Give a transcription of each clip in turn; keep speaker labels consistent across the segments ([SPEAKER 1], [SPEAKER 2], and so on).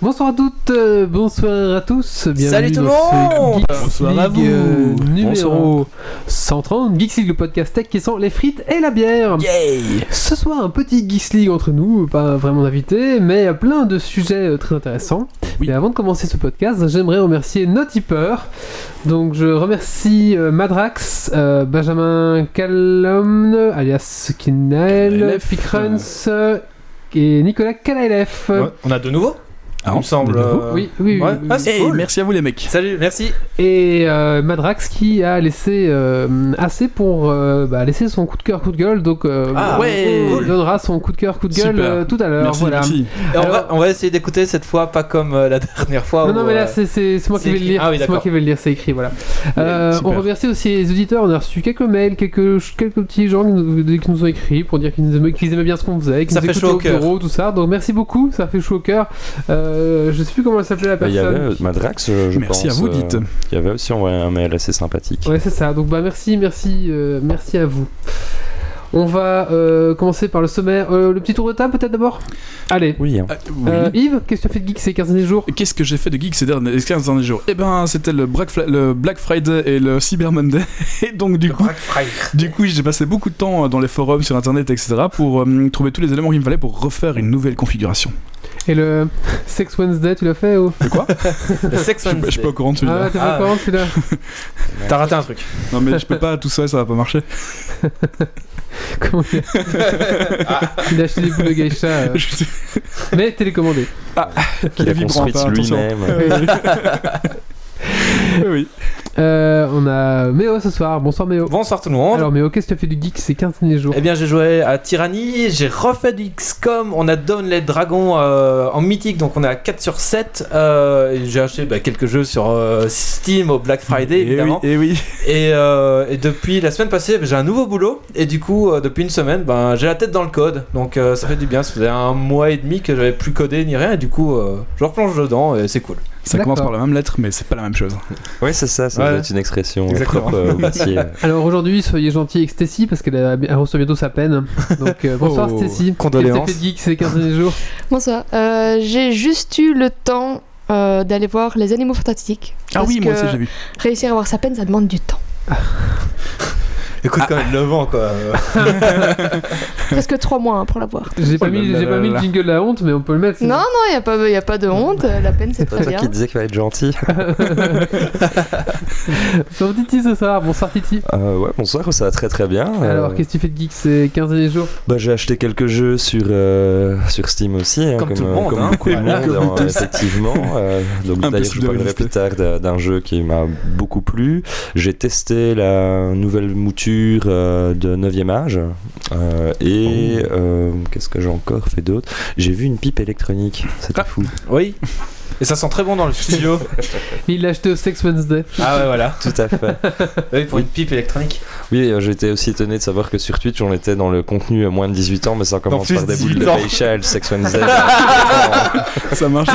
[SPEAKER 1] Bonsoir à toutes, euh, bonsoir à tous. Bienvenue
[SPEAKER 2] Salut tout le
[SPEAKER 1] dans ce
[SPEAKER 2] monde.
[SPEAKER 1] Geeks
[SPEAKER 3] Bonsoir
[SPEAKER 1] League,
[SPEAKER 3] à vous.
[SPEAKER 1] euh, numéro
[SPEAKER 3] Bonsoir.
[SPEAKER 1] 130, Geeks League, le podcast tech qui sent les frites et la bière.
[SPEAKER 2] Yay
[SPEAKER 1] Ce soir, un petit Geeks League entre nous, pas vraiment d'invités, mais plein de sujets euh, très intéressants.
[SPEAKER 3] Oui.
[SPEAKER 1] Et avant de commencer ce podcast, j'aimerais remercier nos tipeurs. Donc, je remercie euh, Madrax, euh, Benjamin Calomne, alias Kinel,
[SPEAKER 3] Kalailef,
[SPEAKER 1] Picruns euh, et Nicolas Kalailef.
[SPEAKER 3] euh,
[SPEAKER 4] Ouais, on a de nouveaux
[SPEAKER 3] Ah,
[SPEAKER 4] Il me semble.
[SPEAKER 3] de nouveau
[SPEAKER 4] euh,
[SPEAKER 1] Oui, oui, oui,
[SPEAKER 4] ouais.
[SPEAKER 1] oui.
[SPEAKER 4] Ah, c'est
[SPEAKER 3] Hey,
[SPEAKER 4] cool.
[SPEAKER 3] Eh, Merci à vous les mecs.
[SPEAKER 4] Salut, merci.
[SPEAKER 1] Et euh, Madrax qui a laissé euh, assez pour euh, bah, laisser son coup de cœur, coup de gueule. Donc euh,
[SPEAKER 4] Ah,
[SPEAKER 3] ouais,
[SPEAKER 1] on
[SPEAKER 3] cool.
[SPEAKER 1] donnera son coup de cœur, coup de gueule
[SPEAKER 3] Super.
[SPEAKER 1] euh, tout à l'heure.
[SPEAKER 3] Merci,
[SPEAKER 1] voilà.
[SPEAKER 3] merci.
[SPEAKER 4] Et on, va, on va essayer d'écouter cette fois, pas comme euh, la dernière fois.
[SPEAKER 1] Non,
[SPEAKER 4] où,
[SPEAKER 1] non, mais
[SPEAKER 4] euh,
[SPEAKER 1] là, c'est- c'est c'est moi qui
[SPEAKER 4] c'est
[SPEAKER 1] vais le
[SPEAKER 4] écrit.
[SPEAKER 1] lire.
[SPEAKER 4] Ah oui,
[SPEAKER 1] c'est moi
[SPEAKER 4] d'accord.
[SPEAKER 1] qui vais le lire, c'est écrit, voilà. Euh,
[SPEAKER 3] super.
[SPEAKER 1] on remercie aussi les auditeurs. On a reçu quelques mails, quelques, quelques petits gens qui nous, qui nous ont écrit pour dire qu'ils nous aimaient, qu'ils aimaient bien ce qu'on faisait, qu'ils
[SPEAKER 4] Ça
[SPEAKER 1] nous
[SPEAKER 4] fait
[SPEAKER 1] écoutaient
[SPEAKER 4] chaud au
[SPEAKER 1] au
[SPEAKER 4] cœur.
[SPEAKER 1] bureau, tout ça. Donc merci beaucoup, ça fait chaud au cœur. Euh, je sais plus comment elle s'appelait la
[SPEAKER 5] Bah, Il y
[SPEAKER 1] personne.
[SPEAKER 5] avait euh, Madrax, euh, je pense.
[SPEAKER 3] Merci à vous,
[SPEAKER 5] euh,
[SPEAKER 3] dites.
[SPEAKER 5] Il y avait aussi envoyé un mail assez sympathique.
[SPEAKER 1] Ouais, c'est ça. Donc, bah, merci, merci, euh, merci à vous. On va euh, commencer par le sommaire. Euh, le petit tour de table, peut-être d'abord Allez.
[SPEAKER 5] Oui, hein.
[SPEAKER 3] Ah, oui.
[SPEAKER 1] Euh, Yves, qu'est-ce que tu as fait de geek ces 15 derniers jours
[SPEAKER 3] Qu'est-ce que j'ai fait de geek ces derniers, ces 15 derniers jours Eh ben, c'était le, Black Fla- le Black Friday et le Cyber Monday. Et donc, du
[SPEAKER 4] le
[SPEAKER 3] coup,
[SPEAKER 4] Black Friday.
[SPEAKER 3] du coup j'ai passé beaucoup de temps euh, dans les forums, sur internet, etc. pour euh, trouver tous les éléments qu'il me fallait pour refaire une nouvelle configuration.
[SPEAKER 1] Et le Sex Wednesday, tu l'as fait ou
[SPEAKER 3] De quoi
[SPEAKER 4] Le Sex
[SPEAKER 3] Je suis
[SPEAKER 4] Wednesday.
[SPEAKER 3] pas au courant de
[SPEAKER 1] Ah,
[SPEAKER 3] celui-là.
[SPEAKER 1] ouais, t'as fait
[SPEAKER 4] Ah,
[SPEAKER 1] comment celui-là
[SPEAKER 4] T'as raté un truc.
[SPEAKER 3] Non, mais je peux pas, tout ça, ça va pas marcher.
[SPEAKER 1] Comment il
[SPEAKER 4] Ah.
[SPEAKER 1] a... il a acheté des boules de geisha, euh,
[SPEAKER 3] Je sais-
[SPEAKER 1] mais télécommandé.
[SPEAKER 5] qu'il a
[SPEAKER 3] vibre
[SPEAKER 5] construite
[SPEAKER 3] enfin, attention.
[SPEAKER 5] lui-même.
[SPEAKER 3] oui.
[SPEAKER 1] Euh, on a Méo ce soir. Bonsoir Méo.
[SPEAKER 4] Bonsoir tout le monde.
[SPEAKER 1] Alors Méo, qu'est-ce que tu as fait de geek ces 15 derniers jours
[SPEAKER 4] eh bien, j'ai joué à Tyranny, j'ai refait du XCOM, on a Down les Dragons euh, en mythique, donc on est à 4 sur 7. euh, et j'ai acheté bah, quelques jeux sur euh, Steam au Black Friday,
[SPEAKER 3] Et Eh oui,
[SPEAKER 4] évidemment.
[SPEAKER 3] et oui.
[SPEAKER 4] Et, euh, et depuis la semaine passée, bah, j'ai un nouveau boulot. Et du coup, euh, depuis une semaine, ben, j'ai la tête dans le code. Donc euh, ça fait du bien. Ça faisait un mois et demi que j'avais plus codé ni rien. Et du coup, euh, je replonge dedans et c'est cool.
[SPEAKER 3] Ça
[SPEAKER 1] D'accord.
[SPEAKER 3] commence par la même lettre, mais c'est pas la même chose.
[SPEAKER 5] Ouais, c'est ça, ça
[SPEAKER 4] Ouais.
[SPEAKER 5] doit être une expression euh,
[SPEAKER 4] Exactement.
[SPEAKER 5] propre euh, au métier.
[SPEAKER 1] Alors aujourd'hui, soyez gentil avec Stacy parce qu'elle a- elle reçoit bientôt sa peine. Donc euh, bonsoir
[SPEAKER 4] Oh,
[SPEAKER 1] Stacy.
[SPEAKER 4] condoléances.
[SPEAKER 1] Qu'est-ce que tu as fait de geek ces 15 derniers jours
[SPEAKER 6] Bonsoir. Euh, j'ai juste eu le temps euh, d'aller voir les animaux fantastiques.
[SPEAKER 3] Ah
[SPEAKER 6] Parce
[SPEAKER 3] oui, moi
[SPEAKER 6] que
[SPEAKER 3] aussi, j'ai vu.
[SPEAKER 6] Réussir à avoir sa peine, ça demande du temps.
[SPEAKER 4] Écoute, quand même, le vent quoi.
[SPEAKER 6] Presque trois mois hein, pour l'avoir.
[SPEAKER 1] J'ai pas,
[SPEAKER 3] Oh là
[SPEAKER 1] mis,
[SPEAKER 3] là
[SPEAKER 1] j'ai
[SPEAKER 3] là
[SPEAKER 1] pas mis
[SPEAKER 3] là
[SPEAKER 1] le
[SPEAKER 3] là.
[SPEAKER 1] jingle de la honte, mais on peut le mettre. c'est
[SPEAKER 6] Non, non, il n'y a, pas- y a pas de honte. euh, La peine, c'est
[SPEAKER 5] Toi
[SPEAKER 6] très bien.
[SPEAKER 5] qui disais qu'il fallait être gentil.
[SPEAKER 1] bon. Bonsoir Titi ce soir, bonsoir Titi.
[SPEAKER 5] Euh, ouais, bonsoir, ça va très très bien. Euh,
[SPEAKER 1] Alors, qu'est-ce que tu fais de geek ces 15 derniers jours
[SPEAKER 5] bah, J'ai acheté quelques jeux sur, euh, sur Steam aussi. hein,
[SPEAKER 4] Comme tout le monde,
[SPEAKER 5] comme
[SPEAKER 4] hein.
[SPEAKER 5] beaucoup de
[SPEAKER 4] Voilà.
[SPEAKER 5] monde, hein, effectivement. Euh, donc d'ailleurs, je
[SPEAKER 3] Impossible
[SPEAKER 5] vous
[SPEAKER 3] de
[SPEAKER 5] parlerai
[SPEAKER 3] résister.
[SPEAKER 5] plus tard d'un d'un jeu qui m'a beaucoup plu. J'ai testé la nouvelle mouture euh, de 9e âge. Euh, et
[SPEAKER 4] Oh.
[SPEAKER 5] euh, qu'est-ce que j'ai encore fait d'autre J'ai vu une pipe électronique. C'était
[SPEAKER 3] Ah.
[SPEAKER 5] fou.
[SPEAKER 4] Oui. Et ça sent très bon dans le studio.
[SPEAKER 1] Il l'a acheté au Sex Wednesday.
[SPEAKER 4] ah ouais, voilà.
[SPEAKER 5] Tout à fait.
[SPEAKER 4] Oui, pour une pipe électronique.
[SPEAKER 5] Oui, euh, j'étais aussi étonné de savoir que sur Twitch, on était dans le contenu à moins de 18 ans, mais ça commence
[SPEAKER 4] plus
[SPEAKER 5] par des boules
[SPEAKER 4] 18
[SPEAKER 5] de
[SPEAKER 4] ans.
[SPEAKER 5] Geisha et le Sex Wednesday.
[SPEAKER 3] Ça marche.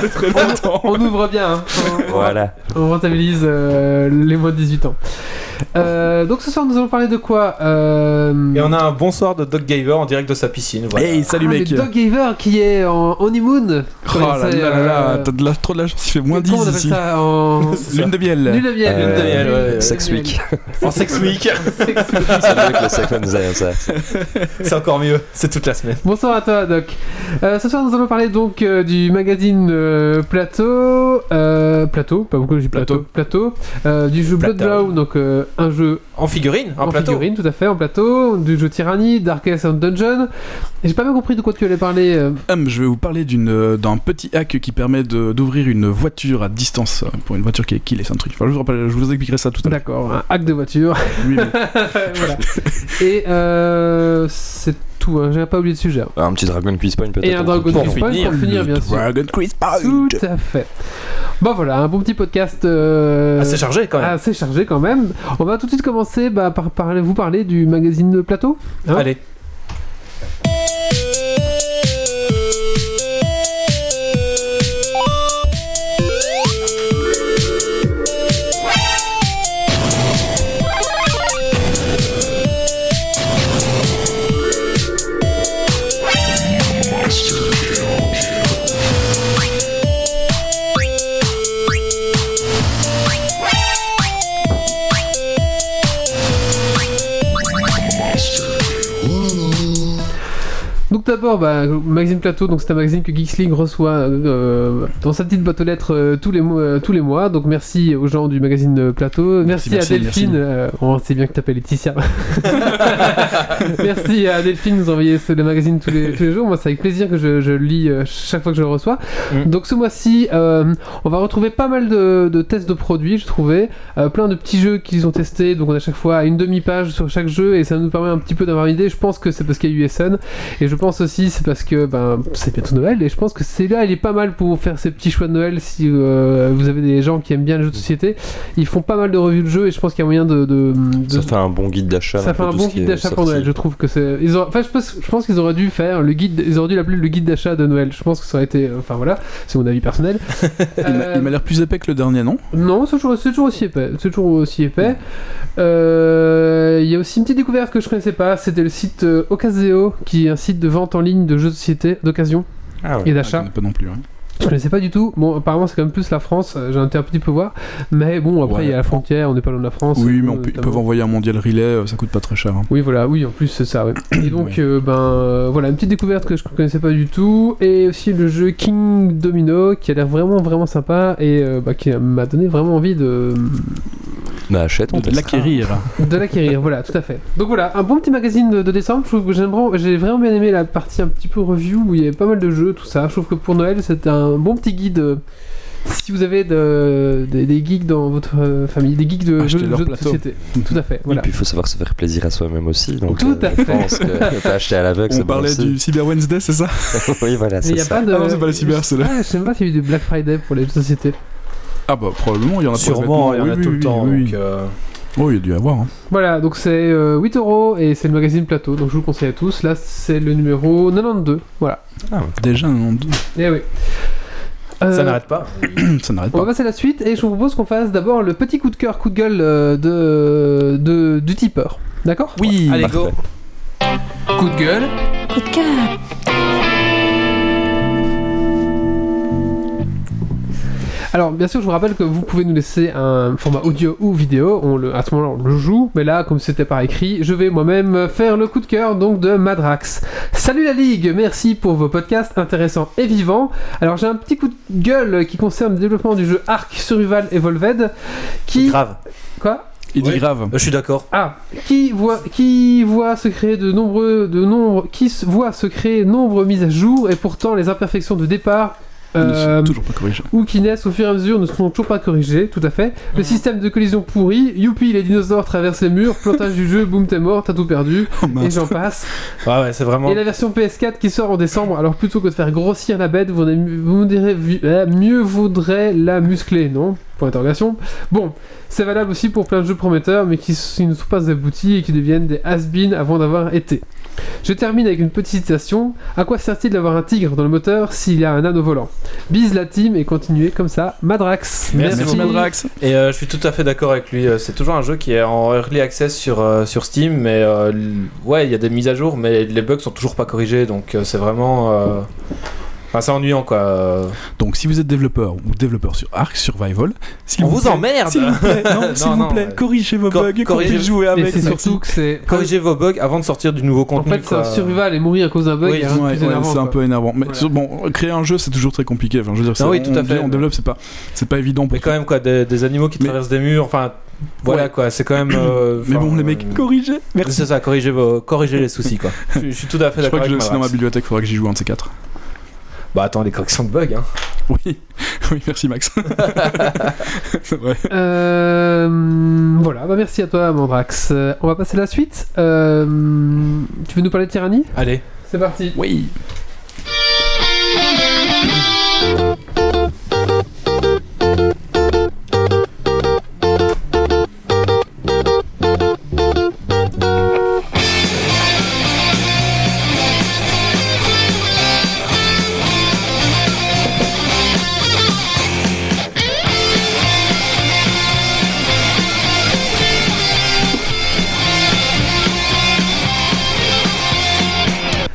[SPEAKER 3] C'est très longtemps.
[SPEAKER 1] Ah On ouvre bien, hein. on,
[SPEAKER 5] voilà.
[SPEAKER 1] on rentabilise euh, les moins de 18 ans. Euh, donc ce soir, nous allons parler de quoi Euh,
[SPEAKER 4] Et on a un bonsoir de Doc Gaver en direct de sa piscine. Voilà.
[SPEAKER 3] Hey,
[SPEAKER 1] ah,
[SPEAKER 3] salut
[SPEAKER 1] le
[SPEAKER 3] mec.
[SPEAKER 1] Dog Giver qui est en honeymoon.
[SPEAKER 3] Oh là là
[SPEAKER 1] C'est,
[SPEAKER 3] là là,
[SPEAKER 1] euh,
[SPEAKER 3] t'as de la- trop de la chance, il fait moins
[SPEAKER 1] Comment on
[SPEAKER 3] 10
[SPEAKER 1] appelle
[SPEAKER 3] ici.
[SPEAKER 1] ça en...
[SPEAKER 3] Lune de
[SPEAKER 1] Lune
[SPEAKER 3] miel.
[SPEAKER 1] de miel.
[SPEAKER 5] Euh,
[SPEAKER 1] lune de miel,
[SPEAKER 4] lune de miel, ouais.
[SPEAKER 5] Sex Week.
[SPEAKER 4] En sex week.
[SPEAKER 1] Sex Week.
[SPEAKER 5] C'est mieux que le Sex Wednesday, ça.
[SPEAKER 4] c'est encore mieux. C'est toute la semaine.
[SPEAKER 1] Bonsoir à toi, Doc. Euh, ce soir, nous allons parler donc euh, du magazine euh, Plateau. euh, plateau, pas beaucoup, j'ai Plateau. Plateau. euh, du jeu Blood
[SPEAKER 4] Plateau.
[SPEAKER 1] Brown, donc euh, un jeu
[SPEAKER 4] En figurine, en,
[SPEAKER 1] en
[SPEAKER 4] plateau.
[SPEAKER 1] figurine, tout à fait, en plateau. Du jeu Tyranny, Darkest and Dungeon. Et j'ai pas bien compris de quoi tu allais parler. euh,
[SPEAKER 3] Hum, je vais vous parler d'une, euh, d'un petit hack qui permet de- d'ouvrir une voiture à distance euh, pour une voiture qui est kill et c'est un truc. Enfin, je, vous rappelle- je vous expliquerai ça tout à l'heure.
[SPEAKER 1] D'accord, un hack de voiture.
[SPEAKER 3] Oui, mais-
[SPEAKER 1] Voilà. Et euh, c'est tout, hein, j'ai pas oublié le sujet.
[SPEAKER 5] Un petit Dragon Quiz Point, peut-être.
[SPEAKER 1] Et un
[SPEAKER 5] on
[SPEAKER 1] Dragon
[SPEAKER 5] continue.
[SPEAKER 1] Quest Point
[SPEAKER 4] finir,
[SPEAKER 1] pour finir,
[SPEAKER 3] Le
[SPEAKER 1] bien sûr.
[SPEAKER 3] Dragon Quiz Point.
[SPEAKER 1] Tout euh, à fait. Bon, voilà, un bon petit podcast. euh,
[SPEAKER 4] Assez Ah, chargé quand même.
[SPEAKER 1] assez chargé quand même. On va tout de suite commencer bah, par, par vous parler du magazine de plateau. hein.
[SPEAKER 4] Allez.
[SPEAKER 1] d'abord, bah, magazine plateau, donc c'est un magazine que Geeks League reçoit euh, dans sa petite boîte aux lettres euh, tous, les mois, euh, tous les mois. Donc merci aux gens du magazine euh, plateau. Merci,
[SPEAKER 3] Merci, merci,
[SPEAKER 1] à Delphine.
[SPEAKER 3] merci.
[SPEAKER 1] euh, on sait bien que t'appelles Laetitia. merci à Delphine de nous envoyer ce- le magazine tous les, tous les jours. Moi, c'est avec plaisir que je, je le lis euh, chaque fois que je le reçois.
[SPEAKER 4] Mm.
[SPEAKER 1] Donc ce mois-ci, euh, on va retrouver pas mal de, de tests de produits, je trouvais. Euh, plein de petits jeux qu'ils ont testés. Donc on a à chaque fois une demi-page sur chaque jeu et ça nous permet un petit peu d'avoir une idée. Je pense que c'est parce qu'il y a USN. Et je pense aussi, c'est parce que ben, c'est bientôt Noël, et je pense que c'est là, il est pas mal pour faire ces petits choix de Noël. Si euh, vous avez des gens qui aiment bien les jeux de société, ils font pas mal de revues de jeux, et je pense qu'il y a moyen de. de- de-
[SPEAKER 5] Ça fait un bon guide d'achat.
[SPEAKER 1] ça fait
[SPEAKER 5] peu
[SPEAKER 1] un
[SPEAKER 5] tout
[SPEAKER 1] bon
[SPEAKER 5] ce qui
[SPEAKER 1] guide
[SPEAKER 5] est
[SPEAKER 1] d'achat pour
[SPEAKER 5] sorti.
[SPEAKER 1] Noël, je trouve que c'est. Ils auraient- Enfin, je pense, je pense qu'ils auraient dû faire le guide. Ils auraient dû l'appeler le guide d'achat de Noël. Je pense que ça aurait été. euh, Enfin voilà, c'est mon avis personnel.
[SPEAKER 3] Il m'a-
[SPEAKER 1] Euh,
[SPEAKER 3] il m'a l'air plus épais que le dernier, non
[SPEAKER 1] non, c'est toujours, c'est toujours aussi épais. C'est toujours aussi épais. Euh, Il y a aussi une petite découverte que je connaissais pas. C'était le site euh, Ocaseo, qui est un site de vente en ligne de jeux de société d'occasion
[SPEAKER 5] Ah ouais.
[SPEAKER 1] et
[SPEAKER 3] Ah,
[SPEAKER 1] d'achat.
[SPEAKER 3] t'en as Pas non plus. hein.
[SPEAKER 1] Je connaissais pas du tout. Bon, apparemment, c'est quand même plus la France. euh, J'ai été un petit peu voir. Mais bon, après,
[SPEAKER 3] Ouais.
[SPEAKER 1] il y a la frontière, on n'est pas loin de la France.
[SPEAKER 3] Oui,
[SPEAKER 1] euh,
[SPEAKER 3] mais on peut- ils
[SPEAKER 1] notamment.
[SPEAKER 3] peuvent envoyer un mondial relay, euh, ça coûte pas très cher. hein.
[SPEAKER 1] Oui, voilà, oui, en plus, c'est ça, ouais. Et donc,
[SPEAKER 3] Oui.
[SPEAKER 1] euh, ben, euh, voilà, une petite découverte que je connaissais pas du tout. Et aussi le jeu King Domino, qui a l'air vraiment, vraiment sympa et euh, bah, qui m'a donné vraiment envie de,
[SPEAKER 5] Bah achète, on
[SPEAKER 3] De
[SPEAKER 5] testera.
[SPEAKER 3] l'acquérir.
[SPEAKER 1] de l'acquérir, voilà, tout à fait. Donc voilà, un bon petit magazine de, de décembre. Je trouve que j'aime vraiment- j'ai vraiment bien aimé la partie un petit peu review où il y avait pas mal de jeux, tout ça. Je trouve que pour Noël, c'est un bon petit guide. euh, Si vous avez de- des- des geeks dans votre euh, famille, des geeks de
[SPEAKER 3] Achetez
[SPEAKER 1] jeux,
[SPEAKER 3] leur
[SPEAKER 1] jeux de
[SPEAKER 3] plateau.
[SPEAKER 1] société. Tout à fait, voilà.
[SPEAKER 5] Et puis il faut savoir se faire plaisir à soi-même aussi. Donc, euh,
[SPEAKER 1] Tout à
[SPEAKER 5] je
[SPEAKER 1] fait.
[SPEAKER 5] pense que pas acheter à l'aveugle,
[SPEAKER 3] On
[SPEAKER 5] c'est bon
[SPEAKER 3] parlait
[SPEAKER 5] aussi.
[SPEAKER 3] du Cyber Wednesday, c'est ça
[SPEAKER 5] oui,
[SPEAKER 1] Mais
[SPEAKER 5] voilà,
[SPEAKER 1] il
[SPEAKER 5] c'est
[SPEAKER 1] y a
[SPEAKER 5] ça.
[SPEAKER 1] pas de.
[SPEAKER 3] Ah non, c'est pas le cyber, c'est le-
[SPEAKER 1] Ah, je sais même pas s'il y a eu du Black Friday pour les jeux de société.
[SPEAKER 3] Ah bah probablement, il y en a pour les
[SPEAKER 4] Sûrement, il y en
[SPEAKER 3] vêtements.
[SPEAKER 4] a
[SPEAKER 3] Oui,
[SPEAKER 4] tout
[SPEAKER 3] oui,
[SPEAKER 4] le temps.
[SPEAKER 3] oui, oui.
[SPEAKER 4] donc, euh,
[SPEAKER 3] Oh, il y a dû y avoir. hein.
[SPEAKER 1] Voilà, donc c'est euh, 8 euros et c'est le magazine Plateau, donc je vous le conseille à tous. Là, c'est le numéro 92. Voilà.
[SPEAKER 3] Déjà un an deux.
[SPEAKER 1] Et oui. Euh,
[SPEAKER 4] Ça n'arrête pas.
[SPEAKER 3] Ça n'arrête
[SPEAKER 1] On va
[SPEAKER 3] pas.
[SPEAKER 1] passer à la suite et je vous propose qu'on fasse d'abord le petit coup de cœur, coup de gueule euh, de, de- du tipeur. D'accord
[SPEAKER 3] Oui,
[SPEAKER 4] Allez,
[SPEAKER 3] bah,
[SPEAKER 4] go.
[SPEAKER 1] Coup de gueule.
[SPEAKER 6] Coup de cœur.
[SPEAKER 1] Alors bien sûr, je vous rappelle que vous pouvez nous laisser un format audio ou vidéo. On le, à ce moment-là, on le joue. Mais là, comme c'était par écrit, je vais moi-même faire le coup de cœur donc de Madrax. Salut la Ligue, merci pour vos podcasts intéressants et vivants. Alors j'ai un petit coup de gueule qui concerne le développement du jeu Arc Survival Evolved, qui
[SPEAKER 4] Grave.
[SPEAKER 1] quoi
[SPEAKER 3] il dit
[SPEAKER 4] Oui.
[SPEAKER 3] grave.
[SPEAKER 4] Euh, Je suis d'accord.
[SPEAKER 1] Ah, qui voit, qui voit se créer de nombreux, de nombre, qui s- voit se créer nombre mises à jour et pourtant les imperfections de départ
[SPEAKER 3] Ils ne
[SPEAKER 1] euh,
[SPEAKER 3] sont toujours pas corrigés.
[SPEAKER 1] ou qui naissent au fur et à mesure ne sont toujours pas corrigées, tout à fait. Le système de collision pourri, youpi les dinosaures traversent les murs, plantage du jeu, boum t'es mort, t'as tout perdu,
[SPEAKER 3] Oh,
[SPEAKER 1] et
[SPEAKER 3] mince.
[SPEAKER 1] j'en passe.
[SPEAKER 4] Ouais, ouais, c'est vraiment.
[SPEAKER 1] Et la version PS4 qui sort en décembre, alors plutôt que de faire grossir la bête, vous, aimez- vous me direz vu- euh, mieux vaudrait la muscler, non Point d'interrogation. Bon, c'est valable aussi pour plein de jeux prometteurs, mais qui, s- qui ne sont pas aboutis et qui deviennent des has-been avant d'avoir été. Je termine avec une petite citation. À quoi sert-il d'avoir un tigre dans le moteur s'il y a un âne au volant Bise la team et continuez comme ça, Madrax.
[SPEAKER 4] Merci
[SPEAKER 3] Merci Madrax.
[SPEAKER 4] Et euh, je suis tout à fait d'accord avec lui. Euh, C'est toujours un jeu qui est en early access sur, euh, sur Steam, mais euh, l- ouais, il y a des mises à jour, mais les bugs sont toujours pas corrigés, donc euh, c'est vraiment. euh, Enfin, c'est ennuyant quoi. Euh,
[SPEAKER 3] Donc si vous êtes développeur ou développeur sur Ark Survival, s'il
[SPEAKER 4] On vous
[SPEAKER 3] plaît-
[SPEAKER 4] emmerde
[SPEAKER 3] S'il vous plaît, non,
[SPEAKER 4] Non,
[SPEAKER 3] s'il vous
[SPEAKER 4] non,
[SPEAKER 3] plaît,
[SPEAKER 4] ouais.
[SPEAKER 3] corrigez vos
[SPEAKER 4] Cor-
[SPEAKER 3] bugs et
[SPEAKER 4] corrigez-
[SPEAKER 3] continuez de jouer
[SPEAKER 1] Mais
[SPEAKER 3] avec.
[SPEAKER 1] c'est
[SPEAKER 3] merci.
[SPEAKER 1] surtout que c'est.
[SPEAKER 4] Corrigez vos bugs avant de sortir du nouveau
[SPEAKER 1] En
[SPEAKER 4] contenu.
[SPEAKER 1] fait, c'est un
[SPEAKER 4] quoi.
[SPEAKER 1] survival et mourir à cause d'un bug.
[SPEAKER 4] Oui,
[SPEAKER 1] il y a rien de
[SPEAKER 3] Ouais,
[SPEAKER 1] plus
[SPEAKER 3] ouais,
[SPEAKER 1] énervant,
[SPEAKER 3] c'est un
[SPEAKER 1] quoi.
[SPEAKER 3] peu énervant. Mais
[SPEAKER 1] Voilà.
[SPEAKER 3] sur- bon, créer un jeu, c'est toujours très compliqué. Enfin, je veux dire, c'est-
[SPEAKER 4] Ah oui, tout
[SPEAKER 3] on,
[SPEAKER 4] à fait.
[SPEAKER 3] on développe, c'est pas, c'est pas évident. Pour
[SPEAKER 4] Mais quand même quoi, des, des animaux qui
[SPEAKER 3] Mais-
[SPEAKER 4] traversent des murs, enfin voilà
[SPEAKER 3] Ouais.
[SPEAKER 4] quoi, c'est quand même. euh,
[SPEAKER 3] Mais
[SPEAKER 4] enfin,
[SPEAKER 3] bon, les
[SPEAKER 4] euh,
[SPEAKER 3] mecs, corrigez. Merci.
[SPEAKER 4] C'est ça, corrigez, vos, corrigez les soucis quoi. je, je suis tout à fait
[SPEAKER 3] Je
[SPEAKER 4] d'accord
[SPEAKER 3] crois que
[SPEAKER 4] avec
[SPEAKER 3] je- c'est dans ma
[SPEAKER 4] Madrax.
[SPEAKER 3] bibliothèque, faudra que j'y joue un de ces quatre.
[SPEAKER 4] Bah attends, les corrections de bugs, hein.
[SPEAKER 3] Oui, oui, merci Max. c'est vrai.
[SPEAKER 1] Euh, voilà, bah merci à toi, Mandrax. Euh, on va passer à la suite. Euh, tu veux nous parler de tyrannie
[SPEAKER 4] Allez.
[SPEAKER 1] C'est parti.
[SPEAKER 3] Oui.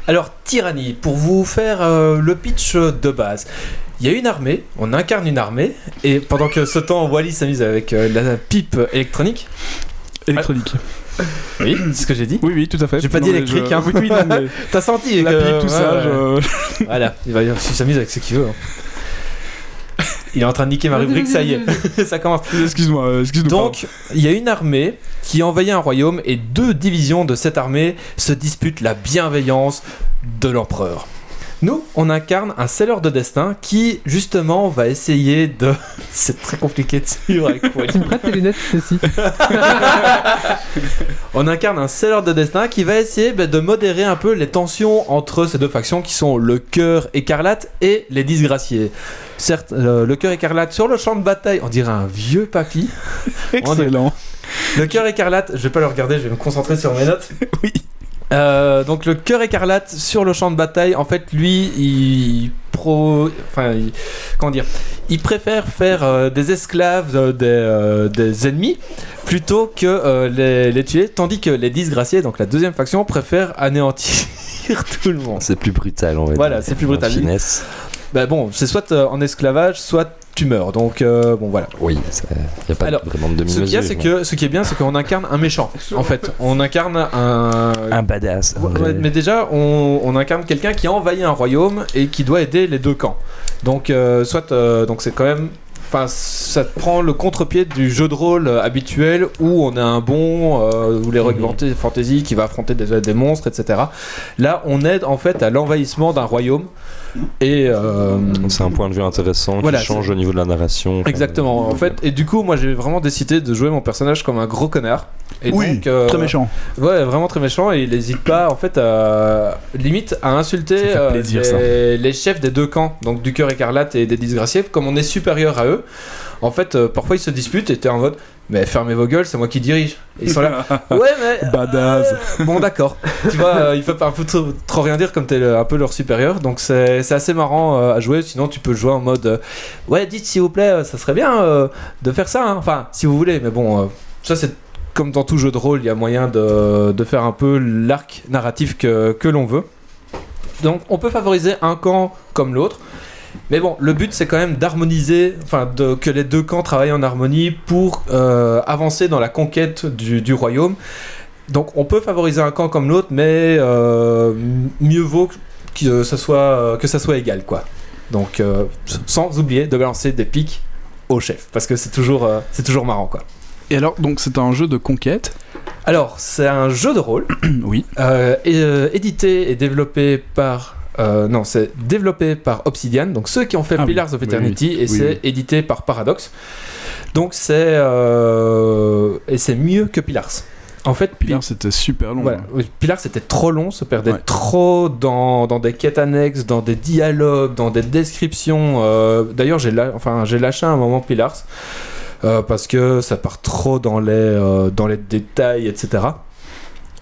[SPEAKER 4] Alors, Tyrannie, pour vous faire euh, le pitch euh, de base. Il y a une armée, on incarne une armée, et pendant que ce temps, Wally s'amuse avec euh, la pipe électronique,
[SPEAKER 3] Électronique.
[SPEAKER 4] Oui, c'est ce que j'ai dit.
[SPEAKER 3] Oui, oui, tout à fait.
[SPEAKER 4] J'ai pas dit
[SPEAKER 3] mais
[SPEAKER 4] électrique,
[SPEAKER 3] je-
[SPEAKER 4] hein.
[SPEAKER 3] Oui, oui, non, mais
[SPEAKER 4] T'as senti
[SPEAKER 3] la
[SPEAKER 4] que-
[SPEAKER 3] pipe, tout
[SPEAKER 4] ouais,
[SPEAKER 3] ça.
[SPEAKER 4] ouais.
[SPEAKER 3] je-
[SPEAKER 4] Voilà, il, va- il s'amuse avec ce qu'il veut. hein. Il est en train de niquer ma rubrique, ça y est, ça commence.
[SPEAKER 3] Excuse-moi, euh, excuse-nous. pardon.
[SPEAKER 4] Donc, il y a une armée qui envahit un royaume et deux divisions de cette armée se disputent la bienveillance de l'empereur. Nous, on incarne un selleur de destin qui, justement, va essayer de. C'est très compliqué de suivre avec
[SPEAKER 1] Tu
[SPEAKER 4] Wally.
[SPEAKER 1] me prêtes tes lunettes, Stacy
[SPEAKER 4] On incarne un selleur de destin qui va essayer bah, de modérer un peu les tensions entre ces deux factions qui sont le cœur écarlate et les disgraciés. Certes, euh, le cœur écarlate sur le champ de bataille, on dirait un vieux papy.
[SPEAKER 3] excellent.
[SPEAKER 4] Le cœur écarlate, je vais pas le regarder, je vais me concentrer sur mes notes.
[SPEAKER 3] Oui.
[SPEAKER 4] Euh, donc le cœur écarlate sur le champ de bataille, en fait, lui, il pro, enfin, il- comment dire, il préfère faire euh, des esclaves euh, des, euh, des ennemis plutôt que euh, les, les tuer, tandis que les disgraciés, donc la deuxième faction, préfère anéantir tout le monde.
[SPEAKER 5] C'est plus brutal, on va
[SPEAKER 4] Voilà,
[SPEAKER 5] dire.
[SPEAKER 4] c'est plus brutal.
[SPEAKER 5] En finesse.
[SPEAKER 4] Bah bon, c'est soit euh, en esclavage, soit tu meurs. Donc euh, bon voilà.
[SPEAKER 5] Oui, il n'y a pas
[SPEAKER 4] Alors,
[SPEAKER 5] vraiment de
[SPEAKER 4] Ce
[SPEAKER 5] demi-mesure.
[SPEAKER 4] qu'il y a, c'est
[SPEAKER 5] mais-
[SPEAKER 4] que ce qui est bien, c'est qu'on incarne un méchant. En fait, on incarne un
[SPEAKER 5] Un badass. un
[SPEAKER 4] Ouais,
[SPEAKER 5] vrai-
[SPEAKER 4] ouais, mais déjà, on, on incarne quelqu'un qui a envahi un royaume et qui doit aider les deux camps. Donc, euh, soit, euh, donc c'est quand même. Enfin, ça te prend le contre-pied du jeu de rôle euh, habituel où on a un bon, euh, ou les
[SPEAKER 3] Mhm.
[SPEAKER 4] mmh. fantasy qui va affronter des, des monstres, etc. Là, on aide en fait à l'envahissement d'un royaume et. euh,
[SPEAKER 5] C'est un point de vue intéressant
[SPEAKER 4] Voilà,
[SPEAKER 5] qui change au niveau de la narration. Enfin,
[SPEAKER 4] Exactement, en fait, et du coup, moi j'ai vraiment décidé de jouer mon personnage comme un gros connard. Et
[SPEAKER 3] oui,
[SPEAKER 4] donc, euh,
[SPEAKER 3] très méchant.
[SPEAKER 4] Ouais, vraiment très méchant et il n'hésite pas en fait à limite à
[SPEAKER 3] Ça
[SPEAKER 4] insulter
[SPEAKER 3] fait
[SPEAKER 4] euh,
[SPEAKER 3] plaisir,
[SPEAKER 4] les, les chefs des deux camps, donc du cœur écarlate et des disgraciés, comme on est supérieur à eux. En fait, euh, parfois ils se disputent et t'es en mode mais fermez vos gueules, c'est moi qui dirige. Et ils sont là. ouais mais
[SPEAKER 3] Badass.
[SPEAKER 4] euh, bon d'accord. tu vois, euh, il faut pas un peu trop, trop rien dire comme t'es le- un peu leur supérieur, donc c'est c'est assez marrant euh, à jouer. Sinon tu peux jouer en mode euh, ouais dites s'il vous plaît, euh, ça serait bien euh, de faire ça. hein. Enfin si vous voulez, mais bon euh, ça c'est comme dans tout jeu de rôle, il y a moyen de, de faire un peu l'arc narratif que, que l'on veut. Donc on peut favoriser un camp comme l'autre. Mais bon, le but c'est quand même d'harmoniser, enfin de, que les deux camps travaillent en harmonie pour euh, avancer dans la conquête du, du royaume. Donc on peut favoriser un camp comme l'autre, mais euh, mieux vaut que, que ça soit, euh, que ça soit égal quoi. Donc euh, sans oublier de balancer des pics au chef, parce que c'est toujours, euh, c'est toujours marrant quoi.
[SPEAKER 3] Et alors, donc c'est un jeu de conquête.
[SPEAKER 4] Alors, c'est un jeu de rôle
[SPEAKER 3] oui.
[SPEAKER 4] euh, et, euh, édité et développé par. euh, non, c'est développé par Obsidian, donc ceux qui ont fait
[SPEAKER 3] Ah oui,
[SPEAKER 4] Pillars of
[SPEAKER 3] oui,
[SPEAKER 4] Eternity, et
[SPEAKER 3] oui,
[SPEAKER 4] c'est
[SPEAKER 3] oui.
[SPEAKER 4] édité par Paradox. Donc c'est. euh, et c'est mieux que Pillars. En fait,
[SPEAKER 3] Puis là, c'était super long. hein.
[SPEAKER 4] voilà. Oui, Pilar, c'était trop long, se perdait
[SPEAKER 3] Ouais.
[SPEAKER 4] trop dans, dans des quêtes annexes, dans des dialogues, dans des descriptions. euh, D'ailleurs, j'ai la- enfin, j'ai lâché à un moment Pilar euh, parce que ça part trop dans les, euh, dans les détails, etc.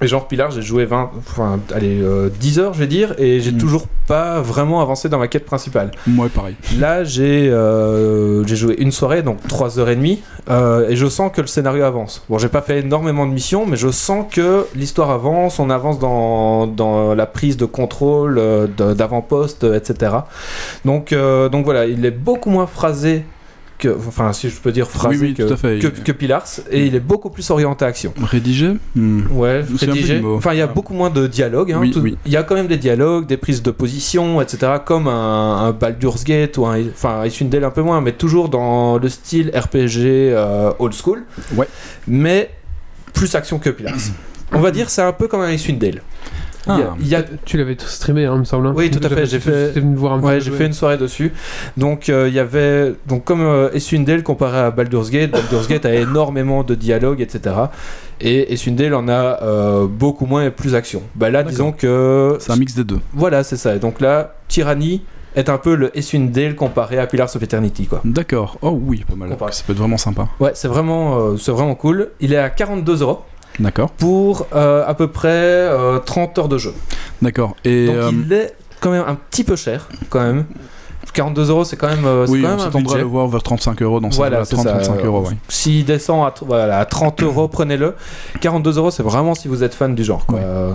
[SPEAKER 4] Et genre Pilar, j'ai joué 20, enfin, allez, euh, 10 heures, je vais dire, et j'ai
[SPEAKER 3] Mm.
[SPEAKER 4] toujours pas vraiment avancé dans ma quête principale.
[SPEAKER 3] Moi, pareil.
[SPEAKER 4] Là, j'ai euh, j'ai joué une soirée, donc 3h30, euh, et je sens que le scénario avance. Bon, j'ai pas fait énormément de missions, mais je sens que l'histoire avance, on avance dans, dans la prise de contrôle euh, de- d'avant-poste, euh, etc. Donc, euh, donc voilà, il est beaucoup moins phrasé que. Enfin, si je peux dire phrasé
[SPEAKER 3] oui, oui,
[SPEAKER 4] que,
[SPEAKER 3] tout à fait. Mm.
[SPEAKER 4] que, que Pillars, et il est beaucoup plus orienté action.
[SPEAKER 3] Rédigé Hmm.
[SPEAKER 4] Ouais,
[SPEAKER 3] Je me souviens plus
[SPEAKER 4] rédigé.
[SPEAKER 3] du mot.
[SPEAKER 4] Enfin, il y a beaucoup moins de dialogue. hein.
[SPEAKER 3] Oui,
[SPEAKER 4] Tout-
[SPEAKER 3] oui.
[SPEAKER 4] Il y a quand même des dialogues, des prises de position, etc. Comme un, un Baldur's Gate ou un, enfin, Isundel un peu moins, mais toujours dans le style RPG euh, old school.
[SPEAKER 3] Ouais.
[SPEAKER 4] Mais plus action que Pillars. On va dire, c'est un peu comme un Isundel. Il y a-
[SPEAKER 3] Ah.
[SPEAKER 4] il y a
[SPEAKER 1] Tu l'avais tout streamé, hein, il me semble. hein.
[SPEAKER 4] Oui, tout à fait, j'ai fait-
[SPEAKER 1] T'es venu me voir un petit
[SPEAKER 4] Ouais,
[SPEAKER 1] peu
[SPEAKER 4] j'ai
[SPEAKER 1] jouer.
[SPEAKER 4] fait une soirée dessus. Donc euh, il y avait donc comme euh, Essundel comparé à Baldur's Gate, Baldur's Gate a énormément de dialogues, etc. Et Essundel en a euh, beaucoup moins et plus action. Bah là,
[SPEAKER 3] D'accord.
[SPEAKER 4] disons que
[SPEAKER 3] C'est un mix des deux.
[SPEAKER 4] voilà, c'est ça. Et donc là, Tyranny est un peu le Essundel comparé à Pillars of Eternity, quoi.
[SPEAKER 3] D'accord. Oh oui, pas mal.
[SPEAKER 4] Comparé.
[SPEAKER 3] Ça peut être vraiment sympa.
[SPEAKER 4] Ouais, c'est vraiment, euh, c'est vraiment cool. Il est à 42 euros
[SPEAKER 3] D'accord.
[SPEAKER 4] pour euh, à peu près euh, 30 heures de jeu.
[SPEAKER 3] D'accord. Et
[SPEAKER 4] Donc
[SPEAKER 3] euh,
[SPEAKER 4] il est quand même un petit peu cher, quand même. 42 euros, c'est quand même, euh, c'est
[SPEAKER 3] oui,
[SPEAKER 4] quand même
[SPEAKER 3] on
[SPEAKER 4] un
[SPEAKER 3] s'attendra à
[SPEAKER 4] budget.
[SPEAKER 3] le voir vers 35 euros dans ce
[SPEAKER 4] Voilà,
[SPEAKER 3] jeu-là.
[SPEAKER 4] c'est ça,
[SPEAKER 3] 30-35
[SPEAKER 4] euh,
[SPEAKER 3] euros, ouais.
[SPEAKER 4] S'il descend à, tr- voilà, à 30 euros, prenez-le. 42 euros, c'est vraiment si vous êtes fan du genre. quoi.
[SPEAKER 3] Ouais.
[SPEAKER 4] Euh,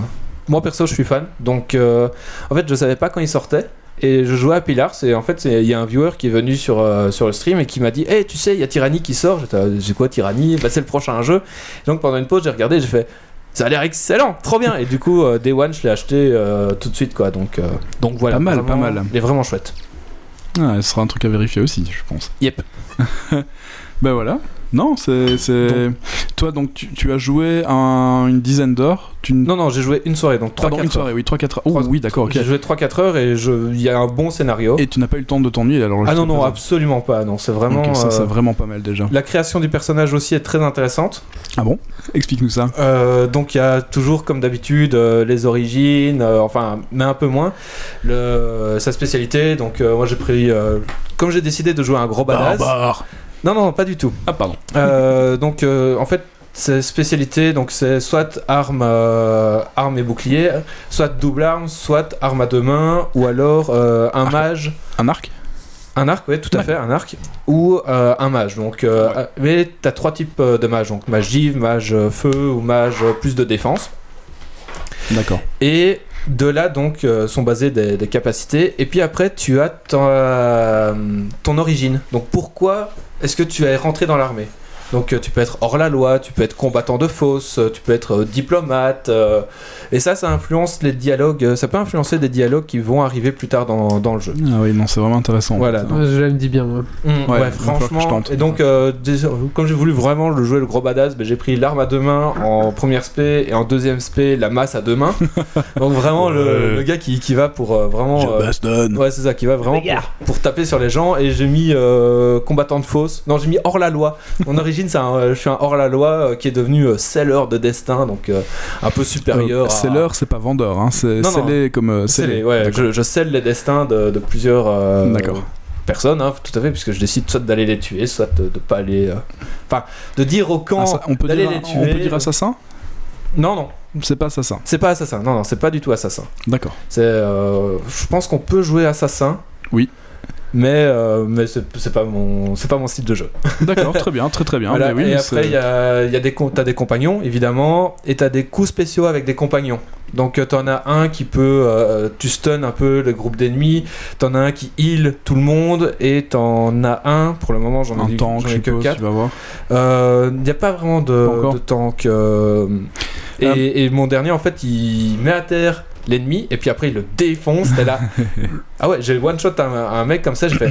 [SPEAKER 4] moi perso, je suis fan. Donc, euh, en fait, je savais pas quand il sortait. Et je jouais à Pillars. Et en fait, c'est- il y a un viewer qui est venu sur, euh, sur le stream et qui m'a dit Hey, euh, tu sais, il y a Tyranny qui sort. J'étais, Ah, C'est quoi Tyranny Bah, C'est le prochain jeu. Et donc, pendant une pause, j'ai regardé et j'ai fait ça a l'air excellent, trop bien. Et du coup, euh, Day One, je l'ai acheté euh, tout de suite, quoi. Donc, euh, donc voilà.
[SPEAKER 3] Pas mal,
[SPEAKER 4] vraiment,
[SPEAKER 3] pas mal.
[SPEAKER 4] Il est vraiment chouette.
[SPEAKER 3] Ah, ce sera un truc à vérifier aussi, je pense.
[SPEAKER 4] Yep.
[SPEAKER 3] ben voilà. Non, c'est. c'est- Toi, donc, tu, tu as joué un- une dizaine d'heures. Tu... n-
[SPEAKER 4] Non, non, j'ai joué une soirée, donc 3-4
[SPEAKER 3] Pardon, une soirée, oui, 3-4 heures. Oh,
[SPEAKER 4] Trois-
[SPEAKER 3] oui, d'accord, ok.
[SPEAKER 4] J'ai joué 3-4 heures et je- il y a un bon scénario.
[SPEAKER 3] Et tu n'as pas eu le temps de t'ennuyer alors
[SPEAKER 4] ah
[SPEAKER 3] jusqu'à
[SPEAKER 4] non, non,
[SPEAKER 3] présent.
[SPEAKER 4] absolument pas. Non, c'est vraiment.
[SPEAKER 3] Ok, ça, c'est
[SPEAKER 4] euh,
[SPEAKER 3] vraiment pas mal déjà.
[SPEAKER 4] La création du personnage aussi est très intéressante.
[SPEAKER 3] Explique-nous ça.
[SPEAKER 4] Euh, donc il y a toujours comme d'habitude euh, les origines, euh, enfin mais un peu moins, le, sa spécialité. Donc euh, moi j'ai pris, euh, comme j'ai décidé de jouer un gros
[SPEAKER 3] Bah,
[SPEAKER 4] badass.
[SPEAKER 3] Barbare.
[SPEAKER 4] Non non pas du tout.
[SPEAKER 3] Ah, pardon.
[SPEAKER 4] Euh, donc euh, en fait ses spécialités donc c'est soit arme euh, arme et bouclier, soit double arme, soit arme à deux mains ou alors euh, un
[SPEAKER 3] Arc.
[SPEAKER 4] mage.
[SPEAKER 3] Un arc
[SPEAKER 4] Un arc, oui, tout à
[SPEAKER 3] Ouais.
[SPEAKER 4] fait, un arc. Ou euh, un mage. Donc, euh,
[SPEAKER 3] Ouais.
[SPEAKER 4] Mais t'as trois types euh, de mages. Donc, mage div, mage euh, feu ou mage euh, plus de défense.
[SPEAKER 3] D'accord.
[SPEAKER 4] Et de là, donc, euh, sont basées des, des capacités. Et puis après, tu as ton, euh, ton origine. Donc, pourquoi est-ce que tu es rentré dans l'armée donc euh, tu peux être hors la loi, tu peux être combattant de fausse, euh, tu peux être euh, diplomate, euh, et ça, ça influence les dialogues, euh, ça peut influencer des dialogues qui vont arriver plus tard dans, dans le jeu.
[SPEAKER 3] Ah oui, non, c'est vraiment intéressant.
[SPEAKER 4] Voilà,
[SPEAKER 3] Putain.
[SPEAKER 1] Ouais, je l'aime dit bien, moi.
[SPEAKER 4] Mm, ouais,
[SPEAKER 3] il va falloir que je
[SPEAKER 4] franchement.
[SPEAKER 3] tente.
[SPEAKER 4] Et donc, euh, dés- comme j'ai voulu vraiment le jouer le gros badass, ben, j'ai pris l'arme à deux mains en première spé et en deuxième spé la masse à deux mains. donc vraiment le,
[SPEAKER 3] Ouais.
[SPEAKER 4] le gars qui, qui va pour euh, vraiment. euh,
[SPEAKER 3] Je bastonne.
[SPEAKER 4] ouais, c'est ça qui va vraiment pour, pour taper sur les gens. Et j'ai mis euh, combattant de fausse. Non, j'ai mis hors la loi. Mon origine, c'est un, euh, je suis un hors la loi qui est devenu euh, seller de destin, donc euh, un peu supérieur.
[SPEAKER 3] Euh,
[SPEAKER 4] à-
[SPEAKER 3] seller, c'est pas vendeur, hein, c'est
[SPEAKER 4] Non, non.
[SPEAKER 3] scellé comme euh,
[SPEAKER 4] Scellé,
[SPEAKER 3] scellé.
[SPEAKER 4] ouais,
[SPEAKER 3] D'accord.
[SPEAKER 4] je, je scelle les destins de, de plusieurs euh,
[SPEAKER 3] D'accord.
[SPEAKER 4] personnes, hein, tout à fait, puisque je décide soit d'aller les tuer, soit de, de pas aller. euh, Enfin, de dire au camp.
[SPEAKER 3] Ah, ça, on, peut
[SPEAKER 4] d'aller
[SPEAKER 3] dire,
[SPEAKER 4] les tuer,
[SPEAKER 3] on peut dire
[SPEAKER 4] euh.
[SPEAKER 3] assassin
[SPEAKER 4] Non, non,
[SPEAKER 3] C'est pas assassin.
[SPEAKER 4] c'est pas assassin, non, non, c'est pas du tout assassin.
[SPEAKER 3] D'accord.
[SPEAKER 4] C'est, euh, je pense qu'on peut jouer assassin.
[SPEAKER 3] Oui.
[SPEAKER 4] Mais, euh, mais c'est c'est pas, mon- c'est pas mon style de jeu.
[SPEAKER 3] D'accord, très bien, très très bien.
[SPEAKER 4] Voilà,
[SPEAKER 3] Mais oui,
[SPEAKER 4] et
[SPEAKER 3] mais
[SPEAKER 4] après,
[SPEAKER 3] c'est-
[SPEAKER 4] il y a, il y a des, com- t'as des compagnons, évidemment, et t'as des coups spéciaux avec des compagnons. Donc, euh, t'en as un qui peut. euh, tu stun un peu le groupe d'ennemis, t'en as un qui heal tout le monde, et t'en as un, pour le moment, j'en ai,
[SPEAKER 3] un
[SPEAKER 4] eu-
[SPEAKER 3] tank,
[SPEAKER 4] j'en
[SPEAKER 3] je
[SPEAKER 4] ai que
[SPEAKER 3] suppose,
[SPEAKER 4] 4.
[SPEAKER 3] tu vas voir.
[SPEAKER 4] Il n'y a pas vraiment de,
[SPEAKER 3] Pas encore.
[SPEAKER 4] de tank. euh, et,
[SPEAKER 3] Ah.
[SPEAKER 4] et mon dernier, en fait, il met à terre l'ennemi, et puis après, il le défonce. T'es là. ah ouais, j'ai one shot un, un mec comme ça, je fais.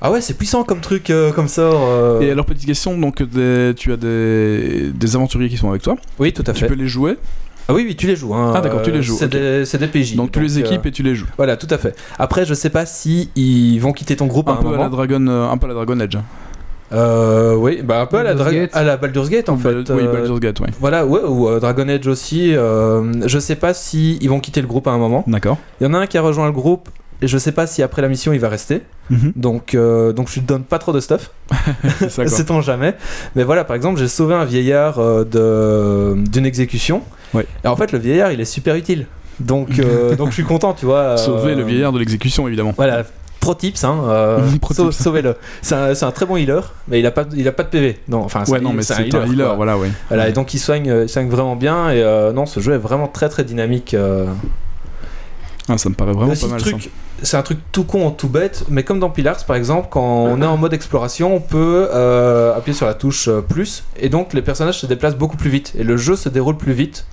[SPEAKER 4] Ah ouais, c'est puissant comme truc, euh, comme ça. euh.
[SPEAKER 3] Et alors, petite question, donc des- tu as des, des aventuriers qui sont avec toi,
[SPEAKER 4] oui, tout à
[SPEAKER 3] tu
[SPEAKER 4] fait.
[SPEAKER 3] peux les jouer,
[SPEAKER 4] Ah oui, oui, tu les joues. hein.
[SPEAKER 3] Ah, d'accord, tu les joues,
[SPEAKER 4] C'est
[SPEAKER 3] ok.
[SPEAKER 4] des, c'est des PJ.
[SPEAKER 3] donc tu les
[SPEAKER 4] euh,
[SPEAKER 3] équipes et tu les joues.
[SPEAKER 4] Voilà, tout à fait. Après, je sais pas si ils vont quitter ton groupe à
[SPEAKER 3] Un
[SPEAKER 4] un
[SPEAKER 3] peu, à la
[SPEAKER 4] moment.
[SPEAKER 3] Dragon, euh, un peu à la Dragon Edge.
[SPEAKER 4] Euh, oui, bah un peu à la,
[SPEAKER 1] Baldur's
[SPEAKER 4] Dra-
[SPEAKER 1] Gate.
[SPEAKER 4] à la Baldur's Gate en fait.
[SPEAKER 3] Bal- oui,
[SPEAKER 4] euh,
[SPEAKER 3] Baldur's Gate, oui.
[SPEAKER 4] Voilà, ouais, ou euh, Dragon Age aussi. euh, je sais pas si ils vont quitter le groupe à un moment.
[SPEAKER 3] D'accord.
[SPEAKER 4] Il y en a un qui a rejoint le groupe. Et je sais pas si après la mission il va rester.
[SPEAKER 3] Mhm.
[SPEAKER 4] Donc, euh, donc je lui donne pas trop de stuff.
[SPEAKER 3] C'est ça, quoi.
[SPEAKER 4] Sait-on jamais. Mais voilà, par exemple, j'ai sauvé un vieillard euh, de- d'une exécution.
[SPEAKER 3] Ouais.
[SPEAKER 4] Et en fait, le vieillard, il est super utile. Donc, euh, donc je suis content, tu vois. euh,
[SPEAKER 3] Sauver le vieillard de l'exécution, évidemment.
[SPEAKER 4] Voilà, pro tips, hein, euh,
[SPEAKER 3] Pro
[SPEAKER 4] sau-
[SPEAKER 3] tips.
[SPEAKER 4] sauvez-le. C'est un, c'est un très bon healer, mais il a pas, il a pas de PV. Non, enfin,
[SPEAKER 3] Ouais, non, mais c'est un healer,
[SPEAKER 4] quoi.
[SPEAKER 3] voilà, oui.
[SPEAKER 4] Voilà, et donc il soigne, euh, il soigne vraiment bien. Et euh, non, ce jeu est vraiment très très dynamique. euh.
[SPEAKER 3] Ah, ça me paraît vraiment
[SPEAKER 4] Aussi,
[SPEAKER 3] pas mal,
[SPEAKER 4] truc- C'est un truc tout con, tout bête, mais comme dans Pillars par exemple, quand on est en mode exploration, on peut euh, appuyer sur la touche euh, plus, et donc les personnages se déplacent beaucoup plus vite, et le jeu se déroule plus vite,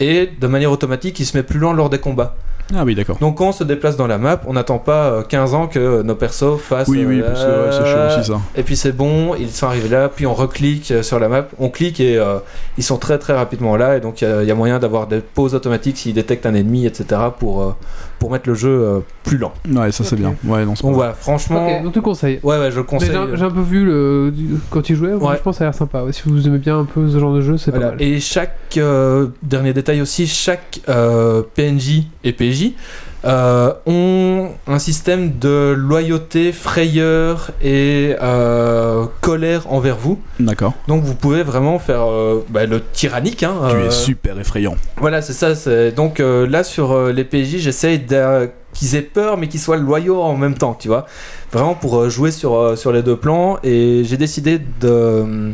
[SPEAKER 4] et de manière automatique, il se met plus lent lors des combats.
[SPEAKER 3] ça. Ah oui, d'accord.
[SPEAKER 4] Donc quand on se déplace dans la map, on n'attend pas euh, 15 ans que nos persos fassent...
[SPEAKER 3] Oui, oui,
[SPEAKER 4] euh,
[SPEAKER 3] parce que ouais, c'est chaud aussi, ça.
[SPEAKER 4] Et puis c'est bon, ils sont arrivés là, puis on reclique euh, sur la map, on clique et euh, ils sont très très rapidement là, et donc il y a- il y, a moyen d'avoir des pauses automatiques s'ils détectent un ennemi, etc., pour, euh, pour mettre le jeu euh, plus lent.
[SPEAKER 3] Ouais, ça, c'est bien. Ouais, non, c'est
[SPEAKER 4] Donc
[SPEAKER 3] pas
[SPEAKER 4] voilà, franchement...
[SPEAKER 1] Ok, donc tu conseilles.
[SPEAKER 4] Ouais, ouais, je le
[SPEAKER 1] Mais
[SPEAKER 4] conseille.
[SPEAKER 1] J'ai j'ai un peu vu le, du- quand il jouait,
[SPEAKER 4] Ouais.
[SPEAKER 1] je pense que ça a l'air sympa. ouais. Si vous aimez bien un peu ce genre de jeu, c'est
[SPEAKER 4] Voilà.
[SPEAKER 1] pas mal.
[SPEAKER 4] Et chaque euh, dernier détail aussi, chaque euh, PNJ et PJ euh, ont un système de loyauté, frayeur et euh, colère envers vous.
[SPEAKER 3] D'accord.
[SPEAKER 4] Donc vous pouvez vraiment faire euh, bah, le tyrannique. hein,
[SPEAKER 3] Tu
[SPEAKER 4] euh,
[SPEAKER 3] es super effrayant.
[SPEAKER 4] Voilà, c'est ça. c'est- Donc euh, là, sur euh, les PJ, j'essaye d'a- qu'ils aient peur, mais qu'ils soient loyaux en même temps, tu vois. Vraiment pour euh, jouer sur, euh, sur les deux plans. Et j'ai décidé de euh,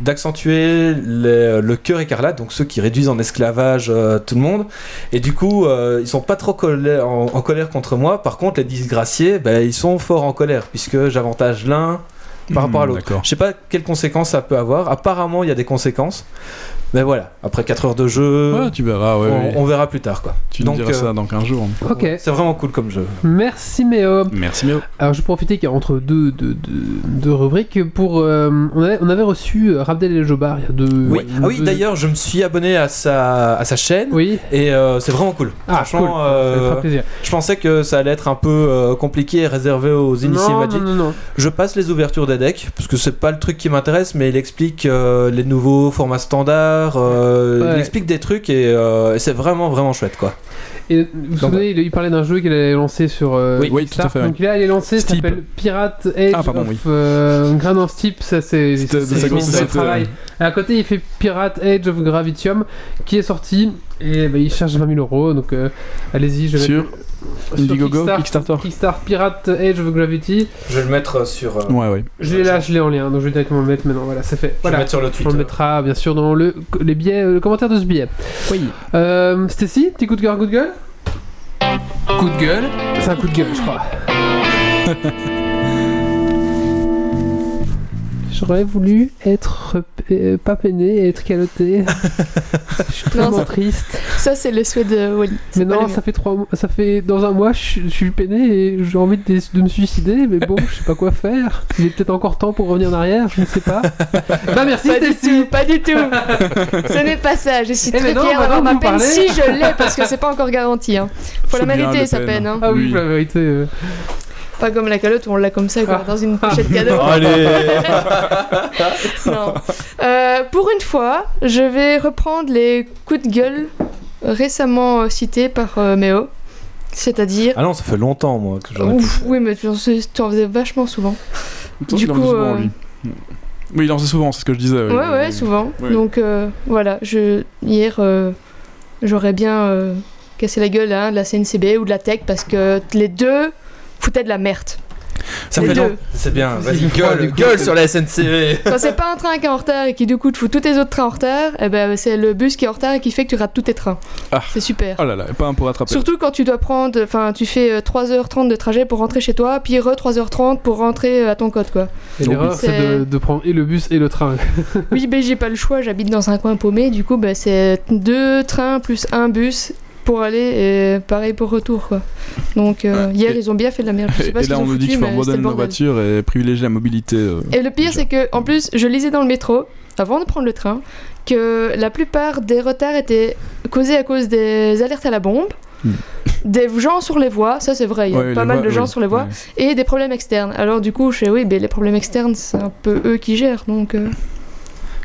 [SPEAKER 4] d'accentuer les- euh, le cœur écarlate, donc ceux qui réduisent en esclavage euh, tout le monde. Et du coup, euh, ils sont pas trop colè- en, en colère contre moi. Par contre, les disgraciés, ben, ils sont forts en colère, puisque j'avantage l'un par rapport à
[SPEAKER 3] Hmm,
[SPEAKER 4] l'autre.
[SPEAKER 3] D'accord.
[SPEAKER 4] Je sais pas quelles conséquences ça peut avoir. Apparemment, il y a des conséquences. Mais voilà, après 4 heures de jeu,
[SPEAKER 3] Ouais, Ah, tu verras, ouais, ouais.
[SPEAKER 4] euh, on, on verra plus tard quoi.
[SPEAKER 3] Tu nous
[SPEAKER 4] donc,
[SPEAKER 3] diras
[SPEAKER 4] euh,
[SPEAKER 3] ça dans 15 jours.
[SPEAKER 1] Ok.
[SPEAKER 4] C'est vraiment cool comme jeu.
[SPEAKER 1] Merci Méo.
[SPEAKER 3] Merci, Méo.
[SPEAKER 1] Alors je profitais qu'il y a entre deux, deux, deux- deux rubriques pour... euh, on, avait, on avait reçu euh, Rabdel El Jobar il y a deux...
[SPEAKER 4] Oui, ah oui,
[SPEAKER 1] deux-
[SPEAKER 4] d'ailleurs, je me suis abonné à sa, à sa chaîne.
[SPEAKER 1] Oui,
[SPEAKER 4] Et euh, c'est vraiment cool.
[SPEAKER 1] Ah,
[SPEAKER 4] Franchement,
[SPEAKER 1] cool. ça
[SPEAKER 4] euh,
[SPEAKER 1] fera plaisir.
[SPEAKER 4] je pensais que ça allait être un peu euh, compliqué et réservé aux initiés
[SPEAKER 1] non,
[SPEAKER 4] Magic.
[SPEAKER 1] non, non, non.
[SPEAKER 4] Je passe les ouvertures des decks, parce que c'est pas le truc qui m'intéresse, mais il explique euh, les nouveaux formats standards, euh,
[SPEAKER 1] Ouais.
[SPEAKER 4] il explique des trucs et, euh, et c'est vraiment vraiment chouette quoi.
[SPEAKER 1] Et vous vous
[SPEAKER 4] Donc,
[SPEAKER 1] souvenez, il, il parlait d'un jeu qu'il allait lancer sur euh,
[SPEAKER 3] Oui, oui, tout
[SPEAKER 1] Kickstarter.
[SPEAKER 3] à fait, oui.
[SPEAKER 1] Donc là, il est lancé, ça
[SPEAKER 3] Steep.
[SPEAKER 1] s'appelle Pirate Edge
[SPEAKER 3] Ah, pardon,
[SPEAKER 1] of
[SPEAKER 3] oui.
[SPEAKER 1] euh, Grand of Steep, ça c'est
[SPEAKER 3] C'était-
[SPEAKER 1] c'est-
[SPEAKER 4] ça
[SPEAKER 1] c'est
[SPEAKER 4] commence à
[SPEAKER 1] son
[SPEAKER 4] être,
[SPEAKER 1] travail. Et à côté, il fait Pirate Edge of Gravitium qui est sorti et bah, il charge 20 000 euros. Donc euh, allez-y, je vais
[SPEAKER 3] Sur
[SPEAKER 1] mettre- sur
[SPEAKER 3] Indiegogo,
[SPEAKER 1] Kickstarter,
[SPEAKER 3] Kickstarter.
[SPEAKER 1] Kickstarter Pirate Edge of Gravity.
[SPEAKER 4] Je vais le mettre euh, sur,
[SPEAKER 3] Ouais, ouais.
[SPEAKER 1] Je l'ai là, je l'ai en lien, donc je vais directement le mettre maintenant. Voilà, c'est fait. Voilà.
[SPEAKER 4] sur le
[SPEAKER 1] On le mettra bien sûr dans le, les billets, euh, le commentaire de ce billet.
[SPEAKER 3] Oui.
[SPEAKER 1] Euh, Stacy, petit coup de cœur, coup de gueule Coup de gueule C'est un coup de gueule, je crois. J'aurais voulu être euh, pas peiné et être caloté. je suis
[SPEAKER 6] Non,
[SPEAKER 1] tellement
[SPEAKER 6] ça-
[SPEAKER 1] triste.
[SPEAKER 6] Ça, c'est le souhait de Wally.
[SPEAKER 1] Mais
[SPEAKER 6] C'est pas
[SPEAKER 1] non,
[SPEAKER 6] le mien.
[SPEAKER 1] ça fait trois, mois- ça fait dans un mois, je, suis- je suis peiné et j'ai envie de, de me suicider, mais bon, je sais pas quoi faire. Il est peut-être encore temps pour revenir en arrière, je ne sais pas. bah merci
[SPEAKER 6] Pas du
[SPEAKER 1] Stacy.
[SPEAKER 6] tout, pas du tout. Ce n'est pas ça. Je suis
[SPEAKER 1] Eh, mais
[SPEAKER 6] très
[SPEAKER 1] non,
[SPEAKER 6] fière
[SPEAKER 1] maintenant
[SPEAKER 6] d'avoir
[SPEAKER 1] que
[SPEAKER 6] ma
[SPEAKER 1] vous
[SPEAKER 6] peine.
[SPEAKER 1] parlez.
[SPEAKER 6] Si je l'ai, parce que c'est pas encore garanti. Hein. Faut la
[SPEAKER 3] C'est bien,
[SPEAKER 6] mériter
[SPEAKER 3] Le
[SPEAKER 6] sa
[SPEAKER 3] Pen.
[SPEAKER 6] peine. Hein.
[SPEAKER 1] Ah oui,
[SPEAKER 3] Oui.
[SPEAKER 1] la vérité. euh.
[SPEAKER 6] Pas comme la calotte, on l'a comme ça, quoi,
[SPEAKER 1] Ah.
[SPEAKER 6] dans une pochette cadeau. non. Euh, pour une fois, je vais reprendre les coups de gueule récemment euh, cités par euh, Méo. C'est-à-dire.
[SPEAKER 4] Ah non, ça fait longtemps moi que j'en ai
[SPEAKER 6] Ouf, oui, mais tu en, sais- tu en faisais vachement souvent.
[SPEAKER 3] Toi,
[SPEAKER 6] Du
[SPEAKER 3] il en
[SPEAKER 6] coup,
[SPEAKER 3] faisait souvent,
[SPEAKER 6] euh,
[SPEAKER 3] lui. Oui, il en faisait souvent, c'est ce que je disais. oui,
[SPEAKER 6] Ouais, ouais,
[SPEAKER 3] oui, oui.
[SPEAKER 6] souvent.
[SPEAKER 3] Oui.
[SPEAKER 6] Donc euh, voilà, je, hier, euh, j'aurais bien euh, cassé la gueule hein, de la CNCB ou de la tech parce que t- les deux foutaient de la merde.
[SPEAKER 4] Ça
[SPEAKER 6] Les
[SPEAKER 4] fait
[SPEAKER 6] deux.
[SPEAKER 4] longtemps. C'est bien, vas-y,
[SPEAKER 1] Vas-y, du
[SPEAKER 4] gueule,
[SPEAKER 1] coup.
[SPEAKER 4] gueule sur la SNCV.
[SPEAKER 6] Quand c'est pas un train qui est en retard et qui du coup te fout tous tes autres trains en retard, eh ben, c'est le bus qui est en retard et qui fait que tu rates tous tes trains.
[SPEAKER 3] Ah.
[SPEAKER 6] C'est super.
[SPEAKER 3] Oh là là, pas un pour attraper.
[SPEAKER 6] Surtout quand tu dois prendre, enfin tu fais euh, 3h30 de trajet pour rentrer chez toi, puis re 3h30 pour rentrer euh, à ton code quoi.
[SPEAKER 1] Et
[SPEAKER 3] Donc,
[SPEAKER 1] l'erreur, c'est de,
[SPEAKER 6] c'est-
[SPEAKER 1] de prendre et le bus et le train.
[SPEAKER 6] Oui ben j'ai pas le choix, j'habite dans un coin paumé, du coup ben, c'est deux trains plus un bus pour aller et pareil pour retour quoi. Donc euh, hier
[SPEAKER 3] Et-
[SPEAKER 6] ils ont bien fait de la merde. Je sais
[SPEAKER 3] Et
[SPEAKER 6] pas ce
[SPEAKER 3] là,
[SPEAKER 6] qu'ils
[SPEAKER 3] on
[SPEAKER 6] ont
[SPEAKER 3] nous dit
[SPEAKER 6] foutu,
[SPEAKER 3] qu'il faut
[SPEAKER 6] mais c'était
[SPEAKER 3] abandonner
[SPEAKER 6] le
[SPEAKER 3] nos
[SPEAKER 6] bordel.
[SPEAKER 3] voitures et privilégier la mobilité. euh,
[SPEAKER 6] Et le pire,
[SPEAKER 3] Déjà.
[SPEAKER 6] c'est que, en plus, je lisais dans le métro, avant de prendre le train, que la plupart des retards étaient causés à cause des alertes à la bombe,
[SPEAKER 3] Hmm.
[SPEAKER 6] des gens sur les voies, ça c'est vrai, il y a
[SPEAKER 3] ouais,
[SPEAKER 6] pas
[SPEAKER 3] les
[SPEAKER 6] mal
[SPEAKER 3] voies,
[SPEAKER 6] de gens
[SPEAKER 3] oui,
[SPEAKER 6] sur les voies,
[SPEAKER 3] ouais.
[SPEAKER 6] et des problèmes externes. Alors du coup, je fais, oui, mais les problèmes externes, c'est un peu eux qui gèrent, donc euh,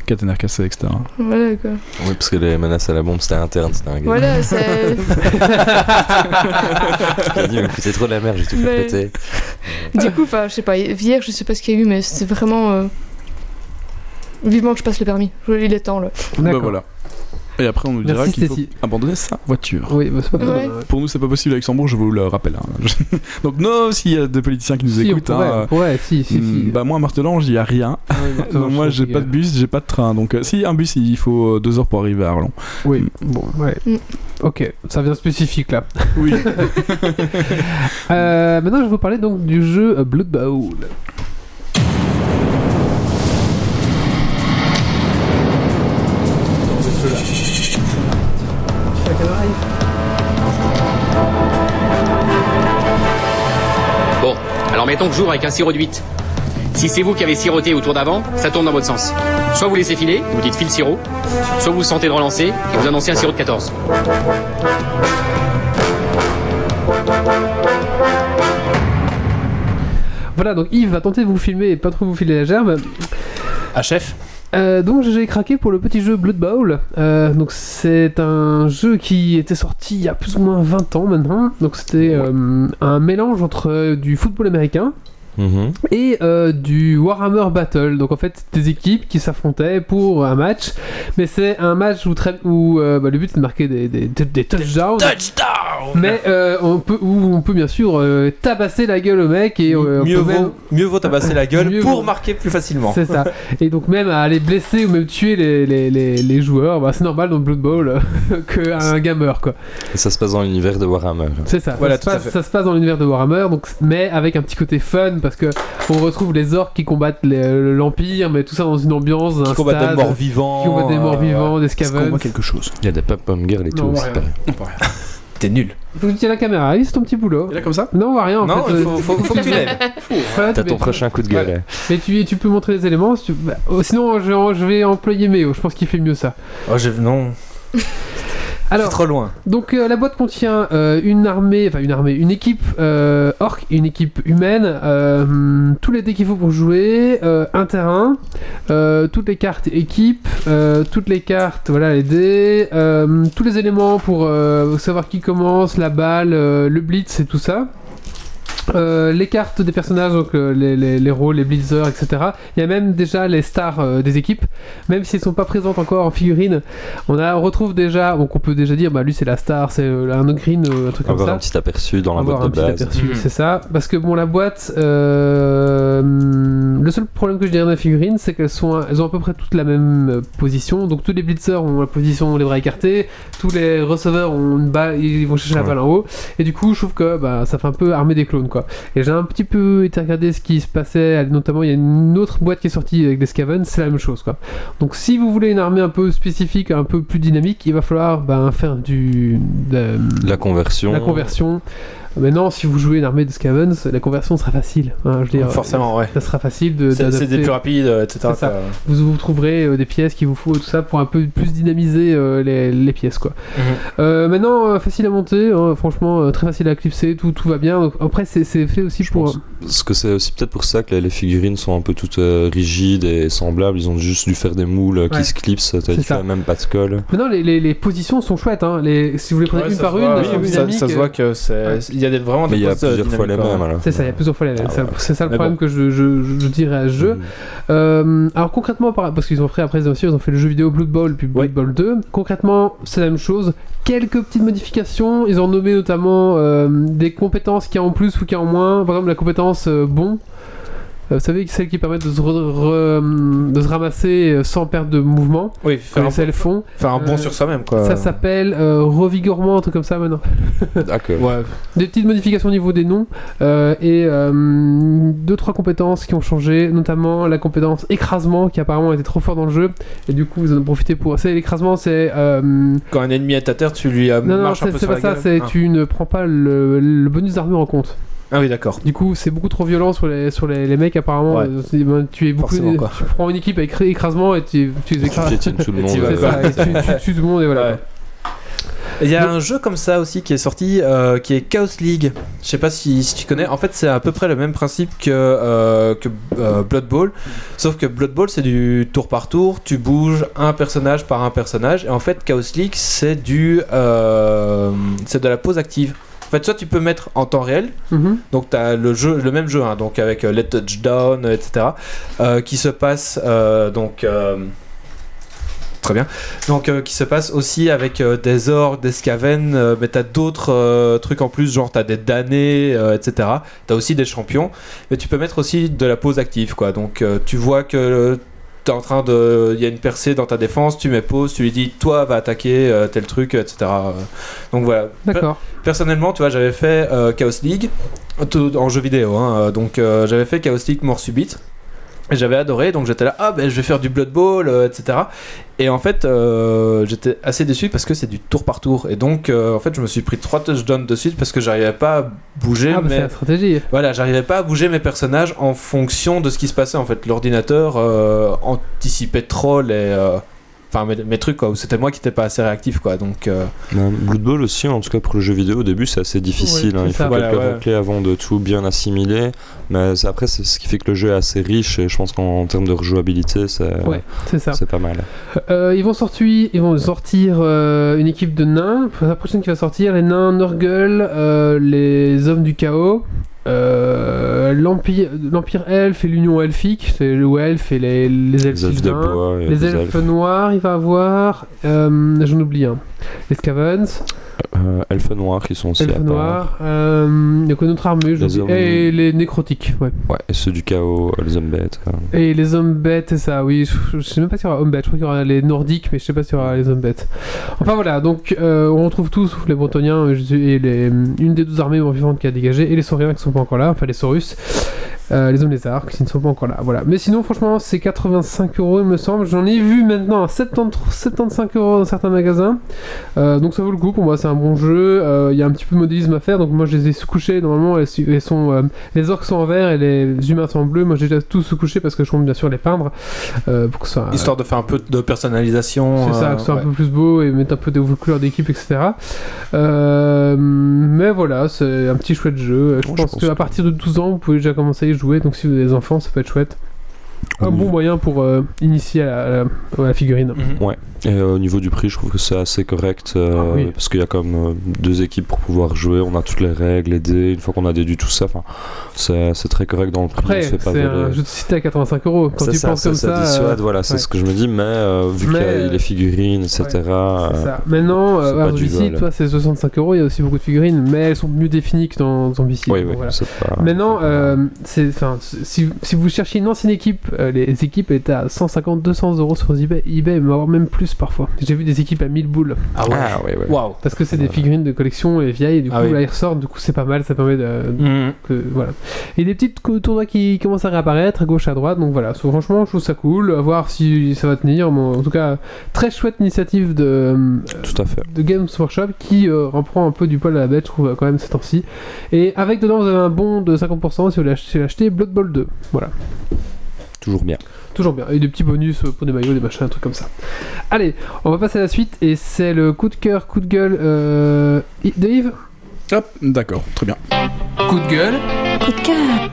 [SPEAKER 3] Caténaire cassé, etc.
[SPEAKER 6] voilà quoi.
[SPEAKER 5] Oui, parce que les menaces à la bombe, c'était interne, c'était un gars.
[SPEAKER 6] Voilà, c'est.
[SPEAKER 5] qui a dit, mais foutez trop de la merde, j'ai tout fait
[SPEAKER 6] Mais-
[SPEAKER 5] péter.
[SPEAKER 6] du coup, enfin, je sais pas, hier, je sais pas ce qu'il y a eu, mais c'est vraiment. euh, Vivement que je passe le permis, il est temps là.
[SPEAKER 3] Bah
[SPEAKER 1] D'accord.
[SPEAKER 3] voilà. Et après, on nous dira
[SPEAKER 1] Merci,
[SPEAKER 3] qu'il faut
[SPEAKER 1] Stacy.
[SPEAKER 3] abandonner sa voiture.
[SPEAKER 1] Oui, bah, c'est pas
[SPEAKER 6] Ouais.
[SPEAKER 1] mal.
[SPEAKER 3] Pour nous, c'est pas possible à Luxembourg, je vous le rappelle. hein. Donc, non, s'il y a des politiciens qui nous
[SPEAKER 1] Si, on
[SPEAKER 3] écoutent,
[SPEAKER 1] pourrait,
[SPEAKER 3] hein,
[SPEAKER 1] on pourrait, si, si,
[SPEAKER 3] hmm,
[SPEAKER 1] si.
[SPEAKER 3] bah moi, à Martelange, il n'y a rien.
[SPEAKER 1] Ouais, maintenant,
[SPEAKER 3] Donc, moi,
[SPEAKER 1] je
[SPEAKER 3] j'ai
[SPEAKER 1] trouve
[SPEAKER 3] pas de
[SPEAKER 1] qu'il
[SPEAKER 3] bus, j'ai pas de train. Donc, euh, si un bus, il faut euh, deux heures pour arriver à
[SPEAKER 1] y
[SPEAKER 3] Arlon.
[SPEAKER 1] a- Oui,
[SPEAKER 3] Hmm.
[SPEAKER 1] bon, ouais.
[SPEAKER 6] Mm.
[SPEAKER 1] Ok, ça vient spécifique là.
[SPEAKER 3] Oui.
[SPEAKER 1] Euh, maintenant, je vais vous parler donc du jeu euh, Blood Bowl.
[SPEAKER 2] Bon, alors mettons que j'ouvre avec un sirop de 8. Si c'est vous qui avez siroté au tour d'avant, ça tourne dans votre sens. Soit vous laissez filer, vous dites file sirop, soit vous vous sentez de relancer et vous annoncez un sirop de 14.
[SPEAKER 1] Voilà, donc Yves va tenter de vous filmer et pas trop vous filer la gerbe.
[SPEAKER 4] Ah chef
[SPEAKER 1] Euh, donc j'ai craqué pour le petit jeu Blood Bowl. Euh, donc c'est un jeu qui était sorti il y a plus ou moins 20 ans maintenant. Donc c'était euh, un mélange entre euh, du football américain
[SPEAKER 5] Mhm.
[SPEAKER 1] et euh, du Warhammer Battle. Donc en fait, des équipes qui s'affrontaient pour un match, mais c'est un match où, très- où euh, bah, le but c'est de marquer des, des- des- des touchdowns.
[SPEAKER 4] Touchdown
[SPEAKER 1] Mais euh, on peut, où on peut bien sûr euh, tabasser la gueule au mec et euh, on
[SPEAKER 4] mieux,
[SPEAKER 1] peut même-
[SPEAKER 4] vaut, mieux vaut tabasser la gueule
[SPEAKER 1] Mieux
[SPEAKER 4] pour
[SPEAKER 1] vaut.
[SPEAKER 4] marquer plus facilement.
[SPEAKER 1] C'est ça. Et donc même à aller blesser ou même tuer les, les, les- les joueurs, bah, c'est normal dans Blood Bowl qu'un gamer quoi.
[SPEAKER 5] Et ça se passe dans l'univers de Warhammer.
[SPEAKER 1] C'est ça.
[SPEAKER 4] Voilà,
[SPEAKER 1] ça, se
[SPEAKER 4] tout à
[SPEAKER 1] passe,
[SPEAKER 4] fait.
[SPEAKER 1] ça se passe dans l'univers de Warhammer, donc, mais avec un petit côté fun parce que on retrouve les orques qui combattent les- l'Empire, mais tout ça dans une ambiance, un
[SPEAKER 4] Qui combattent des
[SPEAKER 1] stade,
[SPEAKER 4] morts vivants.
[SPEAKER 1] qui combattent des morts
[SPEAKER 4] euh,
[SPEAKER 1] vivants, des
[SPEAKER 3] Est-ce qu'on
[SPEAKER 1] scavens.
[SPEAKER 3] voit quelque chose
[SPEAKER 5] Il y a des pop girls
[SPEAKER 1] Non,
[SPEAKER 5] et tout,
[SPEAKER 1] on voit
[SPEAKER 5] c'est
[SPEAKER 1] rien.
[SPEAKER 5] pareil.
[SPEAKER 4] T'es nul.
[SPEAKER 1] Faut que tu tiennes la caméra, oui, c'est ton petit boulot.
[SPEAKER 3] Il est comme ça
[SPEAKER 1] Non, on voit rien en
[SPEAKER 4] non,
[SPEAKER 1] fait.
[SPEAKER 4] il
[SPEAKER 1] Euh,
[SPEAKER 4] faut, faut- faut que tu lèves.
[SPEAKER 1] voilà,
[SPEAKER 5] T'as
[SPEAKER 1] mais-
[SPEAKER 5] ton prochain coup de gueule.
[SPEAKER 4] Ouais.
[SPEAKER 1] Mais tu, et tu peux montrer les éléments. si tu- bah, oh, sinon, je, je vais employer Méo, je pense qu'il fait mieux ça.
[SPEAKER 4] Oh, je... Non, c'est
[SPEAKER 1] Alors,
[SPEAKER 4] trop loin.
[SPEAKER 1] donc euh, la boîte contient euh, une armée, enfin une armée, une équipe euh, orc, une équipe humaine, euh, hmm, tous les dés qu'il faut pour jouer, euh, un terrain, euh, toutes les cartes équipe, euh, toutes les cartes, voilà les dés, euh, tous les éléments pour euh, savoir qui commence, la balle, euh, le blitz et tout ça. Euh, les cartes des personnages, donc euh, les, les, les rôles, les blitzers, etc. Il y a même déjà les stars euh, des équipes, même si elles sont pas présentes encore en figurine. On, a, on retrouve déjà, donc on peut déjà dire, bah lui c'est la star, c'est euh, un green, euh, un truc comme
[SPEAKER 5] Avoir
[SPEAKER 1] ça
[SPEAKER 5] un petit aperçu dans la
[SPEAKER 1] avoir
[SPEAKER 5] boîte de
[SPEAKER 1] un
[SPEAKER 5] base.
[SPEAKER 1] petit aperçu,
[SPEAKER 4] Mhm.
[SPEAKER 1] c'est ça. Parce que bon, la boîte, euh, le seul problème que je dirais de la figurine, c'est qu'elles sont, elles ont à peu près toutes la même euh, position. Donc tous les blitzers ont la position les bras écartés, tous les receveurs ont une balle, ils vont chercher la
[SPEAKER 5] Ouais.
[SPEAKER 1] balle en haut. Et du coup, je trouve que bah, ça fait un peu armée des clones, quoi. Et j'ai un petit peu été regarder ce qui se passait. Notamment, il y a une autre boîte qui est sortie avec des Skaven, c'est la même chose, quoi. Donc si vous voulez une armée un peu spécifique, un peu plus dynamique, il va falloir ben, faire du de-
[SPEAKER 5] La conversion.
[SPEAKER 1] la conversion. Maintenant, si vous jouez une armée de Scavens, la conversion sera facile. hein, je veux dire,
[SPEAKER 4] Forcément, ouais.
[SPEAKER 1] Ça sera facile de.
[SPEAKER 4] C'est c'est
[SPEAKER 1] d'adapter.
[SPEAKER 4] des plus rapides, euh, etc.
[SPEAKER 1] C'est ça.
[SPEAKER 4] quoi.
[SPEAKER 1] Vous vous trouverez euh, des pièces qu'il vous faut, tout ça, pour un peu plus dynamiser euh, les, les pièces, quoi.
[SPEAKER 4] Mhm.
[SPEAKER 1] Euh, maintenant, euh, facile à monter, hein, franchement, euh, très facile à clipser, tout, tout va bien. Donc, après, c'est c'est fait aussi
[SPEAKER 5] Je
[SPEAKER 1] pour.
[SPEAKER 5] pense. Parce que c'est aussi peut-être pour ça que les figurines sont un peu toutes euh, rigides et semblables. Ils ont juste dû faire des moules euh, qui
[SPEAKER 1] Ouais.
[SPEAKER 5] se clipsent. T'as
[SPEAKER 1] C'est
[SPEAKER 5] dit,
[SPEAKER 1] ça.
[SPEAKER 5] fais même pas de colle.
[SPEAKER 1] Maintenant, les, les- les positions sont chouettes. hein, les- si vous les prenez
[SPEAKER 4] Ouais,
[SPEAKER 1] une
[SPEAKER 4] ça
[SPEAKER 1] par
[SPEAKER 4] se
[SPEAKER 1] une,
[SPEAKER 4] voit,
[SPEAKER 1] elles
[SPEAKER 4] oui,
[SPEAKER 1] sont
[SPEAKER 4] oui, ça,
[SPEAKER 1] dynamiques,
[SPEAKER 4] ça se voit que c'est. Il y a des- vraiment des
[SPEAKER 5] Mais il y a
[SPEAKER 4] postes, euh,
[SPEAKER 5] plusieurs fois les
[SPEAKER 4] dynamiques,
[SPEAKER 5] mêmes
[SPEAKER 4] ouais.
[SPEAKER 5] alors.
[SPEAKER 1] C'est ça, il y a plusieurs fois les mêmes.
[SPEAKER 5] Ah,
[SPEAKER 1] C'est-
[SPEAKER 5] voilà.
[SPEAKER 1] C'est ça le
[SPEAKER 4] Mais
[SPEAKER 1] problème
[SPEAKER 4] bon.
[SPEAKER 1] que je, je- je dirais
[SPEAKER 4] Mhm.
[SPEAKER 1] à ce jeu. Euh, alors concrètement, par- parce qu'ils ont fait après, bien sûr, ils ont fait le jeu vidéo Blood Bowl puis Blood
[SPEAKER 4] Ouais.
[SPEAKER 1] Bowl 2. Concrètement, c'est la même chose. Quelques petites modifications. Ils ont nommé notamment euh, des compétences qu'il y a en plus ou qu'il y a en moins. Par exemple, la compétence euh, bon. Euh, Vous savez, celle qui permet de se, re- re- de se ramasser euh, sans perte de mouvement,
[SPEAKER 4] Oui,
[SPEAKER 1] comme
[SPEAKER 4] faire un,
[SPEAKER 1] elles le font.
[SPEAKER 4] faire un
[SPEAKER 1] euh,
[SPEAKER 4] bon sur soi-même, quoi.
[SPEAKER 1] Ça s'appelle euh, revigorement, un truc comme ça maintenant.
[SPEAKER 5] D'accord.
[SPEAKER 4] Ouais,
[SPEAKER 1] Des petites modifications au niveau des noms euh, et euh, deux trois compétences qui ont changé, notamment la compétence écrasement qui apparemment était trop fort dans le jeu et du coup vous en profitez pour. C'est l'écrasement, c'est euh, non
[SPEAKER 4] quand un ennemi est à terre, tu lui euh,
[SPEAKER 1] non
[SPEAKER 4] marches un
[SPEAKER 1] c'est
[SPEAKER 4] peu
[SPEAKER 1] c'est
[SPEAKER 4] sur
[SPEAKER 1] pas
[SPEAKER 4] la
[SPEAKER 1] ça,
[SPEAKER 4] gueule.
[SPEAKER 1] c'est
[SPEAKER 4] Ah.
[SPEAKER 1] tu ne prends pas le, le bonus d'armure en compte.
[SPEAKER 4] Ah oui, d'accord.
[SPEAKER 1] Du coup c'est beaucoup trop violent sur les sur les, les mecs apparemment.
[SPEAKER 4] Ouais.
[SPEAKER 1] Euh, c'est- ben, tu es beaucoup,
[SPEAKER 4] Forcément, quoi.
[SPEAKER 1] tu prends une équipe avec écrasement et tu, tu les
[SPEAKER 5] Tu
[SPEAKER 1] écrases.
[SPEAKER 5] piétines tout le
[SPEAKER 4] Tu
[SPEAKER 5] monde.
[SPEAKER 4] vas
[SPEAKER 1] C'est
[SPEAKER 5] euh,
[SPEAKER 4] quoi.
[SPEAKER 1] ça, et tu, tu tues tout le monde et voilà.
[SPEAKER 4] Ouais. Il y a
[SPEAKER 1] Donc-
[SPEAKER 4] un jeu comme ça aussi qui est sorti, euh, qui est Chaos League. Je sais pas si, si tu connais. En fait, c'est à peu près le même principe que, euh, que euh, Blood Bowl, sauf que Blood Bowl c'est du tour par tour. Tu bouges un personnage par un personnage, et en fait, Chaos League c'est du, euh, c'est de la pause active. En fait, soit tu peux mettre en temps réel,
[SPEAKER 1] Mhm.
[SPEAKER 4] donc tu as le, jeu, le même jeu, hein, donc avec euh, les touchdowns, euh, etc., euh, qui se passe euh, donc. euh, Très bien. Donc, euh, qui se passe aussi avec euh, des ors, des scaven, euh, mais t'as d'autres euh, trucs en plus, genre t'as des damnés, euh, etc. T'as aussi des champions, mais tu peux mettre aussi de la pause active, quoi. Donc, euh, tu vois que euh, t'es en train de. Il y a une percée dans ta défense, tu mets pause, tu lui dis, toi, va attaquer euh, tel truc, etc. Euh, Donc, voilà.
[SPEAKER 1] D'accord.
[SPEAKER 4] Personnellement, tu vois, j'avais fait euh, Chaos League tout- en jeu vidéo, hein, euh, donc euh, j'avais fait Chaos League mort subite. Et J'avais adoré, donc j'étais là, ah ben je vais faire du Blood Bowl, euh, etc. Et en fait, euh, j'étais assez déçu parce que c'est du tour par tour. Et donc, euh, en fait, je me suis pris trois touchdowns de suite parce que j'arrivais pas à bouger.
[SPEAKER 1] Ah, bah, c'est
[SPEAKER 4] mais...
[SPEAKER 1] la stratégie.
[SPEAKER 4] Voilà, j'arrivais pas à bouger mes personnages en fonction de ce qui se passait. En fait, l'ordinateur euh, anticipait trop les. euh, Enfin, mes, mes trucs, quoi, où c'était moi qui n'étais pas assez réactif, quoi. Donc, euh,
[SPEAKER 5] Ben, Blood Bowl aussi, en tout cas pour le jeu vidéo, au début c'est assez difficile.
[SPEAKER 1] Ouais,
[SPEAKER 5] hein.
[SPEAKER 1] c'est
[SPEAKER 5] Il
[SPEAKER 1] ça.
[SPEAKER 5] faut
[SPEAKER 4] Voilà,
[SPEAKER 5] quelques
[SPEAKER 4] ouais.
[SPEAKER 5] mots-clés avant de tout bien assimiler. Mais c'est- après, c'est ce qui fait que le jeu est assez riche et je pense qu'en termes de rejouabilité, c'est
[SPEAKER 1] Ouais, c'est ça.
[SPEAKER 5] c'est pas mal.
[SPEAKER 1] Euh, ils vont sortir, ils vont sortir euh, une équipe de nains. Pour la prochaine qui va sortir, les nains Nurgle, euh, les hommes du chaos, euh, l'empire, l'empire elfe et l'union elfique, c'est le elfe et les, les elfes
[SPEAKER 5] Les elfes de
[SPEAKER 1] sylvains.
[SPEAKER 5] bois, et
[SPEAKER 1] Les
[SPEAKER 5] des
[SPEAKER 1] elfes
[SPEAKER 5] elfes.
[SPEAKER 1] noirs, il va avoir. euh, J'en oublie un. Les Scavens,
[SPEAKER 5] Euh, elfes noirs qui sont aussi à
[SPEAKER 1] elfes
[SPEAKER 5] part.
[SPEAKER 1] noirs, euh, il y a quoi d'autre armée, j'en
[SPEAKER 5] Les
[SPEAKER 1] oublie. et
[SPEAKER 5] hommes-
[SPEAKER 1] les nécrotiques, ouais.
[SPEAKER 5] Ouais, et ceux du chaos, euh, les hommes bêtes. euh.
[SPEAKER 1] Et les hommes bêtes, et ça, oui, je, je sais même pas s'il y aura hommes bêtes, je crois qu'il y aura les nordiques, mais je sais pas s'il y aura les hommes bêtes. Enfin voilà, donc euh, on retrouve tous, sauf les euh, bretoniens, et je- et les, une des deux armées vivantes qui a dégagé, et les sauriens qui sont pas encore là, enfin les saurus. Euh, les hommes lézards qui ne sont pas encore là. Voilà. Mais sinon, franchement, c'est 85 euros, il me semble. J'en ai vu maintenant à 70 75 euros dans certains magasins. Euh, donc ça vaut le coup pour moi. C'est un bon jeu. Euh, Il y a un petit peu de modélisme à faire. Donc moi, je les ai sous-couchés. Normalement, elles, su- elles sont, euh, les orques sont en vert et les humains sont en bleu. Moi, j'ai déjà tous sous-couchés parce que je compte bien sûr les peindre euh, pour que ça.
[SPEAKER 4] Histoire de faire un peu de personnalisation.
[SPEAKER 1] C'est ça,
[SPEAKER 4] euh,
[SPEAKER 1] que ce soit
[SPEAKER 4] ouais.
[SPEAKER 1] un peu plus beau et mettre un peu des couleurs d'équipe, etc. Euh, mais voilà, c'est un petit chouette jeu. Euh, Je
[SPEAKER 5] Oh, je
[SPEAKER 1] pense,
[SPEAKER 5] pense
[SPEAKER 1] qu'à
[SPEAKER 5] que-
[SPEAKER 1] partir de 12 ans, vous pouvez déjà commencer à y jouer. Donc si vous avez des enfants, ça peut être chouette. Un
[SPEAKER 5] Oui.
[SPEAKER 1] bon moyen pour euh, initier à la, à la- à la figurine.
[SPEAKER 4] Mhm.
[SPEAKER 5] Et euh, au niveau du prix, je trouve que c'est assez correct euh,
[SPEAKER 1] Ah oui.
[SPEAKER 5] parce qu'il y a comme euh, deux équipes pour pouvoir jouer. On a toutes les règles, les dés. Une fois qu'on a déduit tout ça, enfin, c'est c'est très correct dans le prix. on
[SPEAKER 1] Après,
[SPEAKER 5] se fait pas
[SPEAKER 1] c'est un
[SPEAKER 5] voler.
[SPEAKER 1] jeu de cité à 85 euros. Quand
[SPEAKER 5] C'est
[SPEAKER 1] tu
[SPEAKER 5] ça,
[SPEAKER 1] penses
[SPEAKER 5] ça-
[SPEAKER 1] comme
[SPEAKER 5] ça
[SPEAKER 1] ça. euh,
[SPEAKER 5] dissuade, voilà, c'est
[SPEAKER 1] ouais.
[SPEAKER 5] ce que je me dis, mais euh, vu
[SPEAKER 1] Mais,
[SPEAKER 5] qu'il y a
[SPEAKER 1] euh,
[SPEAKER 5] les figurines, etc.
[SPEAKER 1] C'est
[SPEAKER 5] euh,
[SPEAKER 1] ça. Maintenant,
[SPEAKER 5] c'est
[SPEAKER 1] euh,
[SPEAKER 5] pas
[SPEAKER 1] War
[SPEAKER 5] du
[SPEAKER 1] Zombicide,
[SPEAKER 5] vol.
[SPEAKER 1] toi, c'est 65 euros. Il y a aussi beaucoup de figurines, mais elles sont mieux définies que dans Zombicide.
[SPEAKER 5] oui,
[SPEAKER 1] donc
[SPEAKER 5] oui,
[SPEAKER 1] voilà.
[SPEAKER 5] c'est pas.
[SPEAKER 1] Maintenant, euh, c'est, enfin, si, si vous cherchez une ancienne équipe, euh, les équipes étaient à 150-200 euros sur eBay, eBay, voire même plus parfois. J'ai vu des équipes à 1000 boules,
[SPEAKER 4] Ah ouais.
[SPEAKER 5] Ah, ouais, ouais.
[SPEAKER 4] Waouh.
[SPEAKER 1] parce que c'est des
[SPEAKER 5] Voilà.
[SPEAKER 1] figurines de collection et vieilles, et du coup,
[SPEAKER 4] Ah oui.
[SPEAKER 1] là, ils ressortent, du coup, c'est pas mal, ça permet de...
[SPEAKER 4] Mhm.
[SPEAKER 1] que- voilà. Et des petites co- tournois qui commencent à réapparaître à gauche à droite, donc voilà. So, franchement, je trouve ça cool, à voir si ça va tenir. mais en tout cas, très chouette initiative de, euh,
[SPEAKER 5] Tout à fait.
[SPEAKER 1] de Games Workshop qui euh, reprend un peu du poil à la bête, je trouve, euh, quand même ces temps-ci. Et avec dedans, vous avez un bon de 50% si vous l'achetez, l'achetez Blood Bowl 2. Voilà,
[SPEAKER 5] Toujours bien.
[SPEAKER 1] toujours bien. Et des petits bonus euh, pour des maillots, des machins, un truc comme ça. Allez, on va passer à la suite et c'est le coup de cœur, coup de gueule euh, de Yves.
[SPEAKER 3] Hop, d'accord, très bien.
[SPEAKER 1] Coup de gueule.
[SPEAKER 7] Coup de cœur.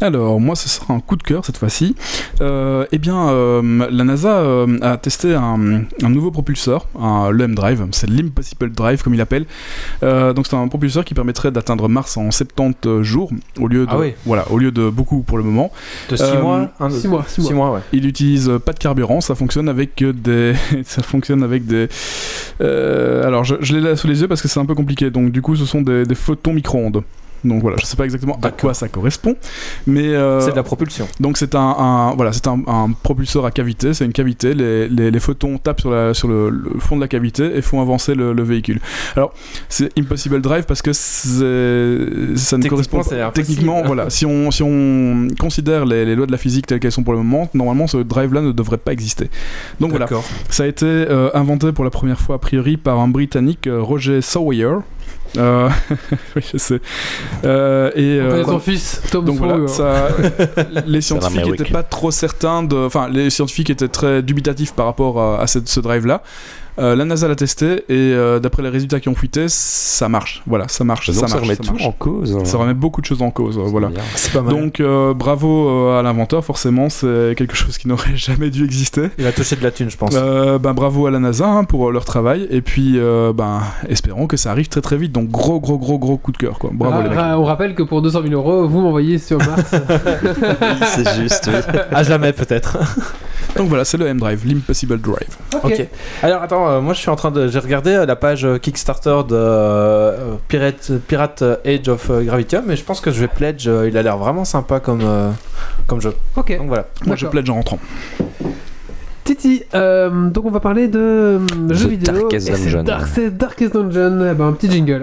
[SPEAKER 3] Alors, moi, ce sera un coup de cœur cette fois-ci. Euh, eh bien, euh, la NASA euh, a testé un, un nouveau propulseur, un, le M-Drive, c'est l'Impossible Drive comme il l'appelle. Euh, donc, c'est un propulseur qui permettrait d'atteindre Mars en 70 jours, au lieu de,
[SPEAKER 4] Ah oui.
[SPEAKER 3] voilà, au lieu de beaucoup pour le moment.
[SPEAKER 4] De 6
[SPEAKER 3] Euh,
[SPEAKER 4] mois. un, deux,
[SPEAKER 1] 6 Ah, mois, 6
[SPEAKER 4] six
[SPEAKER 1] mois.
[SPEAKER 4] mois, ouais.
[SPEAKER 3] Il n'utilise euh, pas de carburant, ça fonctionne avec des. ça fonctionne avec des. euh, alors, je, je l'ai là sous les yeux parce que c'est un peu compliqué. Donc, du coup, ce sont des, des photons micro-ondes. Donc voilà, je sais pas exactement à quoi ça correspond, mais euh,
[SPEAKER 4] C'est de la propulsion.
[SPEAKER 3] donc c'est un, un- voilà c'est un, un propulseur à cavité, c'est une cavité. Les, les- les photons tapent sur, la- sur le, le fond de la cavité et font avancer le, le véhicule. Alors c'est impossible drive parce que c'est- ça ne
[SPEAKER 4] Techniquement,
[SPEAKER 3] correspond
[SPEAKER 4] c'est
[SPEAKER 3] pas.
[SPEAKER 4] impossible.
[SPEAKER 3] Techniquement voilà si on si on considère les, les lois de la physique telles qu'elles sont pour le moment, normalement ce drive là ne devrait pas exister. Donc voilà
[SPEAKER 4] D'accord.
[SPEAKER 3] ça a été euh, inventé pour la première fois a priori par un Britannique euh, Roger Sawyer. Euh, oui, je sais. Euh, et
[SPEAKER 1] On connaît
[SPEAKER 3] euh,
[SPEAKER 1] son fils, Tom
[SPEAKER 3] donc
[SPEAKER 1] Sawyer.
[SPEAKER 3] voilà, ça- les scientifiques
[SPEAKER 5] l'Amérique.
[SPEAKER 3] n'étaient pas trop certains de. Enfin, les scientifiques étaient très dubitatifs par rapport à, à cette- ce drive-là. Euh, la NASA l'a testé et euh, d'après les résultats qui ont fuité, ça marche. Voilà, ça marche,
[SPEAKER 5] Bah, Donc
[SPEAKER 3] ça,
[SPEAKER 5] ça
[SPEAKER 3] marche.
[SPEAKER 5] remet
[SPEAKER 3] ça
[SPEAKER 5] tout
[SPEAKER 3] marche.
[SPEAKER 5] en cause. hein.
[SPEAKER 3] Ça remet beaucoup de choses en cause. euh,
[SPEAKER 5] C'est
[SPEAKER 3] voilà.
[SPEAKER 5] bien.
[SPEAKER 4] C'est pas mal.
[SPEAKER 3] Donc euh, bravo euh, à l'inventeur, forcément, c'est quelque chose qui n'aurait jamais dû exister.
[SPEAKER 4] Il a touché de la thune, je pense.
[SPEAKER 3] Euh, ben, bravo à la NASA hein, pour euh, leur travail et puis euh, ben espérons que ça arrive très très vite. Donc gros gros gros gros coup de cœur quoi. Bravo
[SPEAKER 1] Ah,
[SPEAKER 3] les mecs.
[SPEAKER 1] ah, on rappelle que pour 200 000 euros, vous m'envoyez sur Mars.
[SPEAKER 5] Oui, c'est juste. oui.
[SPEAKER 4] À jamais, peut-être.
[SPEAKER 3] Donc voilà, c'est le M Drive, l'Impossible Drive.
[SPEAKER 4] Ok. Alors attends, euh, moi je suis en train de. J'ai regardé euh, la page euh, Kickstarter de euh, Pirate, Pirate Age of euh, Gravitium et je pense que je vais pledge. euh, il a l'air vraiment sympa comme, euh, comme jeu.
[SPEAKER 1] Ok.
[SPEAKER 4] Donc voilà.
[SPEAKER 3] Moi je
[SPEAKER 1] D'accord.
[SPEAKER 3] plaide en rentrant.
[SPEAKER 1] Titi, euh, donc on va parler de euh, jeux vidéo.
[SPEAKER 5] Darkest
[SPEAKER 1] Et c'est
[SPEAKER 5] Dungeon.
[SPEAKER 1] Dark- C'est Darkest Dungeon. Eh ben, un petit jingle.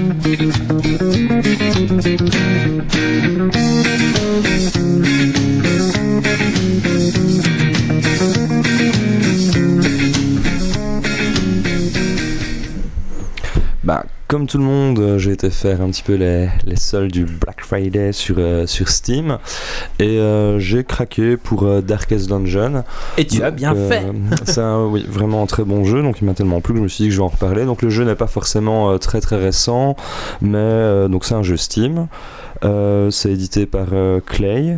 [SPEAKER 5] Bah, comme tout le monde, euh, j'ai été faire un petit peu les, les soldes du Black Friday sur, euh, sur Steam et euh, j'ai craqué pour euh, Darkest Dungeon.
[SPEAKER 4] Et tu as
[SPEAKER 5] Donc,
[SPEAKER 4] bien
[SPEAKER 5] euh,
[SPEAKER 4] fait.
[SPEAKER 5] C'est un- oui, vraiment un très bon jeu, donc il m'a tellement plu que je me suis dit que je vais en reparler. Donc le jeu n'est pas forcément euh, très très récent, mais euh, donc c'est un jeu Steam. Euh, c'est édité par euh, Clay.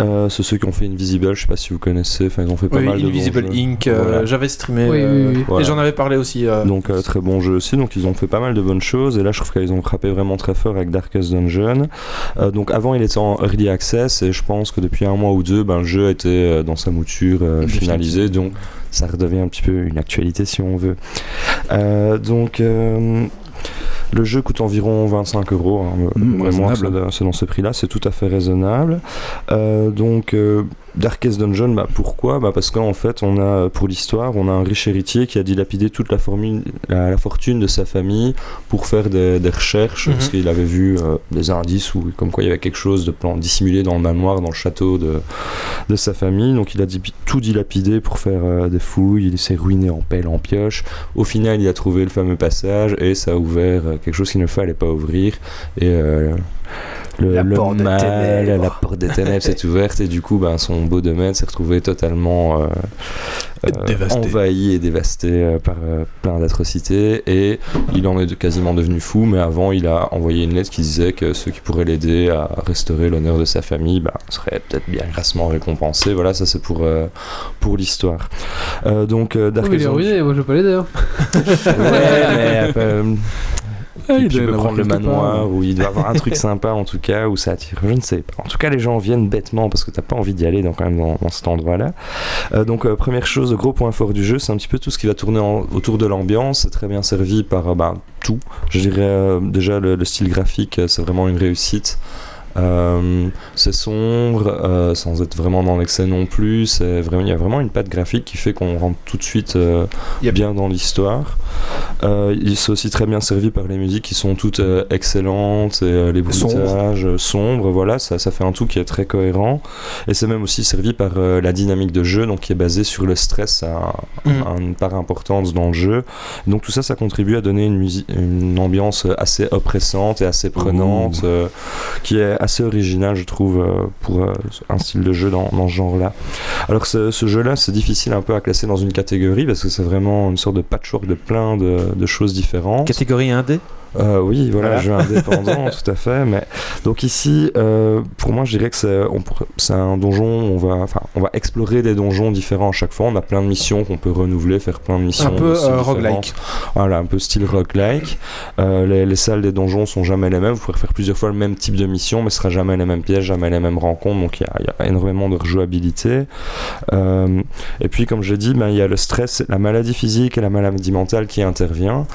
[SPEAKER 5] Euh, c'est ceux qui ont fait Invisible, je sais pas si vous connaissez, enfin ils ont fait pas
[SPEAKER 4] Oui,
[SPEAKER 5] mal de bons
[SPEAKER 4] Invisible
[SPEAKER 5] jeux.
[SPEAKER 4] Inc. euh,
[SPEAKER 5] Voilà.
[SPEAKER 4] J'avais streamé
[SPEAKER 1] Oui, oui,
[SPEAKER 4] euh,
[SPEAKER 1] oui.
[SPEAKER 5] Voilà.
[SPEAKER 4] et j'en avais parlé aussi. euh,
[SPEAKER 5] Donc euh, très bon jeu aussi, donc ils ont fait pas mal de bonnes choses et là je trouve qu'ils ont frappé vraiment très fort avec Darkest Dungeon. Euh, donc avant il était en early access et je pense que depuis un mois ou deux ben, le jeu était euh, dans sa mouture euh,
[SPEAKER 3] Définitive.
[SPEAKER 5] finalisée donc ça redevient un petit peu une actualité si on veut. Euh, donc euh, Le jeu coûte environ 25 euros. hein,
[SPEAKER 3] Mm,
[SPEAKER 5] vraiment,
[SPEAKER 3] raisonnable.
[SPEAKER 5] c'est dans ce prix-là, c'est tout à fait raisonnable. Euh, donc, euh, Darkest Dungeon, bah, pourquoi bah, Parce qu'en fait, on a, pour l'histoire, on a un riche héritier qui a dilapidé toute la, formule- la, la fortune de sa famille pour faire des, des recherches,
[SPEAKER 4] Mhm.
[SPEAKER 5] parce qu'il avait vu euh, des indices ou comme quoi il y avait quelque chose de plan dissimulé dans le manoir, dans le château de, de sa famille. Donc, il a di- tout dilapidé pour faire euh, des fouilles, il s'est ruiné en pelle, en pioche. Au final, il a trouvé le fameux passage et ça a ouvert euh, quelque chose qu'il ne fallait pas ouvrir. Et euh, le,
[SPEAKER 4] La
[SPEAKER 5] le
[SPEAKER 4] porte des
[SPEAKER 5] mal,
[SPEAKER 4] ténèbres.
[SPEAKER 5] la porte des ténèbres s'est ouverte et du coup, ben, son beau domaine s'est retrouvé totalement euh,
[SPEAKER 3] Et dévasté.
[SPEAKER 5] envahi et dévasté euh, par euh, plein d'atrocités. Et il en est de- quasiment devenu fou, mais avant, il a envoyé une lettre qui disait que ceux qui pourraient l'aider à restaurer l'honneur de sa famille ben, seraient peut-être bien grassement récompensés. Voilà, ça c'est pour, euh, pour l'histoire. Euh, donc, euh,
[SPEAKER 1] Oh,
[SPEAKER 5] Dark
[SPEAKER 1] mais il est
[SPEAKER 5] Souls-
[SPEAKER 1] ruiné, moi je veux pas l'aider. hein.
[SPEAKER 5] Ouais, mais, euh,
[SPEAKER 3] Ah, il
[SPEAKER 5] puis
[SPEAKER 3] doit
[SPEAKER 5] tu
[SPEAKER 3] y en
[SPEAKER 5] peux
[SPEAKER 3] avoir
[SPEAKER 5] prendre le
[SPEAKER 3] quelque part.
[SPEAKER 5] manoir où il doit avoir un truc sympa en tout cas où ça attire je ne sais pas en tout cas les gens viennent bêtement parce que t'as pas envie d'y aller dans, quand même dans, dans cet endroit là donc euh, première chose gros point fort du jeu c'est un petit peu tout ce qui va tourner en- autour de l'ambiance c'est très bien servi par euh, ben, tout je dirais euh, déjà le, le style graphique euh, c'est vraiment une réussite Euh, c'est sombre euh, sans être vraiment dans l'excès non plus c'est vraiment il y a vraiment une patte graphique qui fait qu'on rentre tout de suite euh,
[SPEAKER 4] Yep.
[SPEAKER 5] bien dans l'histoire euh, il s'est aussi très bien servi par les musiques qui sont toutes euh, excellentes et euh, les
[SPEAKER 4] Sombres.
[SPEAKER 5] bruitages euh, sombres, voilà, ça, ça fait un tout qui est très cohérent. Et c'est même aussi servi par euh, la dynamique de jeu, donc qui est basée sur le stress, ça a
[SPEAKER 4] Mhm.
[SPEAKER 5] un- une part importante dans le jeu. Donc tout ça, ça contribue à donner une, musi- une ambiance assez oppressante et assez prenante, euh, qui est assez originale, je trouve, euh, pour euh, un style de jeu dans, dans ce genre-là. Alors que ce, ce jeu-là, c'est difficile un peu à classer dans une catégorie parce que c'est vraiment une sorte de patchwork de plein de, de choses différentes.
[SPEAKER 4] Catégorie 1D
[SPEAKER 5] Euh, oui, voilà,
[SPEAKER 4] Voilà.
[SPEAKER 5] jeu indépendant, tout à fait. Mais donc ici, euh, pour moi, je dirais que c'est on pour- c'est un donjon. On va, enfin, on va explorer des donjons différents à chaque fois. On a plein de missions qu'on peut renouveler, faire plein de missions.
[SPEAKER 4] Un peu,
[SPEAKER 5] de styles
[SPEAKER 4] euh,
[SPEAKER 5] différents.
[SPEAKER 4] roguelike.
[SPEAKER 5] Voilà, un peu style roguelike. Euh, les, les salles des donjons sont jamais les mêmes. Vous pourrez faire plusieurs fois le même type de mission, mais ce sera jamais les mêmes pièges, jamais les mêmes rencontres. Donc il y a- il y, a énormément de rejouabilité. Euh, et puis, comme je l'ai dit, ben, il y a le stress, la maladie physique et la maladie mentale qui intervient.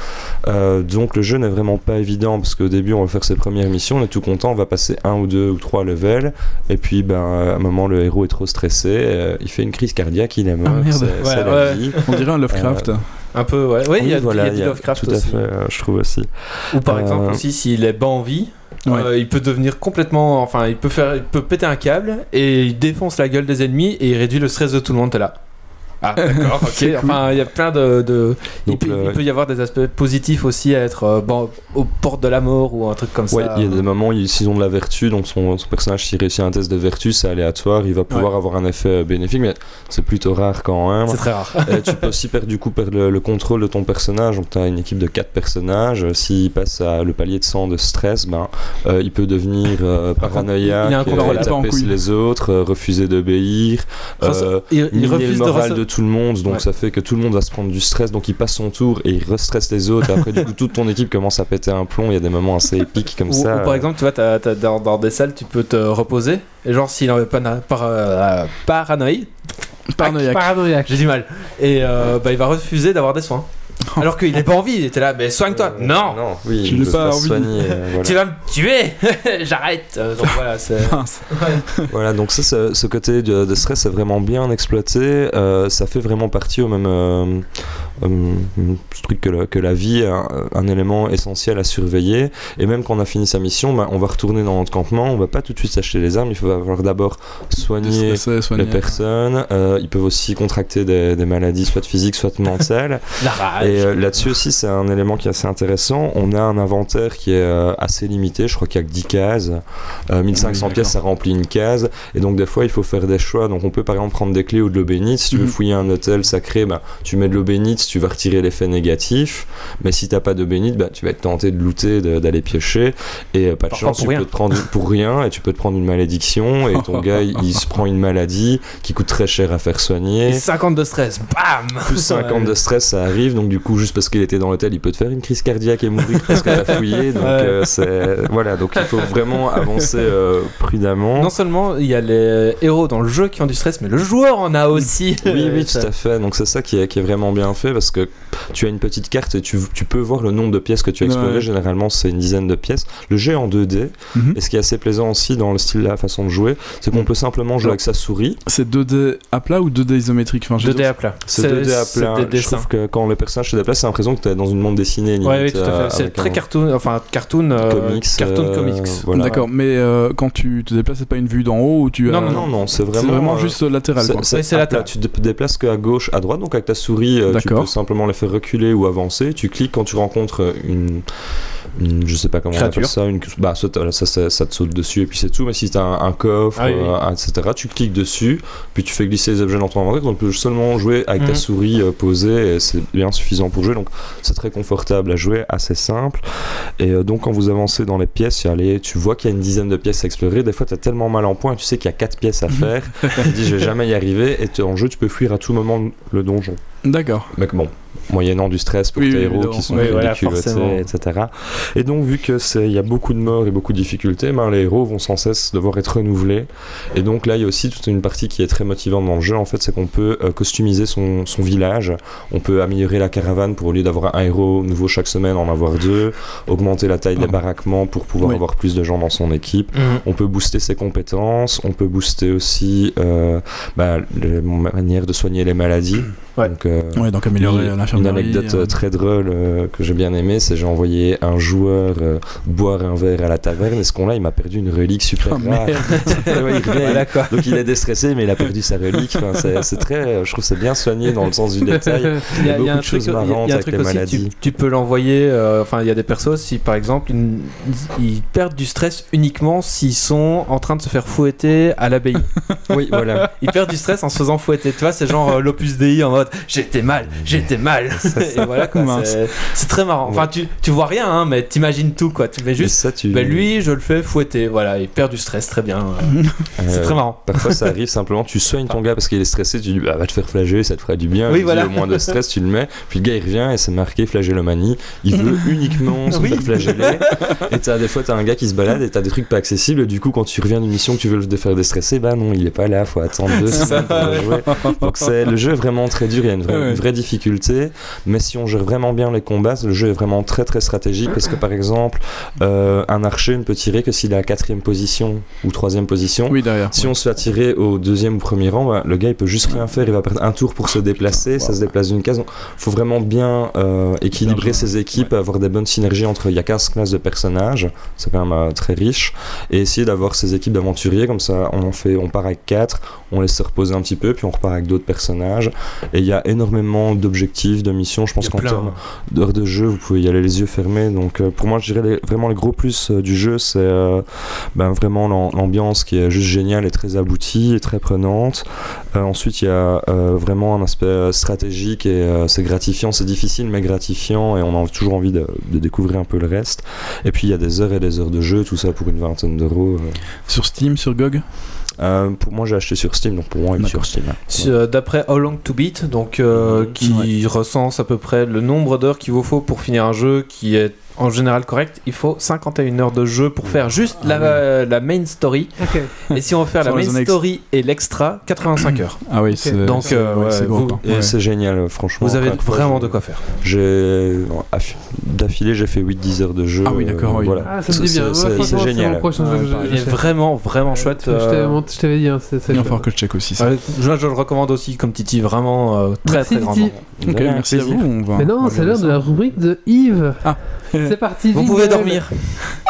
[SPEAKER 5] Euh, donc le jeu n'est vraiment pas évident parce qu'au début on va faire ses premières missions, on est tout content, on va passer un ou deux ou trois levels et puis ben à un moment le héros est trop stressé, euh, il fait une crise cardiaque, il est mort,
[SPEAKER 3] merde.
[SPEAKER 5] c'est c'est
[SPEAKER 4] Ouais,
[SPEAKER 5] la
[SPEAKER 4] ouais.
[SPEAKER 5] vie.
[SPEAKER 3] On dirait un Lovecraft.
[SPEAKER 4] Un peu, ouais. Oui, il y a,
[SPEAKER 5] voilà,
[SPEAKER 4] il y a du Lovecraft
[SPEAKER 5] tout à
[SPEAKER 4] aussi.
[SPEAKER 5] fait, euh, je trouve aussi.
[SPEAKER 4] Ou par
[SPEAKER 5] Euh,
[SPEAKER 4] exemple aussi s'il est pas en vie,
[SPEAKER 3] Ouais.
[SPEAKER 4] euh, il peut devenir complètement, enfin il peut faire, il peut péter un câble et il défonce la gueule des ennemis et il réduit le stress de tout le monde. T'es là. Ah d'accord, ok. Enfin il y a plein de, de- il,
[SPEAKER 5] Donc, euh,
[SPEAKER 4] peut,
[SPEAKER 5] le-
[SPEAKER 4] il peut y avoir des aspects positifs aussi à être euh, bon, aux portes de la mort ou un truc comme
[SPEAKER 5] Ouais,
[SPEAKER 4] ça.
[SPEAKER 5] il y a des moments, ils- s'ils ont de la vertu, donc son, son personnage, s'il réussit un test de vertu, c'est aléatoire, il va pouvoir avoir un effet euh, bénéfique, mais c'est plutôt rare quand même.
[SPEAKER 4] C'est très rare.
[SPEAKER 5] Euh, tu peux aussi perdre du coup perdre le, le contrôle de ton personnage. Donc tu as une équipe de 4 personnages. Euh, S'il passe à le palier de 100 de stress, ben, euh, il peut devenir euh,
[SPEAKER 4] il a un
[SPEAKER 5] paranoïaque,
[SPEAKER 4] contrôle
[SPEAKER 5] euh,
[SPEAKER 4] pas
[SPEAKER 3] en
[SPEAKER 5] taper
[SPEAKER 3] couille.
[SPEAKER 5] sur les autres, euh, refuser d'obéir. euh,
[SPEAKER 4] il, il
[SPEAKER 5] miner
[SPEAKER 4] refuse
[SPEAKER 5] le
[SPEAKER 4] de
[SPEAKER 5] moral
[SPEAKER 4] recevoir.
[SPEAKER 5] de, tout le monde, donc
[SPEAKER 4] Ouais.
[SPEAKER 5] ça fait que tout le monde va se prendre du stress, donc il passe son tour et il restresse les autres. Et après, du coup, toute ton équipe commence à péter un plomb. Il y a des moments assez épiques comme
[SPEAKER 4] Ou,
[SPEAKER 5] ça. euh.
[SPEAKER 4] ou par exemple, tu vois, t'as- t'as- dans, dans des salles, tu peux te reposer. Et genre, s'il en est pana- par, euh, paranoïaque,
[SPEAKER 3] Paranoïaque.
[SPEAKER 1] Paranoïaque.
[SPEAKER 4] J'ai du mal. Et euh, bah, il va refuser d'avoir des soins. Alors qu'il n'est pas envie, il était là, mais soigne-toi.
[SPEAKER 5] Oh. Euh,
[SPEAKER 4] non,
[SPEAKER 5] non, oui,
[SPEAKER 3] Tu
[SPEAKER 5] il
[SPEAKER 3] l'as
[SPEAKER 5] peut
[SPEAKER 3] pas
[SPEAKER 5] se
[SPEAKER 3] envie de-
[SPEAKER 5] soigner, euh, voilà.
[SPEAKER 4] tu vas me tuer, j'arrête. Euh, donc voilà, c'est.
[SPEAKER 3] Mince.
[SPEAKER 5] Voilà, donc ça, ce- ce côté de, de stress est vraiment bien exploité. Euh, ça fait vraiment partie au même euh, euh, ce truc que, la- que la vie, un, un élément essentiel à surveiller. Et même quand on a fini sa mission, bah, on va retourner dans notre campement. On va pas tout de suite s'acheter les armes. Il faut falloir d'abord soigner
[SPEAKER 3] Déstresser, soigner.
[SPEAKER 5] les personnes. Euh, ils peuvent aussi contracter des, des maladies, soit physiques, soit mentales.
[SPEAKER 4] La rage.
[SPEAKER 5] Et euh, là-dessus aussi, c'est un élément qui est assez intéressant. On a un inventaire qui est euh, assez limité. Je crois qu'il y a que 10 cases.
[SPEAKER 4] Ah
[SPEAKER 5] Euh, 1500
[SPEAKER 3] Oui,
[SPEAKER 5] pièces, ça remplit une case. Et donc, des fois, il faut faire des choix. Donc, on peut par exemple prendre des clés ou de l'eau bénite. Si tu veux
[SPEAKER 3] Mhm.
[SPEAKER 5] fouiller un hôtel sacré, bah, tu mets de l'eau bénite, tu vas retirer l'effet négatif. Mais si t'as pas de bénite, bah, tu vas être tenté de looter, de- d'aller piocher. Et euh, pas de
[SPEAKER 4] Parfois
[SPEAKER 5] chance,
[SPEAKER 4] pour
[SPEAKER 5] tu
[SPEAKER 4] rien.
[SPEAKER 5] peux te prendre pour rien et tu peux te prendre une malédiction. Et ton gars, il, il se prend une maladie qui coûte très cher à faire soigner
[SPEAKER 4] Et 50 de stress, bam
[SPEAKER 5] plus 50 de stress, ça arrive. Donc, du coup, juste parce qu'il était dans l'hôtel, il peut te faire une crise cardiaque et mourir parce que t'as fouillé. Donc,
[SPEAKER 4] Ouais.
[SPEAKER 5] euh, c'est- voilà. Donc, il faut vraiment avancer euh, prudemment.
[SPEAKER 4] Non seulement il y a les euh, héros dans le jeu qui ont du stress, mais le joueur en a aussi.
[SPEAKER 5] oui, oui, tout à fait. Donc, c'est ça qui est, qui est vraiment bien fait. fait parce que tu as une petite carte et tu, tu peux voir le nombre de pièces que tu as explorées.
[SPEAKER 3] Ouais.
[SPEAKER 5] Généralement, c'est une dizaine de pièces. Le jeu est en 2D.
[SPEAKER 4] Hum.
[SPEAKER 3] Mhm.
[SPEAKER 5] Et ce qui est assez plaisant aussi dans le style, la façon de jouer, c'est qu'on peut simplement jouer avec sa souris.
[SPEAKER 3] C'est 2D à plat ou 2D isométrique enfin, je veux
[SPEAKER 4] 2D
[SPEAKER 3] dire,
[SPEAKER 4] à plat.
[SPEAKER 5] C'est 2D à
[SPEAKER 4] c'est
[SPEAKER 5] plat.
[SPEAKER 4] des
[SPEAKER 5] hein, Je
[SPEAKER 4] dessins.
[SPEAKER 5] trouve que quand le personnage se déplace, c'est l'impression que tu es dans une bande dessinée.
[SPEAKER 4] Ouais, oui,
[SPEAKER 5] limite,
[SPEAKER 4] tout à
[SPEAKER 5] euh,
[SPEAKER 4] fait. C'est
[SPEAKER 5] avec
[SPEAKER 4] très
[SPEAKER 5] un-
[SPEAKER 4] cartoon, enfin cartoon, euh,
[SPEAKER 5] comics.
[SPEAKER 4] cartoon
[SPEAKER 5] euh,
[SPEAKER 4] comics.
[SPEAKER 5] voilà.
[SPEAKER 3] D'accord, mais euh, quand tu te déplaces, c'est pas une vue d'en haut ou tu as-
[SPEAKER 5] Non, non, non, c'est
[SPEAKER 3] C'est
[SPEAKER 5] vraiment,
[SPEAKER 3] vraiment,
[SPEAKER 5] euh,
[SPEAKER 3] juste latéral.
[SPEAKER 5] c'est-
[SPEAKER 3] quoi.
[SPEAKER 5] c'est
[SPEAKER 4] Oui, c'est
[SPEAKER 5] à
[SPEAKER 4] la
[SPEAKER 5] plat.
[SPEAKER 4] table.
[SPEAKER 5] Tu te déplaces que à gauche, à droite, donc avec ta souris, euh, tu
[SPEAKER 3] D'accord.
[SPEAKER 5] peux simplement la faire reculer ou avancer. Tu cliques quand tu rencontres euh, une, une- je sais pas comment
[SPEAKER 4] Créature.
[SPEAKER 5] on appelle ça, une, bah ça, te- voilà, ça, ça- ça te saute dessus et puis c'est tout. Mais si t'as un, un coffre,
[SPEAKER 4] Ah oui, oui.
[SPEAKER 5] euh, etc., tu cliques dessus, puis tu fais glisser les objets dans ton inventaire. Donc tu peux seulement jouer avec ta
[SPEAKER 4] Mhm.
[SPEAKER 5] souris euh, posée, et c'est bien suffisant pour jouer. Donc c'est très confortable à jouer, assez simple. Et euh, donc quand vous avancez dans les pièces, il y a les- tu vois qu'il y a une dizaine de pièces à explorer. Des fois, tu as tellement mal en point, tu sais qu'il y a quatre pièces à faire. tu dis, je vais jamais y arriver. Et t'es en jeu, tu peux fuir à tout moment le donjon.
[SPEAKER 3] D'accord.
[SPEAKER 5] Mais bon, moyennant du stress pour
[SPEAKER 3] Oui,
[SPEAKER 5] tes
[SPEAKER 3] oui,
[SPEAKER 5] héros
[SPEAKER 3] évidemment.
[SPEAKER 5] qui sont
[SPEAKER 4] Oui, voilà,
[SPEAKER 5] ridicules, tu sais,
[SPEAKER 4] forcément.
[SPEAKER 5] etc. Et donc, vu que c'est- il y a beaucoup de morts et beaucoup de difficultés, ben, les héros vont sans cesse devoir être renouvelés. Et donc là, il y a aussi toute une partie qui est très motivante dans le jeu. En fait, c'est qu'on peut euh, customiser son, son village. On peut améliorer la caravane pour au lieu d'avoir un héros nouveau chaque semaine, en avoir deux. Augmenter la taille des
[SPEAKER 3] Pardon.
[SPEAKER 5] baraquements pour pouvoir
[SPEAKER 3] Oui.
[SPEAKER 5] avoir plus de gens dans son équipe.
[SPEAKER 4] Mhm.
[SPEAKER 5] On peut booster ses compétences, on peut booster aussi euh, bah, la manière de soigner les maladies.
[SPEAKER 4] Ouais.
[SPEAKER 5] Donc, euh,
[SPEAKER 3] Ouais, donc améliorer
[SPEAKER 5] une- Une
[SPEAKER 3] l'infirmerie.
[SPEAKER 4] hein.
[SPEAKER 5] anecdote
[SPEAKER 3] euh,
[SPEAKER 5] euh, très drôle euh, que j'ai bien aimée, c'est j'ai envoyé un joueur euh, boire un verre à la taverne et ce qu'on là il m'a perdu une relique super
[SPEAKER 3] Ah,
[SPEAKER 5] rare.
[SPEAKER 3] merde.
[SPEAKER 5] Ouais, il revient, il-
[SPEAKER 4] Oh, Voilà quoi.
[SPEAKER 5] donc il est déstressé mais il a perdu sa relique. Enfin, c'est- c'est très, euh, je trouve que c'est bien soigné dans le sens du détail.
[SPEAKER 4] Il y a,
[SPEAKER 5] beaucoup
[SPEAKER 4] il y a un
[SPEAKER 5] de
[SPEAKER 4] truc,
[SPEAKER 5] choses
[SPEAKER 4] il y a- il y a un
[SPEAKER 5] marrantes avec
[SPEAKER 4] truc
[SPEAKER 5] les
[SPEAKER 4] aussi, tu,
[SPEAKER 5] maladies.
[SPEAKER 4] tu peux l'envoyer, euh, enfin il y a des persos, si par exemple ils, ils perdent du stress uniquement s'ils sont en train de se faire fouetter à l'abbaye.
[SPEAKER 5] Oui voilà.
[SPEAKER 4] Ils perdent du stress en se faisant fouetter, tu vois, c'est genre euh, l'opus Dei en mode j'étais mal, j'étais mal. Et voilà quoi,
[SPEAKER 3] Mince.
[SPEAKER 4] c'est- c'est très marrant. Enfin tu, tu vois rien, hein, mais t'imagines tout quoi, tu mets
[SPEAKER 5] Et
[SPEAKER 4] juste...
[SPEAKER 5] ça tu.
[SPEAKER 4] Bah lui, je le fais fouetter, voilà, il perd du stress, très bien.
[SPEAKER 5] euh,
[SPEAKER 4] C'est très marrant.
[SPEAKER 5] Parfois ça arrive simplement, tu soignes ton gars parce qu'il est stressé, tu dis bah va te faire flageller, ça te fera du bien,
[SPEAKER 4] Oui,
[SPEAKER 5] Tu dis,
[SPEAKER 4] voilà.
[SPEAKER 5] au moins de stress tu le mets, puis le gars il revient et c'est marqué flagellomanie, il veut uniquement se
[SPEAKER 4] Oui.
[SPEAKER 5] faire flageller, et t'as des fois t'as un gars qui se balade et t'as des trucs pas accessibles, et du coup quand tu reviens d'une mission que tu veux le faire déstresser, bah non il est pas là, faut attendre deux semaines pour le jouer. Donc c'est, le jeu est vraiment très dur, il y a une vraie,
[SPEAKER 3] Ouais, ouais.
[SPEAKER 5] une vraie difficulté, mais si on gère vraiment bien les combats, le jeu est vraiment très très stratégique, parce que par exemple euh, un archer ne peut tirer que s'il est à quatrième position ou troisième position,
[SPEAKER 3] Oui, derrière.
[SPEAKER 5] si on se fait attirer au deuxième ou premier rang, bah, le gars il peut juste rien faire, il va perdre un tour pour se déplacer, ça se déplace d'une case. Il faut vraiment bien euh, équilibrer
[SPEAKER 3] Bien joué.
[SPEAKER 5] ses équipes, avoir des bonnes synergies entre. Il y a 15 classes de personnages, c'est quand même euh, très riche, et essayer d'avoir ses équipes d'aventuriers, comme ça on, en fait, on part avec 4, on laisse se reposer un petit peu, puis on repart avec d'autres personnages. Et il y a énormément d'objectifs, de missions, je pense qu'en termes d'heures de jeu, vous pouvez y aller les yeux fermés. Donc euh, pour moi, je dirais les- vraiment le gros plus euh, du jeu, c'est euh, ben, vraiment l'am- l'ambiance qui est juste géniale et très aboutie et très prenante. Euh, ensuite, il y a euh, vraiment un aspect euh, stratégique et euh, c'est gratifiant, c'est difficile mais gratifiant et on a toujours envie de, de découvrir un peu le reste. Et puis il y a des heures et des heures de jeu, tout ça pour une vingtaine d'euros. euh.
[SPEAKER 3] Sur Steam, sur GOG
[SPEAKER 5] Euh, pour moi, j'ai acheté sur Steam, donc pour moi, il est
[SPEAKER 3] D'accord.
[SPEAKER 5] sur Steam. hein.
[SPEAKER 4] Sur- euh, D'après How Long to Beat, donc euh, qui recense à peu près le nombre d'heures qu'il vous faut pour finir un jeu qui est en général correct, il faut 51 heures de jeu pour faire juste la, euh, la main story.
[SPEAKER 1] Ok.
[SPEAKER 4] Et si on veut faire la
[SPEAKER 3] Sans
[SPEAKER 4] main
[SPEAKER 3] les annexes.
[SPEAKER 4] story et l'extra, 85 heures.
[SPEAKER 3] Ah oui, c'est.
[SPEAKER 4] Donc, euh,
[SPEAKER 3] ouais,
[SPEAKER 4] ouais,
[SPEAKER 3] c'est
[SPEAKER 4] vous-
[SPEAKER 3] gros. quoi.
[SPEAKER 5] Et
[SPEAKER 3] Ouais.
[SPEAKER 5] c'est génial, euh, franchement.
[SPEAKER 4] Vous avez
[SPEAKER 5] Après,
[SPEAKER 4] vraiment
[SPEAKER 5] je-
[SPEAKER 4] de quoi faire.
[SPEAKER 5] J'ai aff- d'affilée j'ai fait 8-10 heures de jeu.
[SPEAKER 3] Ah oui, d'accord,
[SPEAKER 5] euh,
[SPEAKER 3] oui.
[SPEAKER 5] Voilà.
[SPEAKER 1] Ah, ça me dit
[SPEAKER 5] C'est-
[SPEAKER 1] bien. Ouais,
[SPEAKER 5] c'est-
[SPEAKER 1] franchement,
[SPEAKER 5] C'est
[SPEAKER 1] mon
[SPEAKER 5] génial.
[SPEAKER 1] prochain jeu que
[SPEAKER 3] Ouais, pareil.
[SPEAKER 4] Il est
[SPEAKER 1] j'achète.
[SPEAKER 4] vraiment, vraiment chouette.
[SPEAKER 1] Je t'avais
[SPEAKER 4] euh,
[SPEAKER 1] je t'avais dit, hein, c'est ça.
[SPEAKER 3] Il va falloir que je check aussi ça.
[SPEAKER 4] ouais, je, je le recommande aussi comme Titi, vraiment euh, très
[SPEAKER 1] Merci,
[SPEAKER 4] très grand.
[SPEAKER 1] Titi.
[SPEAKER 3] Ok,
[SPEAKER 5] Ouais,
[SPEAKER 3] merci à
[SPEAKER 5] plaisir.
[SPEAKER 3] vous. On va,
[SPEAKER 1] Mais
[SPEAKER 3] on
[SPEAKER 1] non,
[SPEAKER 3] va
[SPEAKER 1] c'est
[SPEAKER 3] regarder
[SPEAKER 1] l'heure de
[SPEAKER 3] ça.
[SPEAKER 1] la rubrique de Yves.
[SPEAKER 3] Ah.
[SPEAKER 1] C'est parti.
[SPEAKER 4] Vous
[SPEAKER 1] jingle.
[SPEAKER 4] pouvez dormir.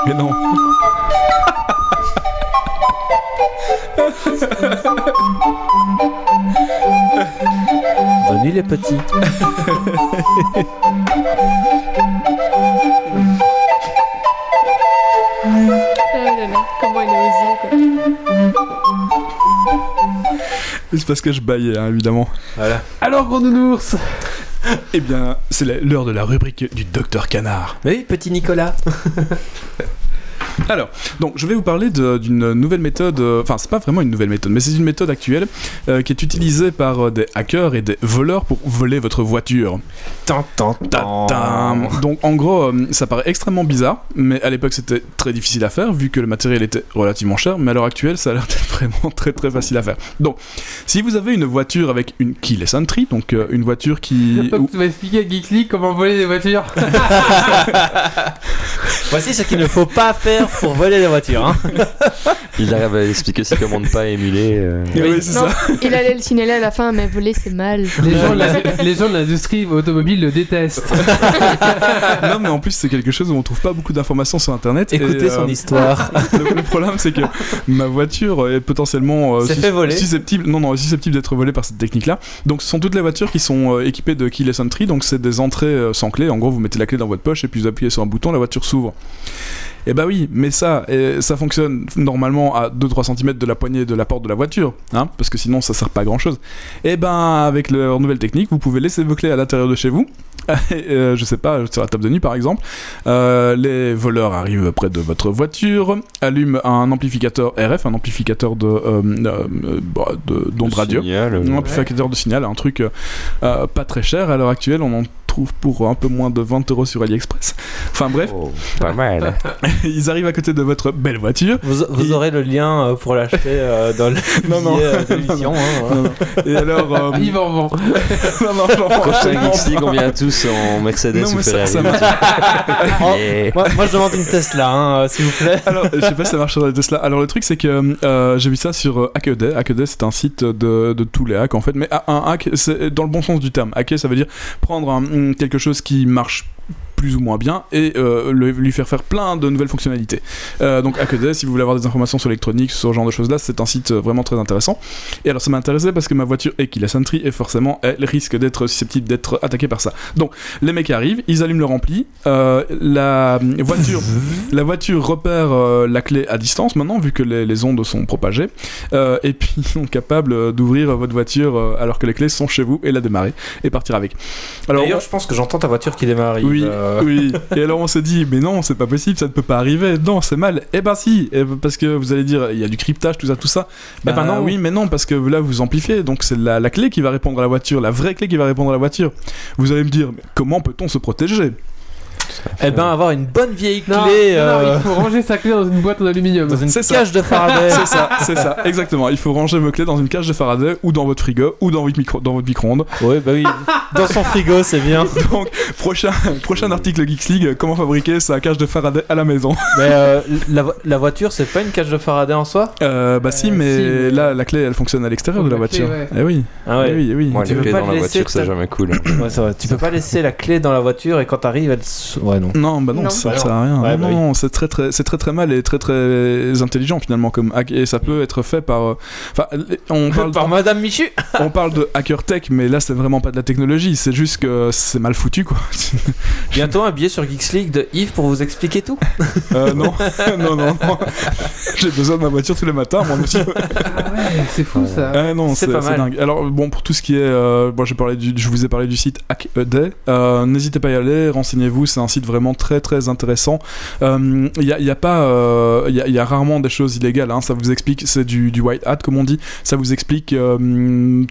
[SPEAKER 3] Mais non.
[SPEAKER 4] Bonne nuit les petits.
[SPEAKER 6] Ah là là, comment il a osé quoi.
[SPEAKER 3] C'est parce que je baillais, hein, évidemment.
[SPEAKER 4] Voilà.
[SPEAKER 1] Alors, gros nounours.
[SPEAKER 3] Eh bien, c'est la- l'heure de la rubrique du Docteur Canard.
[SPEAKER 4] Mais oui, petit Nicolas.
[SPEAKER 3] Alors, donc, je vais vous parler de- d'une nouvelle méthode, euh, enfin, c'est pas vraiment une nouvelle méthode, mais c'est une méthode actuelle euh, qui est utilisée par euh, des hackers et des voleurs pour voler votre voiture.
[SPEAKER 4] Tant, tant,
[SPEAKER 3] Tadam Donc, en gros, euh, ça paraît extrêmement bizarre, mais à l'époque, c'était très difficile à faire, vu que le matériel était relativement cher, mais à l'heure actuelle, ça a l'air d'être vraiment très très facile à faire. Donc, si vous avez une voiture avec une keyless entry, donc euh, une voiture qui...
[SPEAKER 1] Hop,
[SPEAKER 3] où-
[SPEAKER 1] Tu vas expliquer à Geek League comment voler des voitures.
[SPEAKER 4] Voici ce qu'il ne faut pas faire pour voler les voitures. Hein.
[SPEAKER 5] Il arrive à expliquer aussi comment ne pas émuler. euh,
[SPEAKER 3] Oui, c'est
[SPEAKER 6] Non,
[SPEAKER 3] ça.
[SPEAKER 6] il allait le signaler à la fin, mais voler c'est mal.
[SPEAKER 1] Les gens, de la- les gens de l'industrie automobile le détestent.
[SPEAKER 3] Non, mais en plus, c'est quelque chose où on trouve pas beaucoup d'informations sur Internet. et,
[SPEAKER 4] Écoutez
[SPEAKER 3] euh,
[SPEAKER 4] son histoire.
[SPEAKER 3] Le, le problème, c'est que ma voiture est potentiellement euh,
[SPEAKER 4] S'est
[SPEAKER 3] sus-
[SPEAKER 4] fait voler.
[SPEAKER 3] susceptible, non, non, susceptible d'être volée par cette technique-là. Donc, ce sont toutes les voitures qui sont euh, équipées de keyless entry. Donc, c'est des entrées euh, sans clé. En gros, vous mettez la clé dans votre poche et puis vous appuyez sur un bouton, la voiture s'ouvre. Et bah oui, mais ça, euh, ça fonctionne normalement à 2-3 cm de la poignée de la porte de la voiture, hein, parce que sinon ça sert pas à grand chose. Et ben avec leur nouvelle technique, vous pouvez laisser vos clés à l'intérieur de chez vous, Et, euh, je sais pas, sur la table de nuit par exemple, euh, les voleurs arrivent près de votre voiture, allument un amplificateur RF, un amplificateur de, euh, euh, bah, de- d'onde
[SPEAKER 5] le
[SPEAKER 3] radio,
[SPEAKER 5] signal, euh,
[SPEAKER 3] un amplificateur de signal, un truc euh, euh, pas très cher à l'heure actuelle, on en trouve pour un peu moins de 20 euros sur AliExpress. Enfin bref,
[SPEAKER 5] oh, pas mal. hein.
[SPEAKER 3] ils arrivent à côté de votre belle voiture.
[SPEAKER 4] Vous, vous aurez le lien euh, pour l'acheter euh, dans le
[SPEAKER 3] Non, non.
[SPEAKER 4] billet, euh, de l'émission, hein, voilà.
[SPEAKER 3] Et alors, euh,
[SPEAKER 1] Ils en vendent.
[SPEAKER 3] non, non, j'en prends
[SPEAKER 5] Prochain
[SPEAKER 3] vraiment
[SPEAKER 5] Geeks League,
[SPEAKER 3] pas.
[SPEAKER 5] on vient tous en Mercedes
[SPEAKER 3] Non,
[SPEAKER 5] ou
[SPEAKER 3] mais ça-
[SPEAKER 5] Ferrari.
[SPEAKER 3] ça
[SPEAKER 5] Et-
[SPEAKER 4] Oh, moi, moi, je demande une Tesla, hein, euh, s'il vous plaît.
[SPEAKER 3] Alors, je sais pas si ça marche sur la Tesla. Alors, le truc, c'est que euh, j'ai vu ça sur euh, Hackaday. Hackaday, c'est un site de, de tous les hacks, en fait. Mais ah, un hack, c'est dans le bon sens du terme. Hacker, ça veut dire prendre un- hmm, quelque chose qui marche plus ou moins bien et euh, le- lui faire faire plein de nouvelles fonctionnalités. Euh, donc Hackaday, si vous voulez avoir des informations sur l'électronique, sur ce genre de choses-là, c'est un site euh, vraiment très intéressant. Et alors ça m'intéressait parce que ma voiture est qu'il a Sentry et forcément elle risque d'être susceptible d'être attaquée par ça. Donc les mecs arrivent, ils allument leur ampli, euh, la voiture, la voiture repère euh, la clé à distance maintenant vu que les, les ondes sont propagées euh, et puis ils sont capables euh, d'ouvrir votre voiture euh, alors que les clés sont chez vous et la démarrer et partir avec. Alors
[SPEAKER 4] D'ailleurs, je pense que j'entends ta voiture qui démarre. Yves,
[SPEAKER 3] Oui,
[SPEAKER 4] euh,
[SPEAKER 3] oui. Et alors on s'est dit, mais non, c'est pas possible, ça ne peut pas arriver. Non, c'est mal. Eh ben si, Eh ben, parce que vous allez dire, il y a du cryptage, tout ça, tout ça.
[SPEAKER 4] Eh ben non.
[SPEAKER 3] oui, mais non, parce que là vous amplifiez. Donc c'est la, la clé qui va répondre à la voiture, la vraie clé qui va répondre à la voiture. Vous allez me dire, mais comment peut-on se protéger
[SPEAKER 4] Eh ben, avoir une bonne vieille clé
[SPEAKER 1] Non, non,
[SPEAKER 4] euh,
[SPEAKER 1] il faut ranger sa clé dans une boîte en aluminium.
[SPEAKER 4] dans une
[SPEAKER 3] C'est
[SPEAKER 4] cage
[SPEAKER 3] ça.
[SPEAKER 4] de Faraday.
[SPEAKER 3] C'est ça, c'est ça, exactement. Il faut ranger vos clés dans une cage de Faraday ou dans votre frigo ou dans votre micro, dans votre micro-ondes.
[SPEAKER 4] Oui, bah oui. Dans son frigo, c'est bien.
[SPEAKER 3] Donc prochain, prochain article Geeks League, comment fabriquer sa cage de Faraday à la maison.
[SPEAKER 4] Mais euh, la, vo- la voiture, c'est pas une cage de Faraday en soi
[SPEAKER 3] Euh, bah si,
[SPEAKER 1] Euh,
[SPEAKER 3] mais
[SPEAKER 1] si, mais-
[SPEAKER 3] là la clé elle fonctionne à l'extérieur
[SPEAKER 1] Oh,
[SPEAKER 3] de la
[SPEAKER 1] la clé,
[SPEAKER 3] voiture.
[SPEAKER 1] ouais.
[SPEAKER 3] Eh oui.
[SPEAKER 4] Ah
[SPEAKER 3] Eh oui, eh oui.
[SPEAKER 5] Moi,
[SPEAKER 4] Tu
[SPEAKER 5] les
[SPEAKER 4] veux
[SPEAKER 5] clés
[SPEAKER 4] pas
[SPEAKER 5] dans la
[SPEAKER 4] laisser
[SPEAKER 5] voiture, c'est
[SPEAKER 4] ta-
[SPEAKER 5] jamais cool. hein.
[SPEAKER 4] Ouais, c'est vrai. Tu peux pas laisser la clé dans la voiture et quand t'arrives, elle. se- Ouais, non.
[SPEAKER 3] Non, bah non,
[SPEAKER 6] Non.
[SPEAKER 3] ça
[SPEAKER 4] Bah
[SPEAKER 3] ne
[SPEAKER 4] non.
[SPEAKER 3] sert à rien.
[SPEAKER 4] Ouais,
[SPEAKER 3] non,
[SPEAKER 4] bah
[SPEAKER 3] non, c'est très, très, c'est très très mal et très très intelligent finalement comme hack. Et ça peut être fait par. euh, Enfin, les- on parle,
[SPEAKER 4] Par Madame Michu
[SPEAKER 3] on parle de hacker tech, mais là c'est vraiment pas de la technologie, c'est juste que c'est mal foutu quoi.
[SPEAKER 4] Bientôt un billet sur Geeks League de Yves pour vous expliquer tout.
[SPEAKER 3] Euh, non, non, non, non. J'ai besoin de ma voiture tous les matins, moi monsieur.
[SPEAKER 1] Ah ouais, c'est fou
[SPEAKER 5] Euh,
[SPEAKER 1] ça.
[SPEAKER 3] Ah non,
[SPEAKER 4] C'est
[SPEAKER 3] c'est
[SPEAKER 4] pas
[SPEAKER 3] c'est
[SPEAKER 4] mal.
[SPEAKER 3] dingue. Alors bon, pour tout ce qui est, euh, moi, j'ai parlé du, je vous ai parlé du site HackED. Euh, N'hésitez pas à y aller, renseignez-vous. C'est un site vraiment très très intéressant. Euh, Il y, a- il y a pas, euh, il y, a- il y a rarement des choses illégales. hein. Ça vous explique, c'est du, du white hat comme on dit. Ça vous explique euh,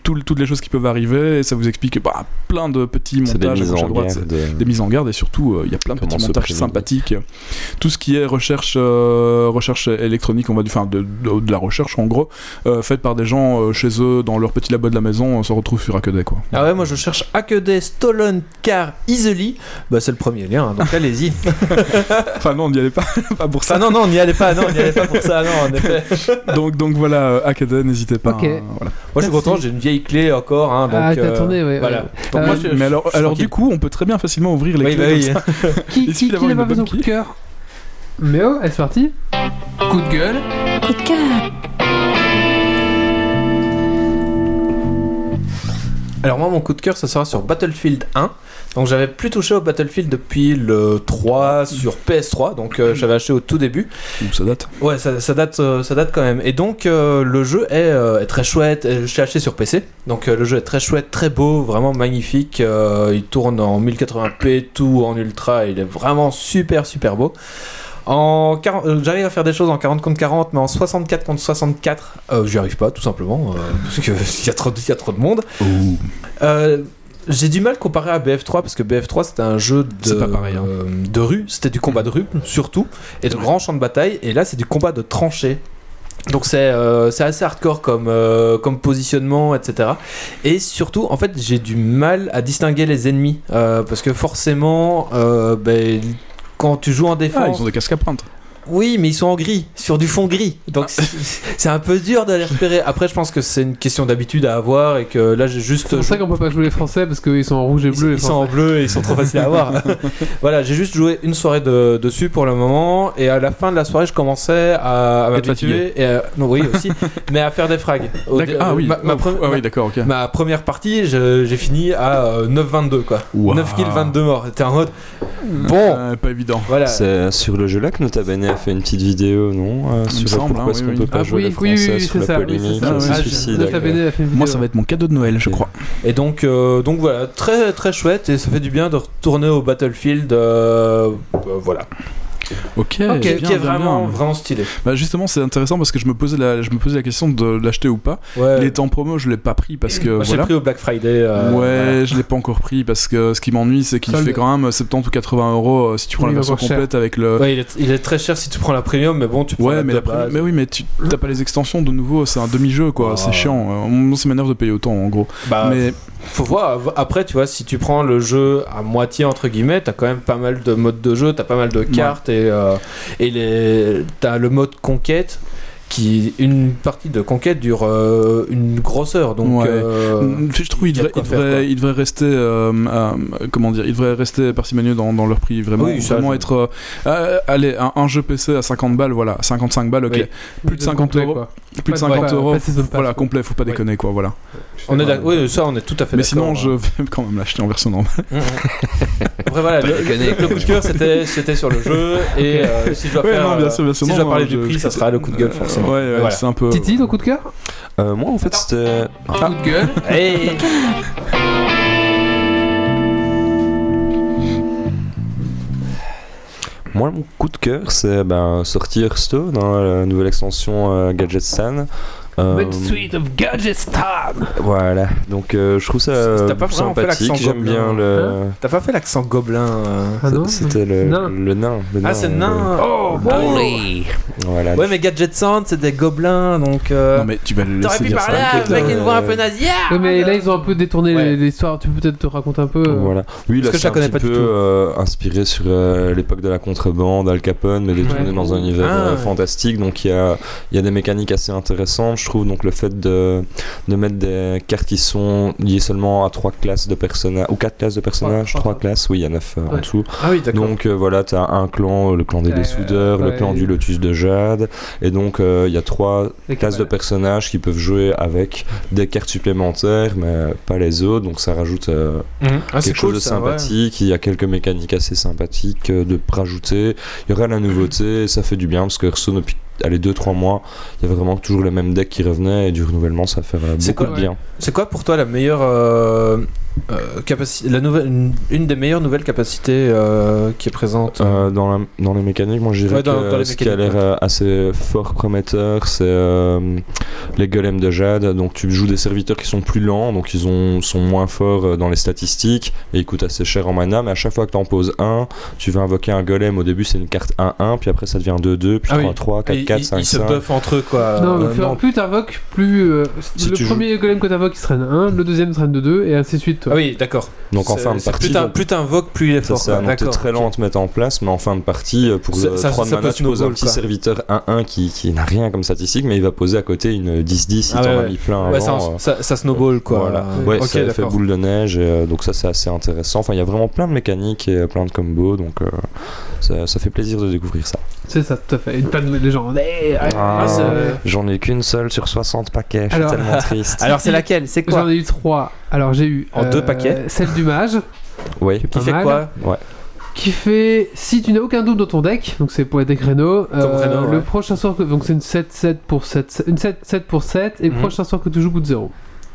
[SPEAKER 3] tout le- toutes les choses qui peuvent arriver et ça vous explique bah, plein de petits
[SPEAKER 5] C'est
[SPEAKER 3] montages
[SPEAKER 5] des
[SPEAKER 3] à
[SPEAKER 5] mises
[SPEAKER 3] gauche à
[SPEAKER 5] en
[SPEAKER 3] droite.
[SPEAKER 5] garde. euh,
[SPEAKER 3] Des mises en garde et surtout euh, il y a plein de
[SPEAKER 5] Comment
[SPEAKER 3] petits
[SPEAKER 5] se
[SPEAKER 3] montages
[SPEAKER 5] prémunir.
[SPEAKER 3] sympathiques. Tout ce qui est recherche, euh, recherche électronique, on va dire, enfin de, de- de la recherche en gros, euh, faite par des gens euh, chez eux dans leur petit labo de la maison, on se retrouve sur Hackaday quoi.
[SPEAKER 4] Ah ouais, moi je cherche Hackday, Stolen, Car, Easily. Bah, c'est le premier lien, hein, donc allez-y.
[SPEAKER 3] Enfin non, n'y allez pas, pas pour
[SPEAKER 4] Ah
[SPEAKER 3] ça.
[SPEAKER 4] non, non, n'y allez pas, non, n'y allez pas pour ça, non, en effet.
[SPEAKER 3] Donc donc voilà, euh, Hackaday, n'hésitez pas.
[SPEAKER 1] Ok.
[SPEAKER 3] hein, voilà.
[SPEAKER 4] Moi je suis content, j'ai une vieille clé encore. Hein, donc,
[SPEAKER 1] Ah, t'as
[SPEAKER 4] euh,
[SPEAKER 1] tourné, ouais,
[SPEAKER 4] Voilà.
[SPEAKER 1] ouais.
[SPEAKER 4] Donc,
[SPEAKER 1] Euh,
[SPEAKER 4] moi, je-
[SPEAKER 3] Mais alors,
[SPEAKER 4] je suis
[SPEAKER 3] alors
[SPEAKER 4] tranquille.
[SPEAKER 3] du coup, on peut très bien facilement ouvrir les
[SPEAKER 4] Oui,
[SPEAKER 3] clés
[SPEAKER 4] bah oui.
[SPEAKER 3] comme ça.
[SPEAKER 1] Qui,
[SPEAKER 3] Est-ce
[SPEAKER 1] qui,
[SPEAKER 3] qu'il
[SPEAKER 1] qui
[SPEAKER 3] a
[SPEAKER 1] n'a
[SPEAKER 3] une
[SPEAKER 1] pas
[SPEAKER 3] bonne
[SPEAKER 1] besoin coup de cœur Mais oh, elle c'est parti Coup de gueule.
[SPEAKER 7] Coup de cœur.
[SPEAKER 4] Alors moi mon coup de cœur ça sera sur Battlefield 1. Donc j'avais plus touché au Battlefield depuis le 3 sur PS3, donc euh, j'avais acheté au tout début.
[SPEAKER 3] Ouh, ça date.
[SPEAKER 4] Ouais ça, ça date, euh, ça date quand même. Et donc euh, le jeu est, euh, est très chouette, Et je l'ai acheté sur PC. Donc euh, le jeu est très chouette, très beau, vraiment magnifique. Euh, il tourne en 1080p, tout en ultra, il est vraiment super super beau. En 40 euh, j'arrive à faire des choses en 40 contre 40, mais en 64 contre 64, euh, j'y arrive pas, tout simplement, euh, parce qu'il y, a trop de- y a trop de monde.
[SPEAKER 3] Oh.
[SPEAKER 4] Euh, j'ai du mal comparé à BF3 parce que BF3 c'était un jeu de,
[SPEAKER 3] C'est pas pareil, hein.
[SPEAKER 4] euh, de rue, c'était du combat de rue surtout, et de grands champs de bataille, et là c'est du combat de tranchées. Donc c'est euh, c'est assez hardcore comme, euh, comme positionnement, etc. Et surtout, en fait, j'ai du mal à distinguer les ennemis, euh, parce que forcément, euh, ben, quand tu joues en
[SPEAKER 3] Ah,
[SPEAKER 4] défense...
[SPEAKER 3] ils ont des casques à prendre.
[SPEAKER 4] Oui, mais ils sont en gris, sur du fond gris. Donc c'est- c'est un peu dur d'aller repérer. Après, je pense que c'est une question d'habitude à avoir, et que là j'ai juste...
[SPEAKER 1] C'est pour ça qu'on peut pas jouer les Français parce qu'ils sont en rouge et
[SPEAKER 4] Ils,
[SPEAKER 1] bleu.
[SPEAKER 4] ils
[SPEAKER 1] les
[SPEAKER 4] sont en bleu et ils sont trop faciles à avoir. voilà, j'ai juste joué une soirée de- dessus pour le moment et à la fin de la soirée, je commençais à, à
[SPEAKER 3] Être
[SPEAKER 4] m'habituer et à- non, oui aussi, mais à faire des frags. Au dé-
[SPEAKER 3] D'accord. Ah oui,
[SPEAKER 4] ma, ma
[SPEAKER 3] Oh,
[SPEAKER 4] pre-
[SPEAKER 3] ah oui, d'accord, ok.
[SPEAKER 4] ma- ma première partie, je- j'ai fini à euh, 9-22 quoi.
[SPEAKER 3] Ouah.
[SPEAKER 4] 9 kills, 22 morts. T'es en mode bon,
[SPEAKER 3] Euh, pas évident.
[SPEAKER 4] voilà.
[SPEAKER 5] C'est euh, sur le jeu là que Notabene a fait une petite vidéo, non Euh,
[SPEAKER 3] Il me
[SPEAKER 5] Sur
[SPEAKER 3] semble,
[SPEAKER 5] pourquoi
[SPEAKER 3] hein,
[SPEAKER 5] est-ce
[SPEAKER 3] oui,
[SPEAKER 5] qu'on
[SPEAKER 3] oui.
[SPEAKER 5] peut pas
[SPEAKER 1] Ah,
[SPEAKER 5] jouer
[SPEAKER 1] oui,
[SPEAKER 5] les
[SPEAKER 1] oui,
[SPEAKER 5] Français
[SPEAKER 1] oui,
[SPEAKER 5] sous
[SPEAKER 1] c'est
[SPEAKER 5] la
[SPEAKER 1] ça, oui,
[SPEAKER 5] polémique,
[SPEAKER 1] c'est
[SPEAKER 3] ça,
[SPEAKER 5] le
[SPEAKER 3] oui.
[SPEAKER 1] Ah, je-
[SPEAKER 5] suicide.
[SPEAKER 1] Nota Bene a fait une
[SPEAKER 3] Moi,
[SPEAKER 1] vidéo.
[SPEAKER 3] ça va être mon cadeau de Noël, je
[SPEAKER 5] Ok.
[SPEAKER 3] crois.
[SPEAKER 4] Et donc, euh, donc voilà, très très chouette et ça fait du bien de retourner au Battlefield. euh, euh, voilà. Ok,
[SPEAKER 3] Ok, bien,
[SPEAKER 4] qui est
[SPEAKER 3] bien,
[SPEAKER 4] vraiment,
[SPEAKER 3] bien.
[SPEAKER 4] vraiment stylé.
[SPEAKER 3] Bah, justement, c'est intéressant parce que je me posais la, je me posais la question de l'acheter ou pas.
[SPEAKER 4] Ouais.
[SPEAKER 1] Euh.
[SPEAKER 3] Il était en promo, je l'ai pas pris parce que
[SPEAKER 4] Moi, je l'ai
[SPEAKER 3] voilà.
[SPEAKER 4] pris au Black Friday. euh,
[SPEAKER 3] ouais,
[SPEAKER 4] voilà.
[SPEAKER 3] je l'ai pas encore pris parce que ce qui m'ennuie, c'est qu'il
[SPEAKER 1] Solde.
[SPEAKER 3] fait quand même 70 ou 80 euros euh, si tu prends
[SPEAKER 1] Oui,
[SPEAKER 3] la
[SPEAKER 1] il va
[SPEAKER 3] version
[SPEAKER 1] encore cher.
[SPEAKER 3] complète avec le.
[SPEAKER 4] Ouais, il, est, il est très cher si tu prends la premium, mais bon, tu prends
[SPEAKER 3] Euh, Ouais,
[SPEAKER 4] la
[SPEAKER 3] mais,
[SPEAKER 4] de
[SPEAKER 3] la première-
[SPEAKER 4] base.
[SPEAKER 3] mais oui, mais tu t'as pas les extensions de nouveau, c'est un demi-jeu quoi,
[SPEAKER 4] Ah.
[SPEAKER 3] c'est chiant. Euh, On c'est m'énerve de payer autant en gros.
[SPEAKER 4] Bah,
[SPEAKER 3] mais
[SPEAKER 4] faut voir. Après, tu vois, si tu prends le jeu à moitié entre guillemets, t'as quand même pas mal de modes de jeu, t'as pas mal de cartes et euh, et les t'as le mode conquête qui une partie de conquête dure euh, une grosse heure, donc
[SPEAKER 3] Ouais. Mm.
[SPEAKER 4] euh,
[SPEAKER 3] je trouve
[SPEAKER 4] il
[SPEAKER 3] il
[SPEAKER 4] y a de
[SPEAKER 3] devrait, il
[SPEAKER 4] quoi faire,
[SPEAKER 3] devrait-
[SPEAKER 4] quoi.
[SPEAKER 3] il devrait rester euh, euh, comment dire, il devrait rester parcimonieux dans, dans leur prix vraiment,
[SPEAKER 4] Oui, ça,
[SPEAKER 3] vraiment
[SPEAKER 4] je-
[SPEAKER 3] être euh, euh, allez, un, un jeu PC à 50 balles voilà, 55 balles OK.
[SPEAKER 4] Oui.
[SPEAKER 3] Plus de 50 euros.
[SPEAKER 1] Quoi.
[SPEAKER 3] Plus de
[SPEAKER 1] Ouais,
[SPEAKER 3] 50
[SPEAKER 1] ouais,
[SPEAKER 3] euros.
[SPEAKER 1] ouais, season pass,
[SPEAKER 3] Voilà,
[SPEAKER 1] quoi.
[SPEAKER 3] complet, faut pas
[SPEAKER 4] Oui.
[SPEAKER 3] déconner quoi, voilà.
[SPEAKER 4] on est d'accord. Oui, ça, on est tout à fait.
[SPEAKER 3] Mais sinon, je
[SPEAKER 4] d'accord. hein.
[SPEAKER 3] vais quand même l'acheter en version normale.
[SPEAKER 4] Après voilà, le, le coup de cœur c'était c'était sur le jeu et euh, si je dois
[SPEAKER 3] Ouais,
[SPEAKER 4] faire
[SPEAKER 3] non, bien
[SPEAKER 4] euh,
[SPEAKER 3] sûr, bien sûr,
[SPEAKER 4] si je
[SPEAKER 3] non,
[SPEAKER 4] dois parler
[SPEAKER 3] je- Euh,
[SPEAKER 4] du prix, ça sera le coup de gueule forcément.
[SPEAKER 3] Ouais, ouais,
[SPEAKER 4] Voilà.
[SPEAKER 3] c'est un peu
[SPEAKER 1] Titi, ton coup de cœur
[SPEAKER 5] Euh, moi en fait c'était.
[SPEAKER 1] Coup de gueule.
[SPEAKER 4] Hey.
[SPEAKER 5] Moi, mon coup de cœur, c'est ben, sorti Hearthstone, hein, la nouvelle extension euh, Gadget Stan. Euh,
[SPEAKER 1] of Gadgetan
[SPEAKER 5] voilà, donc euh, je trouve ça euh,
[SPEAKER 4] T'as pas vraiment fait
[SPEAKER 5] sympathique,
[SPEAKER 4] l'accent
[SPEAKER 5] j'aime bien
[SPEAKER 4] gobelin.
[SPEAKER 5] le.
[SPEAKER 4] T'as pas fait l'accent gobelin euh,
[SPEAKER 1] Hein Ah non
[SPEAKER 5] C'était le,
[SPEAKER 1] Nain.
[SPEAKER 5] le nain. le
[SPEAKER 4] Ah, c'est
[SPEAKER 5] le-
[SPEAKER 4] nain Oh,
[SPEAKER 5] Voilà.
[SPEAKER 4] Ouais, mais Gadget Sand, c'est des gobelins, donc... euh,
[SPEAKER 3] Non mais tu vas le
[SPEAKER 4] T'aurais
[SPEAKER 3] laisser
[SPEAKER 4] pu
[SPEAKER 3] dire
[SPEAKER 4] parler
[SPEAKER 3] ça.
[SPEAKER 4] à un mec qui a une voix un peu nasillarde
[SPEAKER 1] Ouais, mais là, ils ont un peu détourné
[SPEAKER 4] Ouais.
[SPEAKER 1] l'histoire. Tu peux peut-être te raconter un peu. euh,
[SPEAKER 5] Voilà. Oui,
[SPEAKER 4] hein. Parce
[SPEAKER 5] là,
[SPEAKER 4] que je
[SPEAKER 5] c'est
[SPEAKER 4] la
[SPEAKER 5] un
[SPEAKER 4] connais
[SPEAKER 5] petit
[SPEAKER 4] pas du
[SPEAKER 5] peu
[SPEAKER 4] tout.
[SPEAKER 5] euh, inspiré sur euh, l'époque de la contrebande, Al Capone, mais détourné
[SPEAKER 1] Ouais.
[SPEAKER 5] dans un univers
[SPEAKER 4] Ah,
[SPEAKER 5] euh,
[SPEAKER 4] ouais.
[SPEAKER 5] fantastique. Donc, il y a, il y a des mécaniques assez intéressantes, je trouve. Donc, le fait de, de mettre des cartes qui sont liées seulement à trois classes de personnages, ou quatre classes de personnages,
[SPEAKER 1] trois
[SPEAKER 5] trois classes, oui, il y en a neuf euh, en
[SPEAKER 1] Ouais.
[SPEAKER 5] dessous.
[SPEAKER 4] Ah oui, d'accord.
[SPEAKER 5] Donc euh, voilà, tu as un clan, le clan des
[SPEAKER 1] Euh,
[SPEAKER 5] Dessoudeurs,
[SPEAKER 1] ouais.
[SPEAKER 5] le clan du Lotus de Jade, et donc euh, il y a trois
[SPEAKER 1] des
[SPEAKER 5] classes de
[SPEAKER 1] cabales.
[SPEAKER 5] personnages qui peuvent jouer avec des cartes supplémentaires, mais pas les autres, donc ça rajoute euh,
[SPEAKER 4] Mhm. Ah, c'est
[SPEAKER 5] quelque
[SPEAKER 4] cool,
[SPEAKER 5] chose de
[SPEAKER 4] ça, ouais.
[SPEAKER 5] sympathique. Il y a quelques mécaniques assez sympathiques euh, de rajouter. Il y aura la nouveauté, et ça fait du bien parce que Hearthstone, depuis allez, 2-3 mois, il y avait vraiment toujours les mêmes decks qui revenaient, et du renouvellement, ça fait euh,
[SPEAKER 4] C'est
[SPEAKER 5] beaucoup
[SPEAKER 1] quoi,
[SPEAKER 5] de bien.
[SPEAKER 4] C'est quoi pour toi la meilleure... euh, euh, capaci- la nouvelle, une, une des meilleures nouvelles capacités euh, qui est présente
[SPEAKER 5] Euh, dans, la- dans les mécaniques, moi je dirais
[SPEAKER 4] Ouais, dans-
[SPEAKER 5] que
[SPEAKER 4] dans les
[SPEAKER 5] ce qui a l'air
[SPEAKER 4] mécaniques,
[SPEAKER 5] euh, assez fort prometteur, c'est euh, les golems de jade. Donc tu joues des serviteurs qui sont plus lents, donc ils ont, sont moins forts euh, dans les statistiques et ils coûtent assez cher en mana. Mais à chaque fois que tu en poses un, tu vas invoquer un golem. Au début, c'est une carte 1-1, puis après ça devient 2-2, puis
[SPEAKER 4] Ah oui.
[SPEAKER 5] 3-3,
[SPEAKER 4] Et
[SPEAKER 5] 4-4,
[SPEAKER 4] ils, ils se
[SPEAKER 5] 5-5.
[SPEAKER 4] buffent entre eux, quoi.
[SPEAKER 1] Non,
[SPEAKER 4] Euh,
[SPEAKER 1] mais plus- plus t'invoques, plus. euh,
[SPEAKER 5] Si
[SPEAKER 1] le
[SPEAKER 5] tu
[SPEAKER 1] premier golem que t'invoques, il se traîne 1, le deuxième traîne de 2, et ainsi de suite. toi.
[SPEAKER 4] Ah oui, d'accord.
[SPEAKER 5] Donc en
[SPEAKER 4] C'est-
[SPEAKER 5] fin de
[SPEAKER 4] c'est
[SPEAKER 5] partie.
[SPEAKER 4] Plus t'in- plus t'invoques, plus il est
[SPEAKER 5] C'est
[SPEAKER 4] fort.
[SPEAKER 5] ça,
[SPEAKER 4] quoi.
[SPEAKER 5] donc t'es
[SPEAKER 4] D'accord.
[SPEAKER 5] très lent à te mettre en place, mais en fin de partie, euh, pour
[SPEAKER 4] Ça-
[SPEAKER 5] euh,
[SPEAKER 4] ça-
[SPEAKER 5] 3 de
[SPEAKER 4] ça peut
[SPEAKER 5] mana, tu poses un
[SPEAKER 4] snowball,
[SPEAKER 5] petit
[SPEAKER 4] quoi.
[SPEAKER 5] serviteur 1-1 qui, qui n'a rien comme statistique, mais il va poser à côté une 10-10, il
[SPEAKER 4] Ah
[SPEAKER 5] t'en
[SPEAKER 4] ouais,
[SPEAKER 5] a mis plein
[SPEAKER 4] Ouais, ça,
[SPEAKER 5] avant, euh,
[SPEAKER 4] ça, ça snowball, quoi.
[SPEAKER 5] Voilà.
[SPEAKER 4] Euh,
[SPEAKER 5] Ouais,
[SPEAKER 4] ok,
[SPEAKER 5] ça fait
[SPEAKER 4] d'accord.
[SPEAKER 5] boule de neige, et, euh, donc ça c'est assez intéressant. Enfin, il y a vraiment plein de mécaniques et euh, plein de combos, donc euh, ça, ça fait plaisir de découvrir ça.
[SPEAKER 1] C'est ça, tout à fait. Une panne de légende. Eh, ouais.
[SPEAKER 5] Ah,
[SPEAKER 4] c'est-
[SPEAKER 5] J'en ai qu'une seule sur 60 paquets, je suis
[SPEAKER 1] Alors-
[SPEAKER 5] tellement triste.
[SPEAKER 4] Alors, c'est laquelle C'est quoi
[SPEAKER 1] J'en ai eu 3. Alors j'ai eu. euh,
[SPEAKER 4] En deux paquets
[SPEAKER 1] Celle du mage,
[SPEAKER 5] Oui,
[SPEAKER 4] Qui
[SPEAKER 1] pas
[SPEAKER 4] fait
[SPEAKER 1] mal.
[SPEAKER 4] quoi
[SPEAKER 1] qui fait. Si tu n'as aucun double dans ton deck, donc c'est pour les decks Reno,
[SPEAKER 4] Comme Reno, ouais.
[SPEAKER 1] euh, le prochain sort que. Donc c'est une 7-7 pour 7. Une 7-7 pour 7, et le
[SPEAKER 4] Mhm.
[SPEAKER 1] prochain sort que tu joues coûte 0.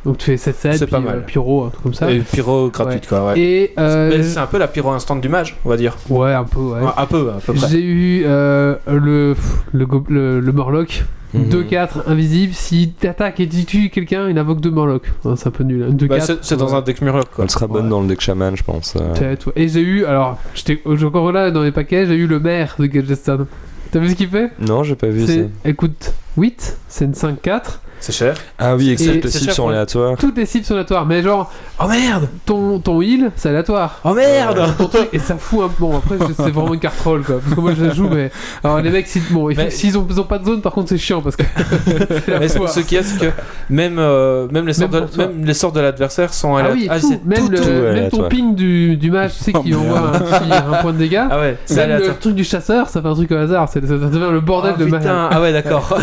[SPEAKER 1] Donc tu fais 7 7
[SPEAKER 4] C'est
[SPEAKER 1] puis
[SPEAKER 4] pas mal.
[SPEAKER 1] euh, pyro, un truc comme ça.
[SPEAKER 4] Et pyro gratuite, quoi, ouais.
[SPEAKER 1] Et, euh,
[SPEAKER 4] Mais c'est un peu la pyro instant du mage, on va dire.
[SPEAKER 1] ouais, un peu, ouais.
[SPEAKER 4] Un, Ah, un peu, à peu près.
[SPEAKER 1] J'ai eu euh, le, pff, le, go- le, le Morlock,
[SPEAKER 5] Mhm.
[SPEAKER 1] 2-4, invisible. Si t'attaques et tu tues quelqu'un, il invoque deux Morlocks. Hein, c'est un peu nul. hein. 2-4.
[SPEAKER 4] Bah, c'est c'est dans un deck murloc, quoi.
[SPEAKER 5] Elle sera bonne
[SPEAKER 1] Ouais.
[SPEAKER 5] dans le deck shaman, je pense. euh.
[SPEAKER 1] Peut-être, ouais. Et j'ai eu, alors, j'étais j'ai encore là dans les paquets, j'ai eu le maire de Gadgetstown. T'as vu ce qu'il fait
[SPEAKER 5] Non, j'ai pas vu ça.
[SPEAKER 1] C'est, écoute, 8, c'est une 5-4.
[SPEAKER 4] C'est cher.
[SPEAKER 5] Ah oui,
[SPEAKER 1] Et-
[SPEAKER 5] except les
[SPEAKER 4] c'est
[SPEAKER 5] cibles
[SPEAKER 4] cher,
[SPEAKER 5] sont
[SPEAKER 4] ouais.
[SPEAKER 5] aléatoires.
[SPEAKER 1] Toutes les cibles sont aléatoires, mais genre,
[SPEAKER 4] Oh merde
[SPEAKER 1] ton, ton heal, c'est aléatoire.
[SPEAKER 4] Oh merde
[SPEAKER 1] Ton truc, et ça fout un. Bon, après, je- c'est vraiment une carte troll, quoi. Parce que moi, je la joue, mais. Alors, les mecs, si- bon, il faut-
[SPEAKER 4] Mais-
[SPEAKER 1] s'ils ont, ils ont pas de zone, par contre, c'est chiant parce que. c'est la
[SPEAKER 4] Mais ce
[SPEAKER 1] foire.
[SPEAKER 4] ce qu'il y a, c'est que même, euh, même, les sorts
[SPEAKER 1] Même
[SPEAKER 4] de,
[SPEAKER 1] pour toi.
[SPEAKER 4] même les sorts de l'adversaire sont
[SPEAKER 1] Ah
[SPEAKER 4] aléa-
[SPEAKER 1] oui, tout,
[SPEAKER 4] c'est-
[SPEAKER 1] même, le-
[SPEAKER 5] tout est
[SPEAKER 1] même ton
[SPEAKER 5] aléatoire.
[SPEAKER 1] ping du, du match, tu sais,
[SPEAKER 3] Oh,
[SPEAKER 1] qui envoie
[SPEAKER 3] merde.
[SPEAKER 1] un, petit- un point de dégâts.
[SPEAKER 4] Ah ouais, c'est
[SPEAKER 1] Même le
[SPEAKER 4] aléatoire.
[SPEAKER 1] truc du chasseur, ça fait un truc au hasard, c'est, ça devient le bordel
[SPEAKER 4] Ah,
[SPEAKER 1] de
[SPEAKER 4] putain,
[SPEAKER 1] malade.
[SPEAKER 4] ah ouais, d'accord.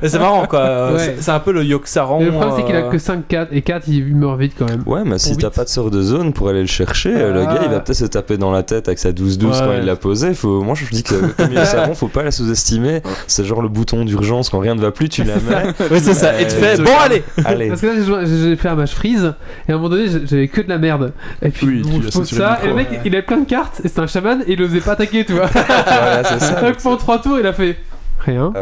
[SPEAKER 4] Mais c'est marrant, quoi. Euh,
[SPEAKER 1] Ouais.
[SPEAKER 4] c'est- C'est un peu le Yogg-Saron.
[SPEAKER 1] Et le problème, c'est qu'il a
[SPEAKER 4] euh,
[SPEAKER 1] que 5, 4 et 4, il meurt vite quand même.
[SPEAKER 5] Ouais, mais si
[SPEAKER 1] Pour
[SPEAKER 5] t'as
[SPEAKER 1] huit.
[SPEAKER 5] pas de sort de zone pour aller le chercher, euh, le
[SPEAKER 1] Ah.
[SPEAKER 5] gars il va peut-être se taper dans la tête avec sa 12-12 quand
[SPEAKER 4] Ouais.
[SPEAKER 5] il l'a posé. Faut... Moi je dis que euh, comme il est savon, faut pas la sous-estimer. C'est genre le bouton d'urgence quand rien ne va plus, tu la mets.
[SPEAKER 4] Ouais, c'est ça. Et tu fais, bon, allez
[SPEAKER 5] Allez.
[SPEAKER 1] Parce que là, j'ai joué- j'ai j'ai fait un match freeze, et à un moment donné, j'ai- j'avais que de la merde. Et puis,
[SPEAKER 3] Oui,
[SPEAKER 1] bon,
[SPEAKER 3] tu
[SPEAKER 1] je
[SPEAKER 3] as
[SPEAKER 1] pose
[SPEAKER 3] censuré
[SPEAKER 1] ça,
[SPEAKER 3] le
[SPEAKER 1] et le
[SPEAKER 3] micro,
[SPEAKER 1] mec, il avait plein de cartes, et c'était un chaman, et il osait pas attaquer, tu vois.
[SPEAKER 5] voilà, c'est ça.
[SPEAKER 1] Donc pendant 3 tours, il a fait rien,
[SPEAKER 5] Ah,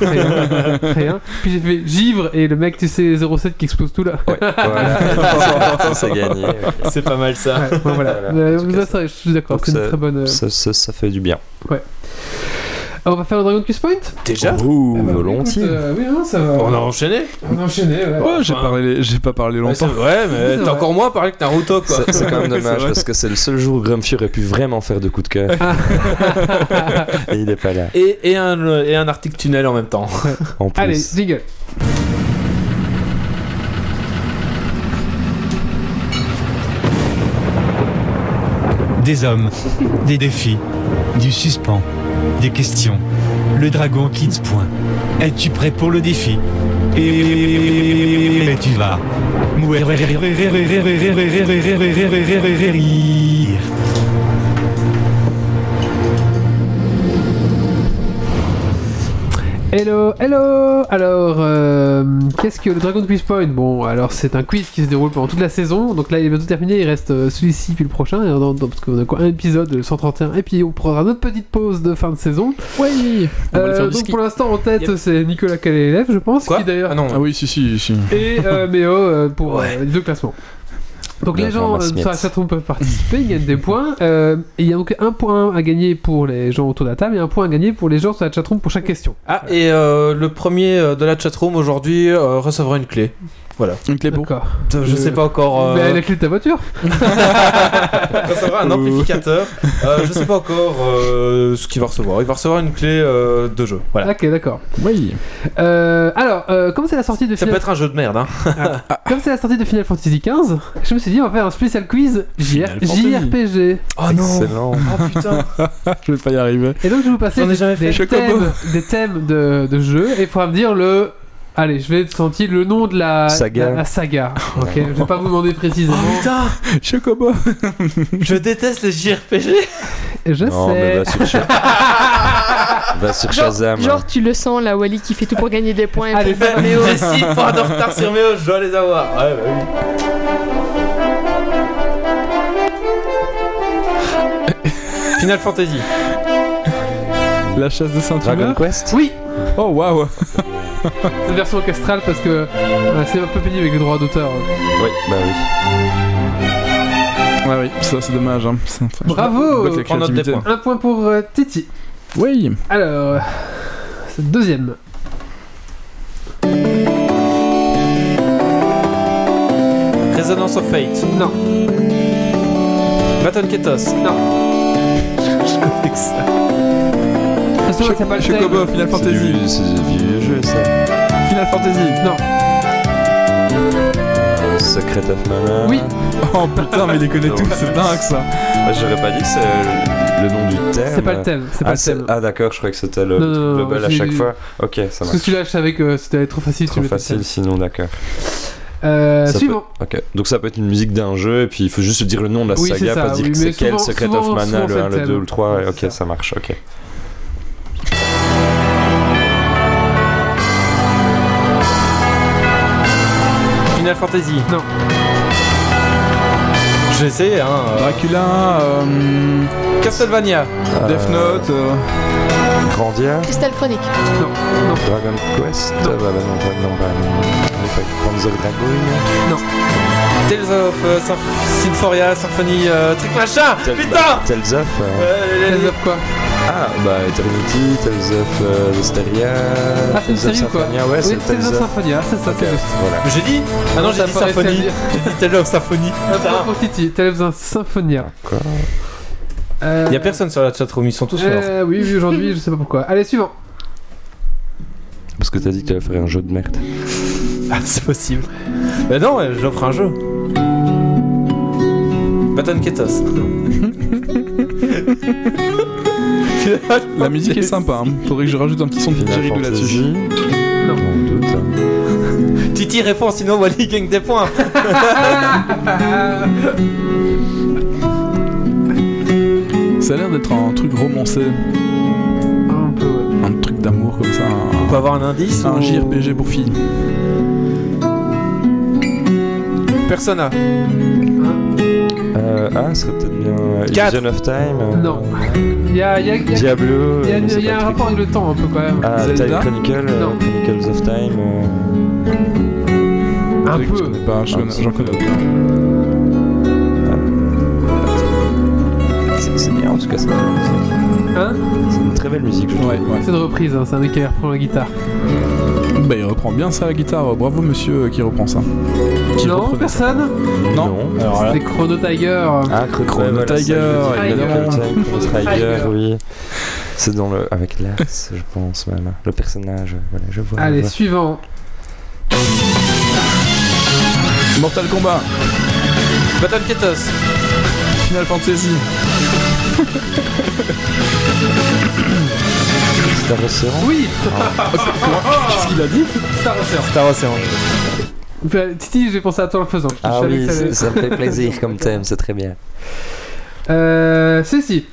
[SPEAKER 5] voilà.
[SPEAKER 1] rien, rien. Puis j'ai fait givre, et le mec, tu sais, 07 qui explose tout là.
[SPEAKER 5] Ouais, voilà. Ça, c'est gagné. ouais.
[SPEAKER 4] C'est pas mal ça.
[SPEAKER 1] Ouais, bon, voilà. Euh,
[SPEAKER 5] Voilà,
[SPEAKER 1] Mais
[SPEAKER 5] en tout
[SPEAKER 1] ça,
[SPEAKER 5] cas,
[SPEAKER 1] ça, je suis d'accord,
[SPEAKER 5] Donc
[SPEAKER 1] c'est une
[SPEAKER 5] ça-
[SPEAKER 1] très bonne. euh,
[SPEAKER 5] Ça, ça- ça fait du bien.
[SPEAKER 1] On va faire le Dragon Quest Point Eh
[SPEAKER 4] Déjà
[SPEAKER 3] Ouh.
[SPEAKER 5] bah, volontiers.
[SPEAKER 1] Ah
[SPEAKER 5] Oh,
[SPEAKER 1] Écoute, euh, oui, hein, ça va.
[SPEAKER 4] On a enchaîné
[SPEAKER 1] On a enchaîné, ouais.
[SPEAKER 3] Ouais, j'ai parlé, j'ai pas parlé
[SPEAKER 4] Ouais, c'est
[SPEAKER 3] longtemps.
[SPEAKER 4] vrai, mais
[SPEAKER 1] C'est
[SPEAKER 4] t'as encore moins parlé que Naruto, quoi.
[SPEAKER 5] C'est c'est quand même
[SPEAKER 3] C'est
[SPEAKER 5] dommage
[SPEAKER 3] vrai.
[SPEAKER 5] parce que c'est le seul jour où Grumpy aurait pu vraiment faire de coup de cœur. Et il est pas là.
[SPEAKER 4] Et, et, un, euh, et un article tunnel en même temps.
[SPEAKER 5] En plus.
[SPEAKER 1] Allez, jingle.
[SPEAKER 7] Des hommes, des défis, du suspens, des questions. Le dragon quitte point. Es-tu prêt pour le défi Et tu vas. mourir.
[SPEAKER 1] Hello, hello Alors, euh, qu'est-ce que le Dragon Quiz Point Bon, alors c'est un quiz qui se déroule pendant toute la saison, donc là il est bientôt terminé, il reste euh, celui-ci puis le prochain, et dans- dans- parce qu'on a quoi Un épisode, le 131, et puis on prendra notre petite pause de fin de saison.
[SPEAKER 3] Oui. On va aller
[SPEAKER 1] Euh,
[SPEAKER 3] faire du
[SPEAKER 1] donc
[SPEAKER 3] ski.
[SPEAKER 1] pour l'instant en tête c'est Nicolas Calais-Élève, je pense,
[SPEAKER 4] Quoi
[SPEAKER 1] qui d'ailleurs...
[SPEAKER 4] Ah non,
[SPEAKER 3] Ah oui, si, si, si.
[SPEAKER 1] et euh, Méo euh, pour euh, deux classements. Donc
[SPEAKER 5] Bien
[SPEAKER 1] les
[SPEAKER 5] joué,
[SPEAKER 1] gens euh,
[SPEAKER 5] Max Mietz.
[SPEAKER 1] sur la chatroom peuvent participer, ils gagnent des points. euh, et il y a donc un point à gagner pour les gens autour de la table et un point à gagner pour les gens sur la chatroom pour chaque question.
[SPEAKER 4] Ah, et euh, le premier euh, de la chatroom aujourd'hui euh, recevra une clé.
[SPEAKER 3] Une clé pour.
[SPEAKER 1] D'accord.
[SPEAKER 4] Je sais pas encore. euh,
[SPEAKER 1] Mais la clé de ta voiture
[SPEAKER 4] recevra un amplificateur. Euh, je sais pas encore euh, ce qu'il va recevoir. Il va recevoir une clé euh, de jeu. Voilà.
[SPEAKER 1] Ok, d'accord.
[SPEAKER 3] Oui.
[SPEAKER 1] Euh, alors, euh, comme c'est la sortie de
[SPEAKER 4] Ça
[SPEAKER 1] Final...
[SPEAKER 4] peut être un jeu de merde, hein.
[SPEAKER 1] comme c'est la sortie de Final Fantasy XV, je me suis dit on va faire un spécial quiz JR-
[SPEAKER 3] Final Fantasy.
[SPEAKER 1] JRPG.
[SPEAKER 4] Oh
[SPEAKER 5] Excellent.
[SPEAKER 4] Oh putain
[SPEAKER 3] Je vais pas y arriver.
[SPEAKER 1] Et donc je vais vous passer
[SPEAKER 4] J'en ai
[SPEAKER 1] des,
[SPEAKER 4] jamais fait.
[SPEAKER 1] thèmes,
[SPEAKER 4] Chocobo.
[SPEAKER 1] des thèmes de, de jeu et il faudra me dire le. Allez, je vais sentir le nom de la
[SPEAKER 5] Saga.
[SPEAKER 1] de la saga. Ok, je vais pas vous demander précisément.
[SPEAKER 4] Putain
[SPEAKER 3] Chocobo.
[SPEAKER 4] Je déteste les JRPG
[SPEAKER 1] je
[SPEAKER 5] non, mais
[SPEAKER 1] sais.
[SPEAKER 5] va sur, Sha- va sur
[SPEAKER 6] Genre,
[SPEAKER 5] Shazam.
[SPEAKER 6] genre, tu le sens là, Wally qui fait tout pour gagner des points. et
[SPEAKER 1] Allez,
[SPEAKER 6] pour-
[SPEAKER 1] ça-
[SPEAKER 4] Méo Décide pas de retard sur Méo, je dois les avoir Ouais, bah oui. Final Fantasy.
[SPEAKER 3] La chasse de
[SPEAKER 5] Dragon
[SPEAKER 3] Saint-Hubert.
[SPEAKER 5] Quest
[SPEAKER 1] Oui,
[SPEAKER 3] Oh waouh.
[SPEAKER 1] c'est une version orchestrale parce que euh, c'est un peu pénible avec les droits d'auteur.
[SPEAKER 5] Oui, bah oui.
[SPEAKER 3] Ouais, oui. Ça, c'est dommage. Hein. C'est- enfin,
[SPEAKER 1] Bravo.
[SPEAKER 3] bloque la
[SPEAKER 4] Prends notre
[SPEAKER 3] créativité.
[SPEAKER 4] dépôt.
[SPEAKER 1] Un point pour euh, Titi.
[SPEAKER 3] Oui.
[SPEAKER 1] Alors, euh, c'est le deuxième.
[SPEAKER 4] Resonance of Fate.
[SPEAKER 1] Non.
[SPEAKER 4] Baton Ketos.
[SPEAKER 1] De toute façon,
[SPEAKER 3] Choc-
[SPEAKER 1] c'est pas le thème.
[SPEAKER 3] Chocobo, Final
[SPEAKER 5] C'est
[SPEAKER 3] Fantasy.
[SPEAKER 5] du, c'est du vieux jeu ça.
[SPEAKER 3] Final Fantasy.
[SPEAKER 1] Non.
[SPEAKER 5] Euh, Secret of Mana.
[SPEAKER 1] Oui.
[SPEAKER 3] Oh putain, mais il les connaît
[SPEAKER 5] Non.
[SPEAKER 3] tous. C'est dingue ça.
[SPEAKER 5] Bah, J'aurais pas dit que c'est euh, le nom du thème.
[SPEAKER 1] C'est pas le thème, c'est pas
[SPEAKER 5] Ah,
[SPEAKER 1] le
[SPEAKER 5] c'est-
[SPEAKER 1] thème.
[SPEAKER 5] ah, d'accord, je croyais que c'était le
[SPEAKER 1] Non, non,
[SPEAKER 5] truc
[SPEAKER 1] non,
[SPEAKER 5] global à
[SPEAKER 1] j'ai-
[SPEAKER 5] chaque fois. Ok, ça
[SPEAKER 1] Parce que
[SPEAKER 5] marche.
[SPEAKER 1] celui-là, je savais que c'était euh, trop facile. tu
[SPEAKER 5] Trop
[SPEAKER 1] le fais
[SPEAKER 5] facile
[SPEAKER 1] seul.
[SPEAKER 5] sinon, d'accord.
[SPEAKER 1] Euh,
[SPEAKER 5] Ça
[SPEAKER 1] suivant.
[SPEAKER 5] Ok. Donc ça peut être une musique d'un jeu et puis il faut juste dire le nom de la
[SPEAKER 1] Oui, c'est
[SPEAKER 5] saga,
[SPEAKER 1] ça,
[SPEAKER 5] pas dire
[SPEAKER 1] oui,
[SPEAKER 5] que
[SPEAKER 1] mais
[SPEAKER 5] c'est quel
[SPEAKER 1] souvent-
[SPEAKER 5] Secret
[SPEAKER 1] souvent-
[SPEAKER 5] of Mana,
[SPEAKER 1] souvent,
[SPEAKER 5] le 1,
[SPEAKER 1] c'est le
[SPEAKER 5] le 2 ou
[SPEAKER 1] thème.
[SPEAKER 5] le 3.
[SPEAKER 1] C'est
[SPEAKER 5] Ok,
[SPEAKER 1] ça.
[SPEAKER 5] ça. marche, ok.
[SPEAKER 4] Final Final Fantasy
[SPEAKER 1] Non.
[SPEAKER 4] J'ai essayé, hein. euh,
[SPEAKER 3] Dracula, euh,
[SPEAKER 4] Castlevania
[SPEAKER 5] Ah.
[SPEAKER 3] Death Note. euh,
[SPEAKER 5] Grandia,
[SPEAKER 6] Crystal Chronique.
[SPEAKER 5] Dragon Quest, euh, bah, bah, non, pas- non, bah, non, pas Panzer Dragoon,
[SPEAKER 4] Tales of euh, Symph- Symphoria, Symphonie, euh, truc machin
[SPEAKER 5] Tel-
[SPEAKER 4] Putain
[SPEAKER 5] Tales of, euh,
[SPEAKER 4] Euh,
[SPEAKER 1] Tales of quoi
[SPEAKER 5] ah bah Eternity, Tales of euh, Vesperia,
[SPEAKER 1] Ah, c'est une
[SPEAKER 5] Tales of
[SPEAKER 1] série ou quoi
[SPEAKER 5] Symphonia, ouais,
[SPEAKER 1] Oui,
[SPEAKER 5] c'est
[SPEAKER 1] Tales of Symphonia, c'est ça,
[SPEAKER 5] Ok,
[SPEAKER 1] c'est juste.
[SPEAKER 5] voilà.
[SPEAKER 4] J'ai dit Ah non, j'ai
[SPEAKER 1] Ça
[SPEAKER 4] dit
[SPEAKER 1] paraissait
[SPEAKER 4] Symphonie.
[SPEAKER 1] dire.
[SPEAKER 4] J'ai dit Tales of Symphonie.
[SPEAKER 1] Un point pour Titi, Tales of Symphonia.
[SPEAKER 5] Quoi
[SPEAKER 1] Euh,
[SPEAKER 4] Il y a personne sur la chatroom, ils sont tous morts.
[SPEAKER 1] euh, Oui, oui, aujourd'hui, je sais pas pourquoi. Allez, suivant.
[SPEAKER 5] Parce que t'as dit que t'allais faire un jeu de merde.
[SPEAKER 4] Ah, c'est possible. Mais non, ouais, j'offre un jeu. Baton Ketos.
[SPEAKER 3] La musique est sympa, hein. faudrait que je rajoute un petit son de
[SPEAKER 5] Final
[SPEAKER 3] Didgeridoo là-dessus.
[SPEAKER 5] Fantasy,
[SPEAKER 1] Non.
[SPEAKER 5] on doute. hein.
[SPEAKER 4] Titi répond, sinon Wally gagne des points.
[SPEAKER 3] Ça a l'air d'être un truc romancé,
[SPEAKER 1] Un peu, ouais.
[SPEAKER 3] un truc d'amour comme ça.
[SPEAKER 4] On peut avoir un indice
[SPEAKER 3] Un, un
[SPEAKER 4] ou-
[SPEAKER 3] JRPG pour filles.
[SPEAKER 4] Persona.
[SPEAKER 5] Euh, ah, ce serait peut-être bien euh,
[SPEAKER 4] Quatre.
[SPEAKER 5] Illusion of Time. euh,
[SPEAKER 1] Non. Il y a, il y a- il y a-
[SPEAKER 5] Diablo.
[SPEAKER 1] il y a-
[SPEAKER 5] euh,
[SPEAKER 1] il
[SPEAKER 5] c'est
[SPEAKER 1] y a
[SPEAKER 5] pas
[SPEAKER 1] un
[SPEAKER 5] le truc.
[SPEAKER 1] rapport avec le temps, un peu, quand même.
[SPEAKER 5] Ah,
[SPEAKER 3] Zelda
[SPEAKER 5] Time Chronicle, euh,
[SPEAKER 1] Non.
[SPEAKER 5] Chronicles of Time. euh,
[SPEAKER 1] Un
[SPEAKER 3] Je
[SPEAKER 1] peu. Ah,
[SPEAKER 3] connais pas, je connais- j'en connais pas.
[SPEAKER 5] c'est- C'est bien en tout cas, c'est une belle musique.
[SPEAKER 1] Hein
[SPEAKER 5] C'est une très belle musique, je trouve.
[SPEAKER 3] Ouais, ouais.
[SPEAKER 1] C'est une reprise, hein, c'est un mec qui reprend la guitare.
[SPEAKER 3] Bah, il reprend bien ça la guitare, bravo monsieur euh, qui reprend ça. Qui
[SPEAKER 1] non,
[SPEAKER 3] reprenait
[SPEAKER 1] personne
[SPEAKER 3] ça. Non
[SPEAKER 4] Alors là,
[SPEAKER 1] C'est Chrono Tiger.
[SPEAKER 5] Ah, Chrono,
[SPEAKER 3] Chrono
[SPEAKER 5] voilà, ça,
[SPEAKER 3] Tiger,
[SPEAKER 5] je l'ai dit.
[SPEAKER 1] évidemment.
[SPEAKER 5] Chrono Tiger, Chrono
[SPEAKER 1] Chrono
[SPEAKER 5] Tiger,
[SPEAKER 1] Tiger.
[SPEAKER 5] oui. C'est dans le. avec Lars, je pense même. Le personnage, voilà, je vois.
[SPEAKER 1] Allez,
[SPEAKER 5] je vois.
[SPEAKER 1] suivant.
[SPEAKER 3] Mortal Kombat, Oh,
[SPEAKER 4] Baton Ketos.
[SPEAKER 3] Final Fantasy.
[SPEAKER 5] Star Ocean.
[SPEAKER 1] Oui
[SPEAKER 3] Qu'est-ce qu'il a dit
[SPEAKER 1] Star Ocean.
[SPEAKER 4] Star Ocean.
[SPEAKER 1] Bah, Titi, j'ai pensé à toi en le faisant. Je
[SPEAKER 5] Ah
[SPEAKER 1] savais
[SPEAKER 5] oui,
[SPEAKER 1] que ça allait-
[SPEAKER 5] c'est- ça me fait plaisir comme thème, c'est très bien.
[SPEAKER 1] Euh. Si, si.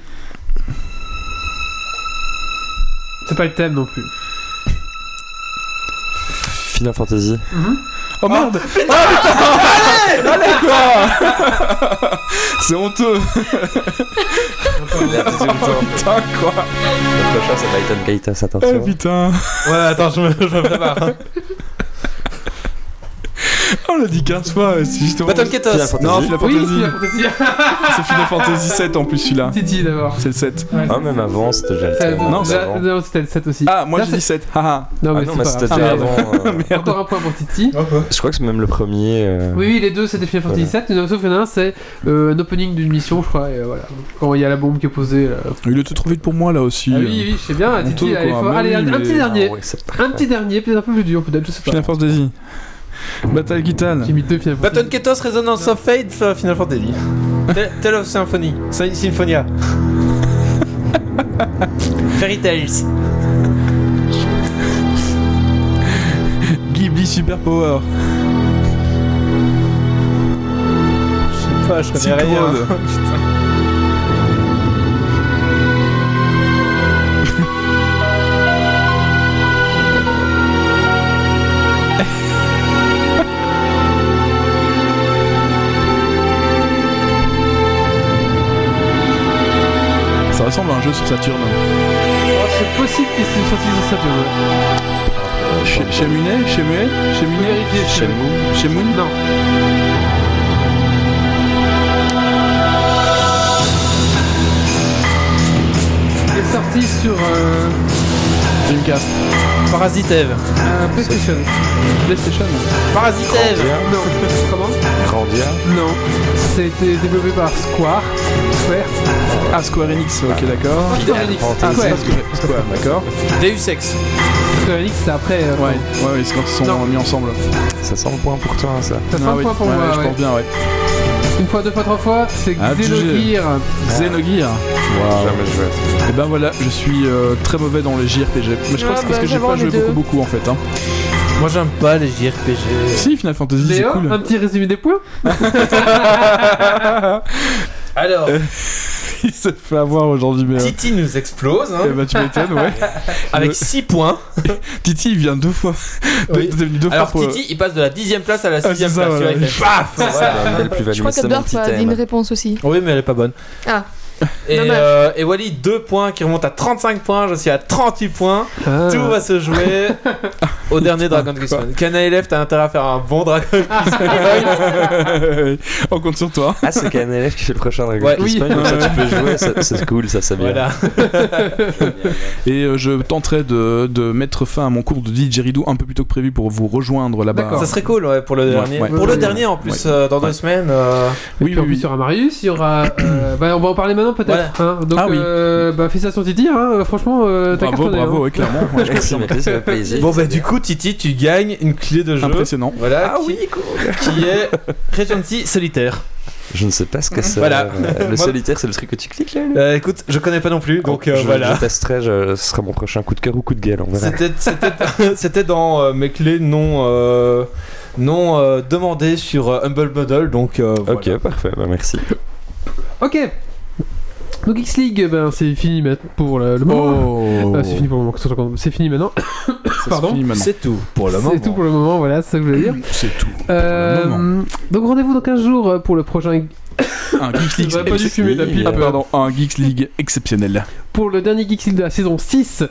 [SPEAKER 1] C'est pas le thème non plus.
[SPEAKER 5] Final Fantasy.
[SPEAKER 1] Ah,
[SPEAKER 3] Oh merde Allez Allez quoi C'est honteux
[SPEAKER 5] Le
[SPEAKER 3] Putain quoi
[SPEAKER 5] prochain, c'est Titan Kaitas,
[SPEAKER 3] Oh
[SPEAKER 1] Eh, Ah,
[SPEAKER 5] attention.
[SPEAKER 3] putain
[SPEAKER 4] Voilà, attends, je me, je me prépare. hein.
[SPEAKER 3] On l'a dit 15 fois, c'est justement...
[SPEAKER 4] Baton
[SPEAKER 5] Final
[SPEAKER 4] Ketos.
[SPEAKER 5] Fantasy.
[SPEAKER 3] Non, Final
[SPEAKER 1] Oui,
[SPEAKER 3] Fantasy.
[SPEAKER 1] Final Fantasy. Ah,
[SPEAKER 3] C'est Final Fantasy 7 en plus celui-là.
[SPEAKER 1] Titi d'abord.
[SPEAKER 3] C'est le 7.
[SPEAKER 5] Ah, même avant, c'était déjà le
[SPEAKER 1] Ça-
[SPEAKER 5] thème.
[SPEAKER 3] Non,
[SPEAKER 1] là-
[SPEAKER 5] avant.
[SPEAKER 1] Ah, non, c'était le 7 aussi.
[SPEAKER 3] Ah, moi
[SPEAKER 1] Là,
[SPEAKER 3] j'ai dit 7. Haha.
[SPEAKER 1] Non, mais
[SPEAKER 5] Ah non,
[SPEAKER 1] c'est
[SPEAKER 5] mais
[SPEAKER 1] pas
[SPEAKER 5] c'était
[SPEAKER 1] grave.
[SPEAKER 5] déjà
[SPEAKER 1] Ah,
[SPEAKER 5] avant. euh,
[SPEAKER 1] Encore un point pour Titi.
[SPEAKER 5] Je crois que c'est même le premier. euh,
[SPEAKER 1] Oui, oui, les deux c'était Final Fantasy VII, mais sauf qu'il y en a un, c'est euh, un opening d'une mission, je crois, et euh, voilà. Quand il y a la bombe qui est posée. là.
[SPEAKER 3] Il est tout trop vite pour moi là aussi. euh.
[SPEAKER 1] Ah oui, oui, je sais bien,
[SPEAKER 3] honteux,
[SPEAKER 1] Titi,
[SPEAKER 3] hein. quoi.
[SPEAKER 1] allez, faut-
[SPEAKER 3] Mais
[SPEAKER 1] allez,
[SPEAKER 3] oui,
[SPEAKER 1] un, un
[SPEAKER 3] mais-
[SPEAKER 1] petit dernier.
[SPEAKER 5] Ah ouais, c'est pas-
[SPEAKER 1] Un petit dernier, peut-être un peu plus dur, peut-être, je sais pas.
[SPEAKER 3] Final Fantasy. Battle Guitar.
[SPEAKER 1] J'ai mis deux Final Fantasy.
[SPEAKER 4] Baton Ketos, Resonance of Fate, euh, Final Fantasy. Ta- Tale of Symphony. Sy- Symphonia. Fairy Tales.
[SPEAKER 3] Ghibli Super Power.
[SPEAKER 4] Enfin, je connais
[SPEAKER 3] Silk
[SPEAKER 4] rien.
[SPEAKER 3] Road.
[SPEAKER 1] hein.
[SPEAKER 3] Ça ressemble à un jeu sur Euh, Saturne.
[SPEAKER 1] Oh, c'est possible qu'ils soient sortis sur Saturn. ouais.
[SPEAKER 3] Chez chez Munet Chez Muet Chez Munet
[SPEAKER 1] Vérifiez, je sais
[SPEAKER 5] Shenmue.
[SPEAKER 1] pas.
[SPEAKER 3] Chez Moon
[SPEAKER 1] Non. Il est sorti sur euh,
[SPEAKER 3] Dreamcast.
[SPEAKER 4] Parasite Eve.
[SPEAKER 1] euh, PlayStation.
[SPEAKER 3] PlayStation
[SPEAKER 4] Parasite Eve.
[SPEAKER 1] Non. Comment
[SPEAKER 5] Grandia.
[SPEAKER 1] Non. C'était développé par Square. Square.
[SPEAKER 3] Ah, Square Enix, ok, d'accord.
[SPEAKER 1] Square Enix.
[SPEAKER 3] Ah, c'est
[SPEAKER 1] Square.
[SPEAKER 3] parce que j'ai- Square, d'accord.
[SPEAKER 4] Deus Ex.
[SPEAKER 1] Ah, Square Enix, c'est après. euh,
[SPEAKER 3] Ouais, ouais, ouais, c'est quand ils se sont
[SPEAKER 1] Non.
[SPEAKER 3] mis ensemble.
[SPEAKER 5] Ça sent le point pour toi, hein, ça.
[SPEAKER 1] Ça fait
[SPEAKER 3] Ah,
[SPEAKER 1] un
[SPEAKER 3] oui.
[SPEAKER 1] point pour
[SPEAKER 3] Ouais,
[SPEAKER 1] moi.
[SPEAKER 3] Je
[SPEAKER 1] ouais.
[SPEAKER 3] pense bien, ouais.
[SPEAKER 1] Une fois, deux fois, trois fois, c'est
[SPEAKER 3] Ah,
[SPEAKER 1] Xenogears.
[SPEAKER 3] GG. Xenogear.
[SPEAKER 5] Jamais joué à ça.
[SPEAKER 3] Et ben voilà, je suis euh, très mauvais dans les JRPG. Mais je crois que
[SPEAKER 6] Ah,
[SPEAKER 3] c'est parce
[SPEAKER 6] bah,
[SPEAKER 3] que j'ai
[SPEAKER 6] j'avais
[SPEAKER 3] pas
[SPEAKER 6] les
[SPEAKER 3] joué
[SPEAKER 6] deux.
[SPEAKER 3] beaucoup, beaucoup en fait. Hein.
[SPEAKER 4] Moi, j'aime pas les JRPG.
[SPEAKER 3] Si, Final Fantasy, c'est
[SPEAKER 1] Léo,
[SPEAKER 3] cool.
[SPEAKER 1] un petit résumé des points
[SPEAKER 4] Alors,
[SPEAKER 3] il s'est fait avoir aujourd'hui, mais. euh,
[SPEAKER 4] Titi nous explose,
[SPEAKER 3] eh
[SPEAKER 4] hein,
[SPEAKER 3] ben, tu m'étonnes, ouais.
[SPEAKER 4] avec
[SPEAKER 3] le-
[SPEAKER 4] 6 points.
[SPEAKER 3] Titi, il vient deux fois. Deux-
[SPEAKER 1] Oui.
[SPEAKER 3] il est venu deux
[SPEAKER 4] Alors
[SPEAKER 3] fois pour.
[SPEAKER 4] Titi, il passe de la dixième place à la
[SPEAKER 3] c'est
[SPEAKER 4] sixième
[SPEAKER 3] ça,
[SPEAKER 4] place. tu vois,
[SPEAKER 3] voilà.
[SPEAKER 4] il fait paf voilà.
[SPEAKER 6] Euh, Je crois qu'Edward a dit une réponse aussi.
[SPEAKER 4] Oui, mais elle est pas bonne.
[SPEAKER 6] Ah.
[SPEAKER 4] Et,
[SPEAKER 6] Dommage.
[SPEAKER 4] euh, et Wally, 2 points qui remontent à 35 points. Je suis à 38 points.
[SPEAKER 1] Ah.
[SPEAKER 4] Tout va se jouer au dernier Dragon Quest. Kana Elef, t'as intérêt à faire un bon Dragon
[SPEAKER 3] euh, On compte sur toi.
[SPEAKER 5] Ah, c'est qu'un élève qui fait le prochain Dragon
[SPEAKER 4] Ouais.
[SPEAKER 5] Quest
[SPEAKER 1] Oui.
[SPEAKER 5] Point, comme ça tu peux jouer, ça- c'est cool, ça c'est bien.
[SPEAKER 4] Voilà.
[SPEAKER 3] Et euh, je tenterai de, de mettre fin à mon cours de didgeridoo un peu plus tôt que prévu pour vous rejoindre là-bas.
[SPEAKER 1] D'accord.
[SPEAKER 4] Ça serait cool ouais, pour le
[SPEAKER 3] Ouais,
[SPEAKER 4] dernier.
[SPEAKER 3] ouais.
[SPEAKER 4] Pour le
[SPEAKER 1] Ouais.
[SPEAKER 4] dernier en plus,
[SPEAKER 3] Ouais.
[SPEAKER 4] euh, dans
[SPEAKER 3] Ouais.
[SPEAKER 4] deux semaines. euh,
[SPEAKER 1] Oui, puis, en plus, il y aura Marius, il y aura. euh, bah, on va en parler maintenant peut-être. hein. Donc,
[SPEAKER 3] Ah oui.
[SPEAKER 1] euh, bah, félicitations Titi, hein. franchement, euh, t'as
[SPEAKER 3] Bravo,
[SPEAKER 1] cartonné.
[SPEAKER 3] bravo,
[SPEAKER 1] hein.
[SPEAKER 3] ouais, clairement.
[SPEAKER 5] Moi, je confirme. Merci, ça fait plaisir.
[SPEAKER 4] Bon, bah, du coup, Titi, tu gagnes une clé de jeu.
[SPEAKER 3] Impressionnant.
[SPEAKER 4] Voilà,
[SPEAKER 6] Ah
[SPEAKER 4] qui, qui est Regency Solitaire.
[SPEAKER 5] Je ne sais pas ce que c'est.
[SPEAKER 4] Voilà.
[SPEAKER 5] Euh, Le
[SPEAKER 4] Moi-
[SPEAKER 5] solitaire, c'est le truc que tu cliques là. lui
[SPEAKER 4] Euh, écoute, je connais pas non plus, donc euh,
[SPEAKER 5] Oh, je,
[SPEAKER 4] voilà.
[SPEAKER 5] Je testerai, je- ce sera mon prochain coup de cœur ou coup de gueule. On verra.
[SPEAKER 4] C'était- C'était c'était dans euh, mes clés non, euh, non euh, demandées sur euh, Humble Bundle, donc euh, voilà.
[SPEAKER 5] Ok, parfait, bah, merci.
[SPEAKER 1] Ok. Donc, X-League, ben, c'est fini ma- pour le, le moment.
[SPEAKER 3] Oh.
[SPEAKER 1] Euh, c'est fini pour le moment. C'est fini maintenant.
[SPEAKER 3] Ça se
[SPEAKER 1] Pardon.
[SPEAKER 3] finit maintenant.
[SPEAKER 4] C'est tout pour le moment.
[SPEAKER 1] C'est tout pour le moment, voilà, c'est ça que je voulais dire.
[SPEAKER 3] C'est tout.
[SPEAKER 1] Euh,
[SPEAKER 3] Pour le
[SPEAKER 1] donc rendez-vous dans 15 jours euh, pour le prochain
[SPEAKER 3] Un Geeks
[SPEAKER 1] J'aurais
[SPEAKER 3] League.
[SPEAKER 1] pas dû fumer la pipe.
[SPEAKER 3] Ah, pardon, un Geeks League exceptionnel.
[SPEAKER 1] pour le dernier Geeks League de la saison 6.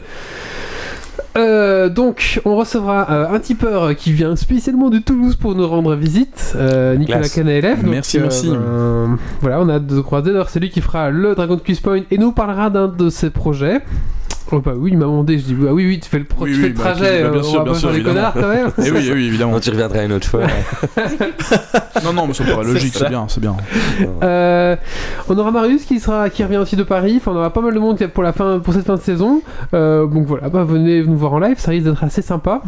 [SPEAKER 1] Euh, donc, on recevra euh, un tipeur qui vient spécialement de Toulouse pour nous rendre visite, euh, Nicolas
[SPEAKER 5] Classe.
[SPEAKER 1] Canelef.
[SPEAKER 3] Merci, merci.
[SPEAKER 1] ben, voilà, on a hâte de le croiser. D'ailleurs, c'est lui qui fera le Dragon de Quiz Point et nous parlera d'un de ses projets. Oh bah oui, il m'a demandé. Je dis bah oui, oui, tu fais le, pro-
[SPEAKER 3] Oui,
[SPEAKER 1] tu
[SPEAKER 3] oui,
[SPEAKER 1] fais le
[SPEAKER 3] bah,
[SPEAKER 1] trajet.
[SPEAKER 3] bien
[SPEAKER 1] euh,
[SPEAKER 3] sûr,
[SPEAKER 1] on va
[SPEAKER 3] bien
[SPEAKER 1] pas
[SPEAKER 3] sûr,
[SPEAKER 1] faire les
[SPEAKER 3] évidemment.
[SPEAKER 1] connards quand même.
[SPEAKER 3] Eh oui, eh oui, évidemment.
[SPEAKER 5] On y reviendra une autre fois. hein.
[SPEAKER 3] Non, non, mais ça me paraît logique, c'est bien, c'est bien.
[SPEAKER 1] Euh, on aura Marius qui sera qui revient aussi de Paris. Enfin, on aura pas mal de monde pour la fin pour cette fin de saison. Euh, donc voilà, bah, venez nous voir en live, ça risque d'être assez sympa.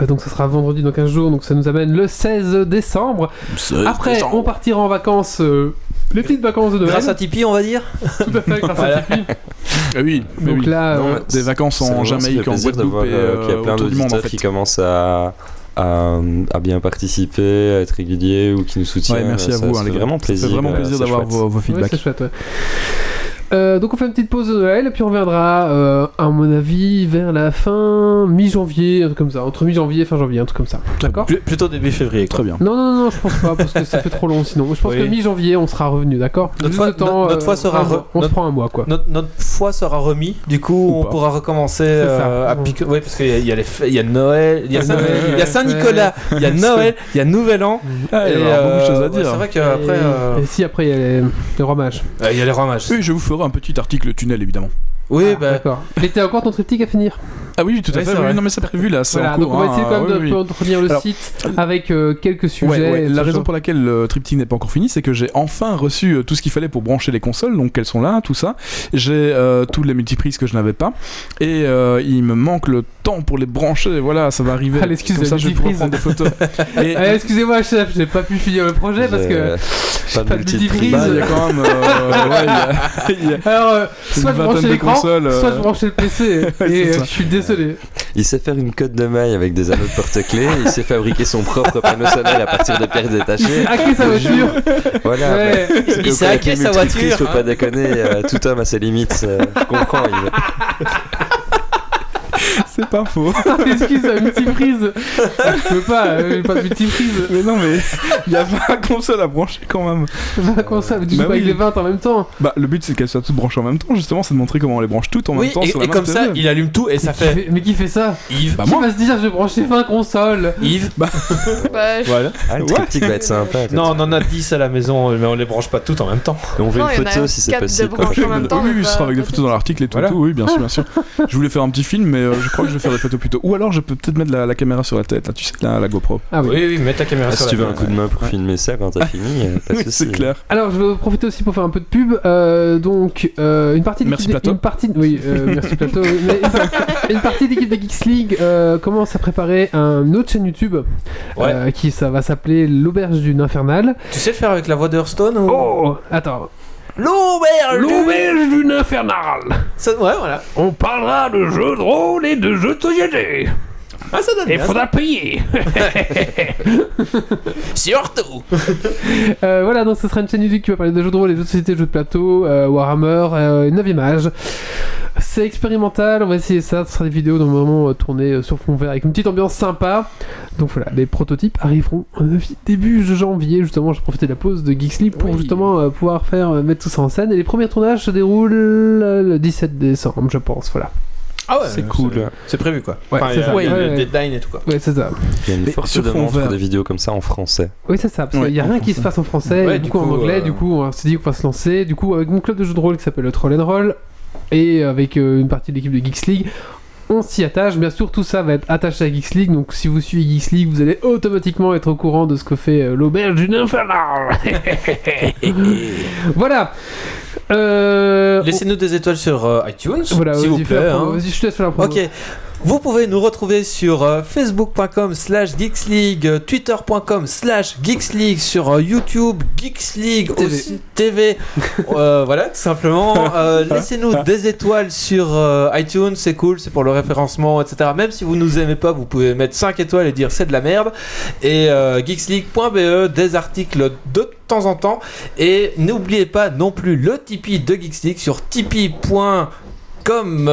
[SPEAKER 1] Euh, Donc ça sera vendredi dans 15 jours, donc ça nous amène le 16 décembre. Après, on partira en vacances, euh, les petites vacances de Noël.
[SPEAKER 4] Grâce à Tipeee, on va dire.
[SPEAKER 1] tout à fait, grâce à
[SPEAKER 4] Voilà.
[SPEAKER 1] Tipeee.
[SPEAKER 3] Eh oui, eh
[SPEAKER 1] Donc
[SPEAKER 3] oui.
[SPEAKER 1] là,
[SPEAKER 5] Non,
[SPEAKER 1] euh,
[SPEAKER 5] mais
[SPEAKER 3] Des vacances en Jamaïque, en Guadeloupe et
[SPEAKER 5] Il y a
[SPEAKER 3] euh,
[SPEAKER 5] plein
[SPEAKER 3] autour du monde en
[SPEAKER 5] d'auditeurs
[SPEAKER 3] fait.
[SPEAKER 5] qui commencent à, à, à bien participer, à être réguliers ou qui nous soutiennent.
[SPEAKER 3] Ouais, merci à
[SPEAKER 5] euh, Ça-
[SPEAKER 3] vous,
[SPEAKER 5] ça
[SPEAKER 3] hein,
[SPEAKER 5] fait
[SPEAKER 3] les gars.
[SPEAKER 5] vraiment
[SPEAKER 3] Ça
[SPEAKER 5] plaisir. euh,
[SPEAKER 3] fait vraiment plaisir
[SPEAKER 5] c'est
[SPEAKER 3] d'avoir
[SPEAKER 5] chouette.
[SPEAKER 3] vos, vos
[SPEAKER 1] ouais,
[SPEAKER 3] feedbacks.
[SPEAKER 1] c'est chouette. ouais. Euh, donc on fait une petite pause de Noël et puis on reviendra euh, à mon avis vers la fin mi-janvier, un truc comme ça, entre mi-janvier et fin janvier, un truc comme ça. D'accord
[SPEAKER 4] Pl- plutôt début février. quoi.
[SPEAKER 3] Très bien.
[SPEAKER 1] Non, non, non, je pense pas, parce que ça fait trop long sinon. Je pense
[SPEAKER 4] Oui.
[SPEAKER 1] que mi-janvier, on sera revenu, d'accord
[SPEAKER 4] Notre
[SPEAKER 1] Juste
[SPEAKER 4] fois-
[SPEAKER 1] le temps,
[SPEAKER 4] notre- notre fois sera
[SPEAKER 1] un
[SPEAKER 4] re-
[SPEAKER 1] mois. On
[SPEAKER 4] notre-
[SPEAKER 1] se prend un mois, quoi.
[SPEAKER 4] Notre, notre foi sera remis, du coup
[SPEAKER 3] Ou
[SPEAKER 4] on
[SPEAKER 3] pas.
[SPEAKER 4] pourra recommencer
[SPEAKER 1] ça.
[SPEAKER 4] euh, à
[SPEAKER 1] Ouais.
[SPEAKER 4] piquer. Oui, parce qu'il y a, il y a les fêtes, il y a Noël, il y a Saint-
[SPEAKER 1] Noël,
[SPEAKER 4] il y a Saint-Nicolas, il y a Noël, il y a Nouvel An.
[SPEAKER 3] Ah, il y a
[SPEAKER 4] euh,
[SPEAKER 3] beaucoup de choses
[SPEAKER 4] ouais,
[SPEAKER 3] à
[SPEAKER 4] C'est
[SPEAKER 3] dire. hein.
[SPEAKER 4] vrai qu'après,
[SPEAKER 1] et,
[SPEAKER 4] euh,
[SPEAKER 1] et si après, il y a les, les romages.
[SPEAKER 4] euh, il y a les ramages.
[SPEAKER 3] Oui, je vous ferai un petit article tunnel évidemment.
[SPEAKER 4] Oui,
[SPEAKER 1] Ah,
[SPEAKER 4] bah,
[SPEAKER 1] D'accord. Il était encore ton triptyque à finir.
[SPEAKER 3] Ah oui, tout à
[SPEAKER 4] Ouais,
[SPEAKER 3] fait.
[SPEAKER 4] c'est
[SPEAKER 3] oui,
[SPEAKER 4] vrai.
[SPEAKER 3] non, mais c'est prévu là, c'est
[SPEAKER 1] Voilà,
[SPEAKER 3] en cours.
[SPEAKER 1] donc on va essayer
[SPEAKER 3] hein,
[SPEAKER 1] quand même
[SPEAKER 3] oui,
[SPEAKER 1] de
[SPEAKER 3] oui.
[SPEAKER 1] peu entretenir le
[SPEAKER 3] Alors,
[SPEAKER 1] site avec euh, quelques
[SPEAKER 3] Ouais,
[SPEAKER 1] sujets.
[SPEAKER 3] ouais,
[SPEAKER 1] et
[SPEAKER 3] La
[SPEAKER 1] ce
[SPEAKER 3] raison
[SPEAKER 1] genre.
[SPEAKER 3] pour laquelle le Triptych n'est pas encore fini, c'est que j'ai enfin reçu euh, tout ce qu'il fallait pour brancher les consoles, donc elles sont là, tout ça. J'ai euh, toutes les multiprises que je n'avais pas, et euh, il me manque le temps pour les brancher. Voilà, ça va arriver.
[SPEAKER 1] Ah, l'excuse
[SPEAKER 3] Comme
[SPEAKER 1] de
[SPEAKER 3] ça,
[SPEAKER 1] la
[SPEAKER 3] je vais pouvoir prendre des
[SPEAKER 1] multiprise.
[SPEAKER 3] photos. Et-
[SPEAKER 1] Eh, Excusez-moi, chef, j'ai pas pu finir le projet parce que.
[SPEAKER 5] Pas de
[SPEAKER 1] pas de multiprise.
[SPEAKER 5] multiprise.
[SPEAKER 3] bah, il y a quand même. euh, ouais, il y a- il y a-
[SPEAKER 1] Alors, euh,
[SPEAKER 3] une
[SPEAKER 1] soit je branchais
[SPEAKER 3] vingtaine de
[SPEAKER 1] l'écran,
[SPEAKER 3] consoles, euh.
[SPEAKER 1] soit je branchais le PC. et
[SPEAKER 3] c'est
[SPEAKER 1] euh,
[SPEAKER 3] ça.
[SPEAKER 1] je suis désolé.
[SPEAKER 5] Il sait faire une cote de maille avec des anneaux de porte-clés. il sait fabriquer son propre panneau solaire à partir de pierres détachées.
[SPEAKER 1] Ah, qui sa voiture
[SPEAKER 3] Ah,
[SPEAKER 5] Voilà.
[SPEAKER 1] Ouais.
[SPEAKER 5] Donc,
[SPEAKER 4] il s'est
[SPEAKER 5] avec
[SPEAKER 4] hacké
[SPEAKER 5] une
[SPEAKER 4] sa
[SPEAKER 5] multiprise,
[SPEAKER 4] voiture.
[SPEAKER 5] Faut
[SPEAKER 4] hein.
[SPEAKER 5] pas déconner. euh, tout homme a ses limites. euh, je comprends. il-
[SPEAKER 3] C'est pas faux.
[SPEAKER 1] Excuse, la multiprise. Je peux pas, euh, j'ai pas de multiprise.
[SPEAKER 3] Mais non, mais il y a 20 consoles à brancher quand même.
[SPEAKER 1] Bah, Comment ça Tu
[SPEAKER 3] Bah
[SPEAKER 1] joues pas avec
[SPEAKER 3] oui.
[SPEAKER 1] les 20 en même temps
[SPEAKER 3] Bah, le but c'est qu'elles soient toutes branchées en même temps, justement, c'est de montrer comment on les branche toutes en
[SPEAKER 4] Oui,
[SPEAKER 3] même temps
[SPEAKER 4] et,
[SPEAKER 3] sur la
[SPEAKER 4] et
[SPEAKER 3] même
[SPEAKER 4] comme ça,
[SPEAKER 3] TV.
[SPEAKER 4] il allume tout et ça
[SPEAKER 1] Qui
[SPEAKER 4] fait
[SPEAKER 1] fait- Mais qui fait ça
[SPEAKER 4] Yves,
[SPEAKER 3] Bah,
[SPEAKER 1] Qui
[SPEAKER 3] moi
[SPEAKER 1] va se dire je vais brancher 20 consoles
[SPEAKER 4] Yves.
[SPEAKER 6] Bah, je-
[SPEAKER 4] Voilà.
[SPEAKER 5] Ah, le
[SPEAKER 3] Ouais.
[SPEAKER 5] triptyque va être sympa. peut-être.
[SPEAKER 4] Non, on en a 10 à la maison, mais on les branche pas toutes en même temps.
[SPEAKER 5] Et on veut
[SPEAKER 6] Non,
[SPEAKER 5] une
[SPEAKER 6] il y en a
[SPEAKER 5] photo si c'est
[SPEAKER 6] quatre de
[SPEAKER 5] possible.
[SPEAKER 6] branches en
[SPEAKER 3] Oui,
[SPEAKER 6] même temps,
[SPEAKER 3] oui,
[SPEAKER 6] mais
[SPEAKER 3] oui, ce
[SPEAKER 6] pas-
[SPEAKER 3] sera avec des
[SPEAKER 6] pas
[SPEAKER 3] photos dans l'article et tout,
[SPEAKER 4] Voilà.
[SPEAKER 3] tout, oui, bien sûr, bien sûr. Je voulais faire un petit film, mais euh, je crois que je vais faire des photos plus tôt. Ou alors je peux peut-être mettre la, la caméra sur la tête, là, tu sais, la, la GoPro.
[SPEAKER 1] Ah oui.
[SPEAKER 4] Oui, oui, mets ta caméra
[SPEAKER 5] Ah,
[SPEAKER 4] sur
[SPEAKER 5] si tu
[SPEAKER 4] la
[SPEAKER 5] veux un coup de main pour filmer ça quand t'as fini, euh, pas de
[SPEAKER 3] Oui,
[SPEAKER 5] souci.
[SPEAKER 3] c'est clair.
[SPEAKER 1] Alors je veux profiter aussi pour faire un peu de pub. Euh, donc euh, une partie de
[SPEAKER 3] Merci,
[SPEAKER 1] l'équipe de-
[SPEAKER 3] Plateau.
[SPEAKER 1] Une partie de- oui, euh, merci plateau. oui, mais une, par- une partie de l'équipe de Geeks League euh, commence à préparer un autre chaîne YouTube
[SPEAKER 4] Ouais.
[SPEAKER 1] euh, qui ça va s'appeler l'auberge d'une infernale.
[SPEAKER 4] Tu sais le faire avec la voix de Hearthstone ou...
[SPEAKER 1] Oh attends.
[SPEAKER 4] L'auberge
[SPEAKER 1] L'auberge d'une infernale.
[SPEAKER 4] Ça- Ouais, voilà.
[SPEAKER 1] On parlera de jeux de rôle et de jeux de société.
[SPEAKER 4] Ah, ça donne
[SPEAKER 1] Il
[SPEAKER 4] bien.
[SPEAKER 1] faudra payer
[SPEAKER 4] Surtout
[SPEAKER 1] Euh, Voilà, donc ce sera une chaîne YouTube qui va parler de jeux de rôle et de société, jeux de plateau, euh, Warhammer, euh, et 9ème âge. C'est expérimental, on va essayer ça, ce sera des vidéos normalement euh, tournées euh, sur fond vert avec une petite ambiance sympa. Donc voilà, les prototypes arriveront euh, début janvier, justement, je profité de la pause de Geek Sleep pour
[SPEAKER 3] Oui.
[SPEAKER 1] justement euh, pouvoir faire euh, mettre tout ça en scène. Et les premiers tournages se déroulent euh, le 17 décembre, je pense, voilà.
[SPEAKER 4] Ah ouais,
[SPEAKER 3] C'est cool.
[SPEAKER 4] C'est prévu quoi.
[SPEAKER 1] Ouais,
[SPEAKER 4] Enfin,
[SPEAKER 1] c'est
[SPEAKER 4] il y a,
[SPEAKER 1] ça.
[SPEAKER 4] il y a
[SPEAKER 1] Ouais,
[SPEAKER 4] le
[SPEAKER 1] ouais.
[SPEAKER 4] deadline et tout quoi.
[SPEAKER 1] Ouais, c'est ça.
[SPEAKER 5] Il y a une
[SPEAKER 3] Mais
[SPEAKER 5] forte
[SPEAKER 3] sur fond
[SPEAKER 5] demande pour
[SPEAKER 3] vert.
[SPEAKER 5] des vidéos comme ça en français.
[SPEAKER 1] Oui, c'est ça, parce
[SPEAKER 3] Ouais,
[SPEAKER 1] qu'il n'y a
[SPEAKER 3] en
[SPEAKER 1] rien qui se
[SPEAKER 3] français.
[SPEAKER 1] passe en français,
[SPEAKER 4] Ouais,
[SPEAKER 1] et
[SPEAKER 4] du
[SPEAKER 1] beaucoup en
[SPEAKER 4] coup,
[SPEAKER 1] anglais,
[SPEAKER 4] euh,
[SPEAKER 1] du coup on s'est dit qu'on va se lancer. Du coup, avec mon club de jeux de rôle qui s'appelle le Troll and Roll, et avec euh, une partie de l'équipe de Geeks League, on s'y attache. Bien sûr, tout ça va être attaché à Geeks League, donc si vous suivez Geeks League, vous allez automatiquement être au courant de ce que fait euh, l'auberge d'une infernale. voilà. Euh,
[SPEAKER 4] Laissez-nous des étoiles sur euh, iTunes,
[SPEAKER 1] on- Voilà,
[SPEAKER 4] s'il vous
[SPEAKER 1] vas-y, fais
[SPEAKER 4] plaît.
[SPEAKER 1] la promo,
[SPEAKER 4] hein.
[SPEAKER 1] vas-y, je te laisse faire la promo.
[SPEAKER 4] Ok. Vous pouvez nous retrouver sur euh, facebook.com slash geeksleague, euh, twitter.com slash geeksleague, sur euh, YouTube, geeksleague
[SPEAKER 1] TV.
[SPEAKER 4] aussi, TV. Euh, voilà, tout simplement. Euh, Laissez-nous des étoiles sur euh, iTunes, c'est cool, c'est pour le référencement, etc. Même si vous nous aimez pas, vous pouvez mettre 5 étoiles et dire c'est de la merde. Et euh, geeksleague.be, des articles de temps en temps. Et n'oubliez pas non plus le Tipeee de Geeks League sur tipeee.com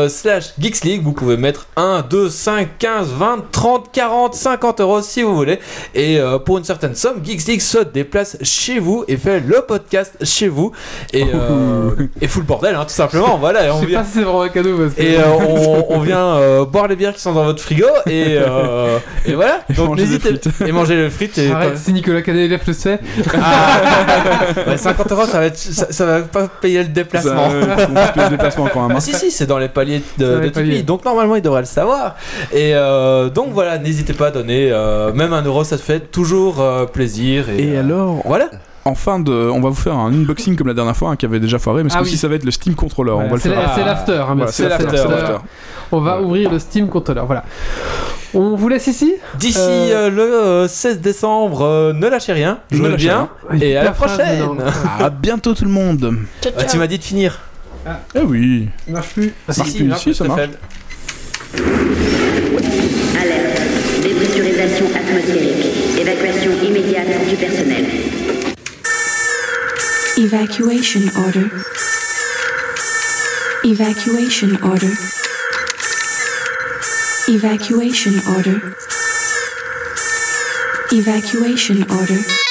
[SPEAKER 4] slash Geeks League. Vous pouvez mettre 1, 2, 5, 15, 20, 30, 40, 50 euros si vous voulez. Et euh, pour une certaine somme, Geeks League se déplace chez vous et fait le podcast chez vous. Et, euh, et fout le bordel, hein, tout simplement. Voilà, et
[SPEAKER 1] Je
[SPEAKER 4] on
[SPEAKER 1] sais
[SPEAKER 4] vient,
[SPEAKER 1] pas si c'est vraiment un cadeau parce que.
[SPEAKER 4] et, euh, on, on vient euh, boire les bières qui sont dans votre frigo. Et, euh, et voilà.
[SPEAKER 3] Et
[SPEAKER 4] Donc
[SPEAKER 3] manger des
[SPEAKER 4] n'hésitez Et manger le frites. Et
[SPEAKER 1] Arrête, si Nicolas Canet le sait.
[SPEAKER 4] Ah. Ouais, 50 euros, ça va, être- ça, ça va pas payer le déplacement.
[SPEAKER 3] Ça, ouais, on peut se payer le déplacement quand même.
[SPEAKER 4] Ah
[SPEAKER 3] hein.
[SPEAKER 4] si si c'est dans les paliers de,
[SPEAKER 1] Dans
[SPEAKER 4] de
[SPEAKER 1] les paliers.
[SPEAKER 4] Tipeee donc normalement il devrait le savoir et euh, donc voilà n'hésitez pas à donner euh, même un euro ça fait toujours euh, plaisir et,
[SPEAKER 3] Et
[SPEAKER 4] euh,
[SPEAKER 3] alors,
[SPEAKER 4] voilà
[SPEAKER 3] en fin de, on va vous faire un unboxing comme la dernière fois hein, qui avait déjà foiré, mais ce
[SPEAKER 1] Ah
[SPEAKER 3] coup-ci
[SPEAKER 1] oui.
[SPEAKER 3] ça va être le Steam Controller.
[SPEAKER 4] Bah,
[SPEAKER 3] on va
[SPEAKER 1] Voilà,
[SPEAKER 3] le
[SPEAKER 1] C'est
[SPEAKER 3] faire. Ah,
[SPEAKER 1] la- c'est l'after, hein, bien
[SPEAKER 3] Voilà,
[SPEAKER 1] sûr,
[SPEAKER 4] c'est l'after,
[SPEAKER 3] c'est l'after.
[SPEAKER 1] On va ouvrir le Steam Controller, voilà. On vous laisse ici
[SPEAKER 4] d'ici
[SPEAKER 1] Euh,
[SPEAKER 4] euh, le euh, 16 décembre euh, ne lâchez rien
[SPEAKER 3] Ne
[SPEAKER 4] jouez
[SPEAKER 3] lâchez
[SPEAKER 4] bien Et à la prochaine.
[SPEAKER 3] À bientôt tout le monde.
[SPEAKER 6] Ciao,
[SPEAKER 4] Ah,
[SPEAKER 6] ciao.
[SPEAKER 4] tu m'as dit de finir hein,
[SPEAKER 3] Eh oui.
[SPEAKER 1] marche plus.
[SPEAKER 3] Ça marche plus,
[SPEAKER 4] non,
[SPEAKER 3] si,
[SPEAKER 4] je
[SPEAKER 3] ça
[SPEAKER 4] te
[SPEAKER 3] marche.
[SPEAKER 4] fais.
[SPEAKER 8] Alerte. Dépressurisation atmosphérique. Évacuation immédiate du personnel.
[SPEAKER 9] Evacuation order. Evacuation order. Evacuation order. Evacuation order.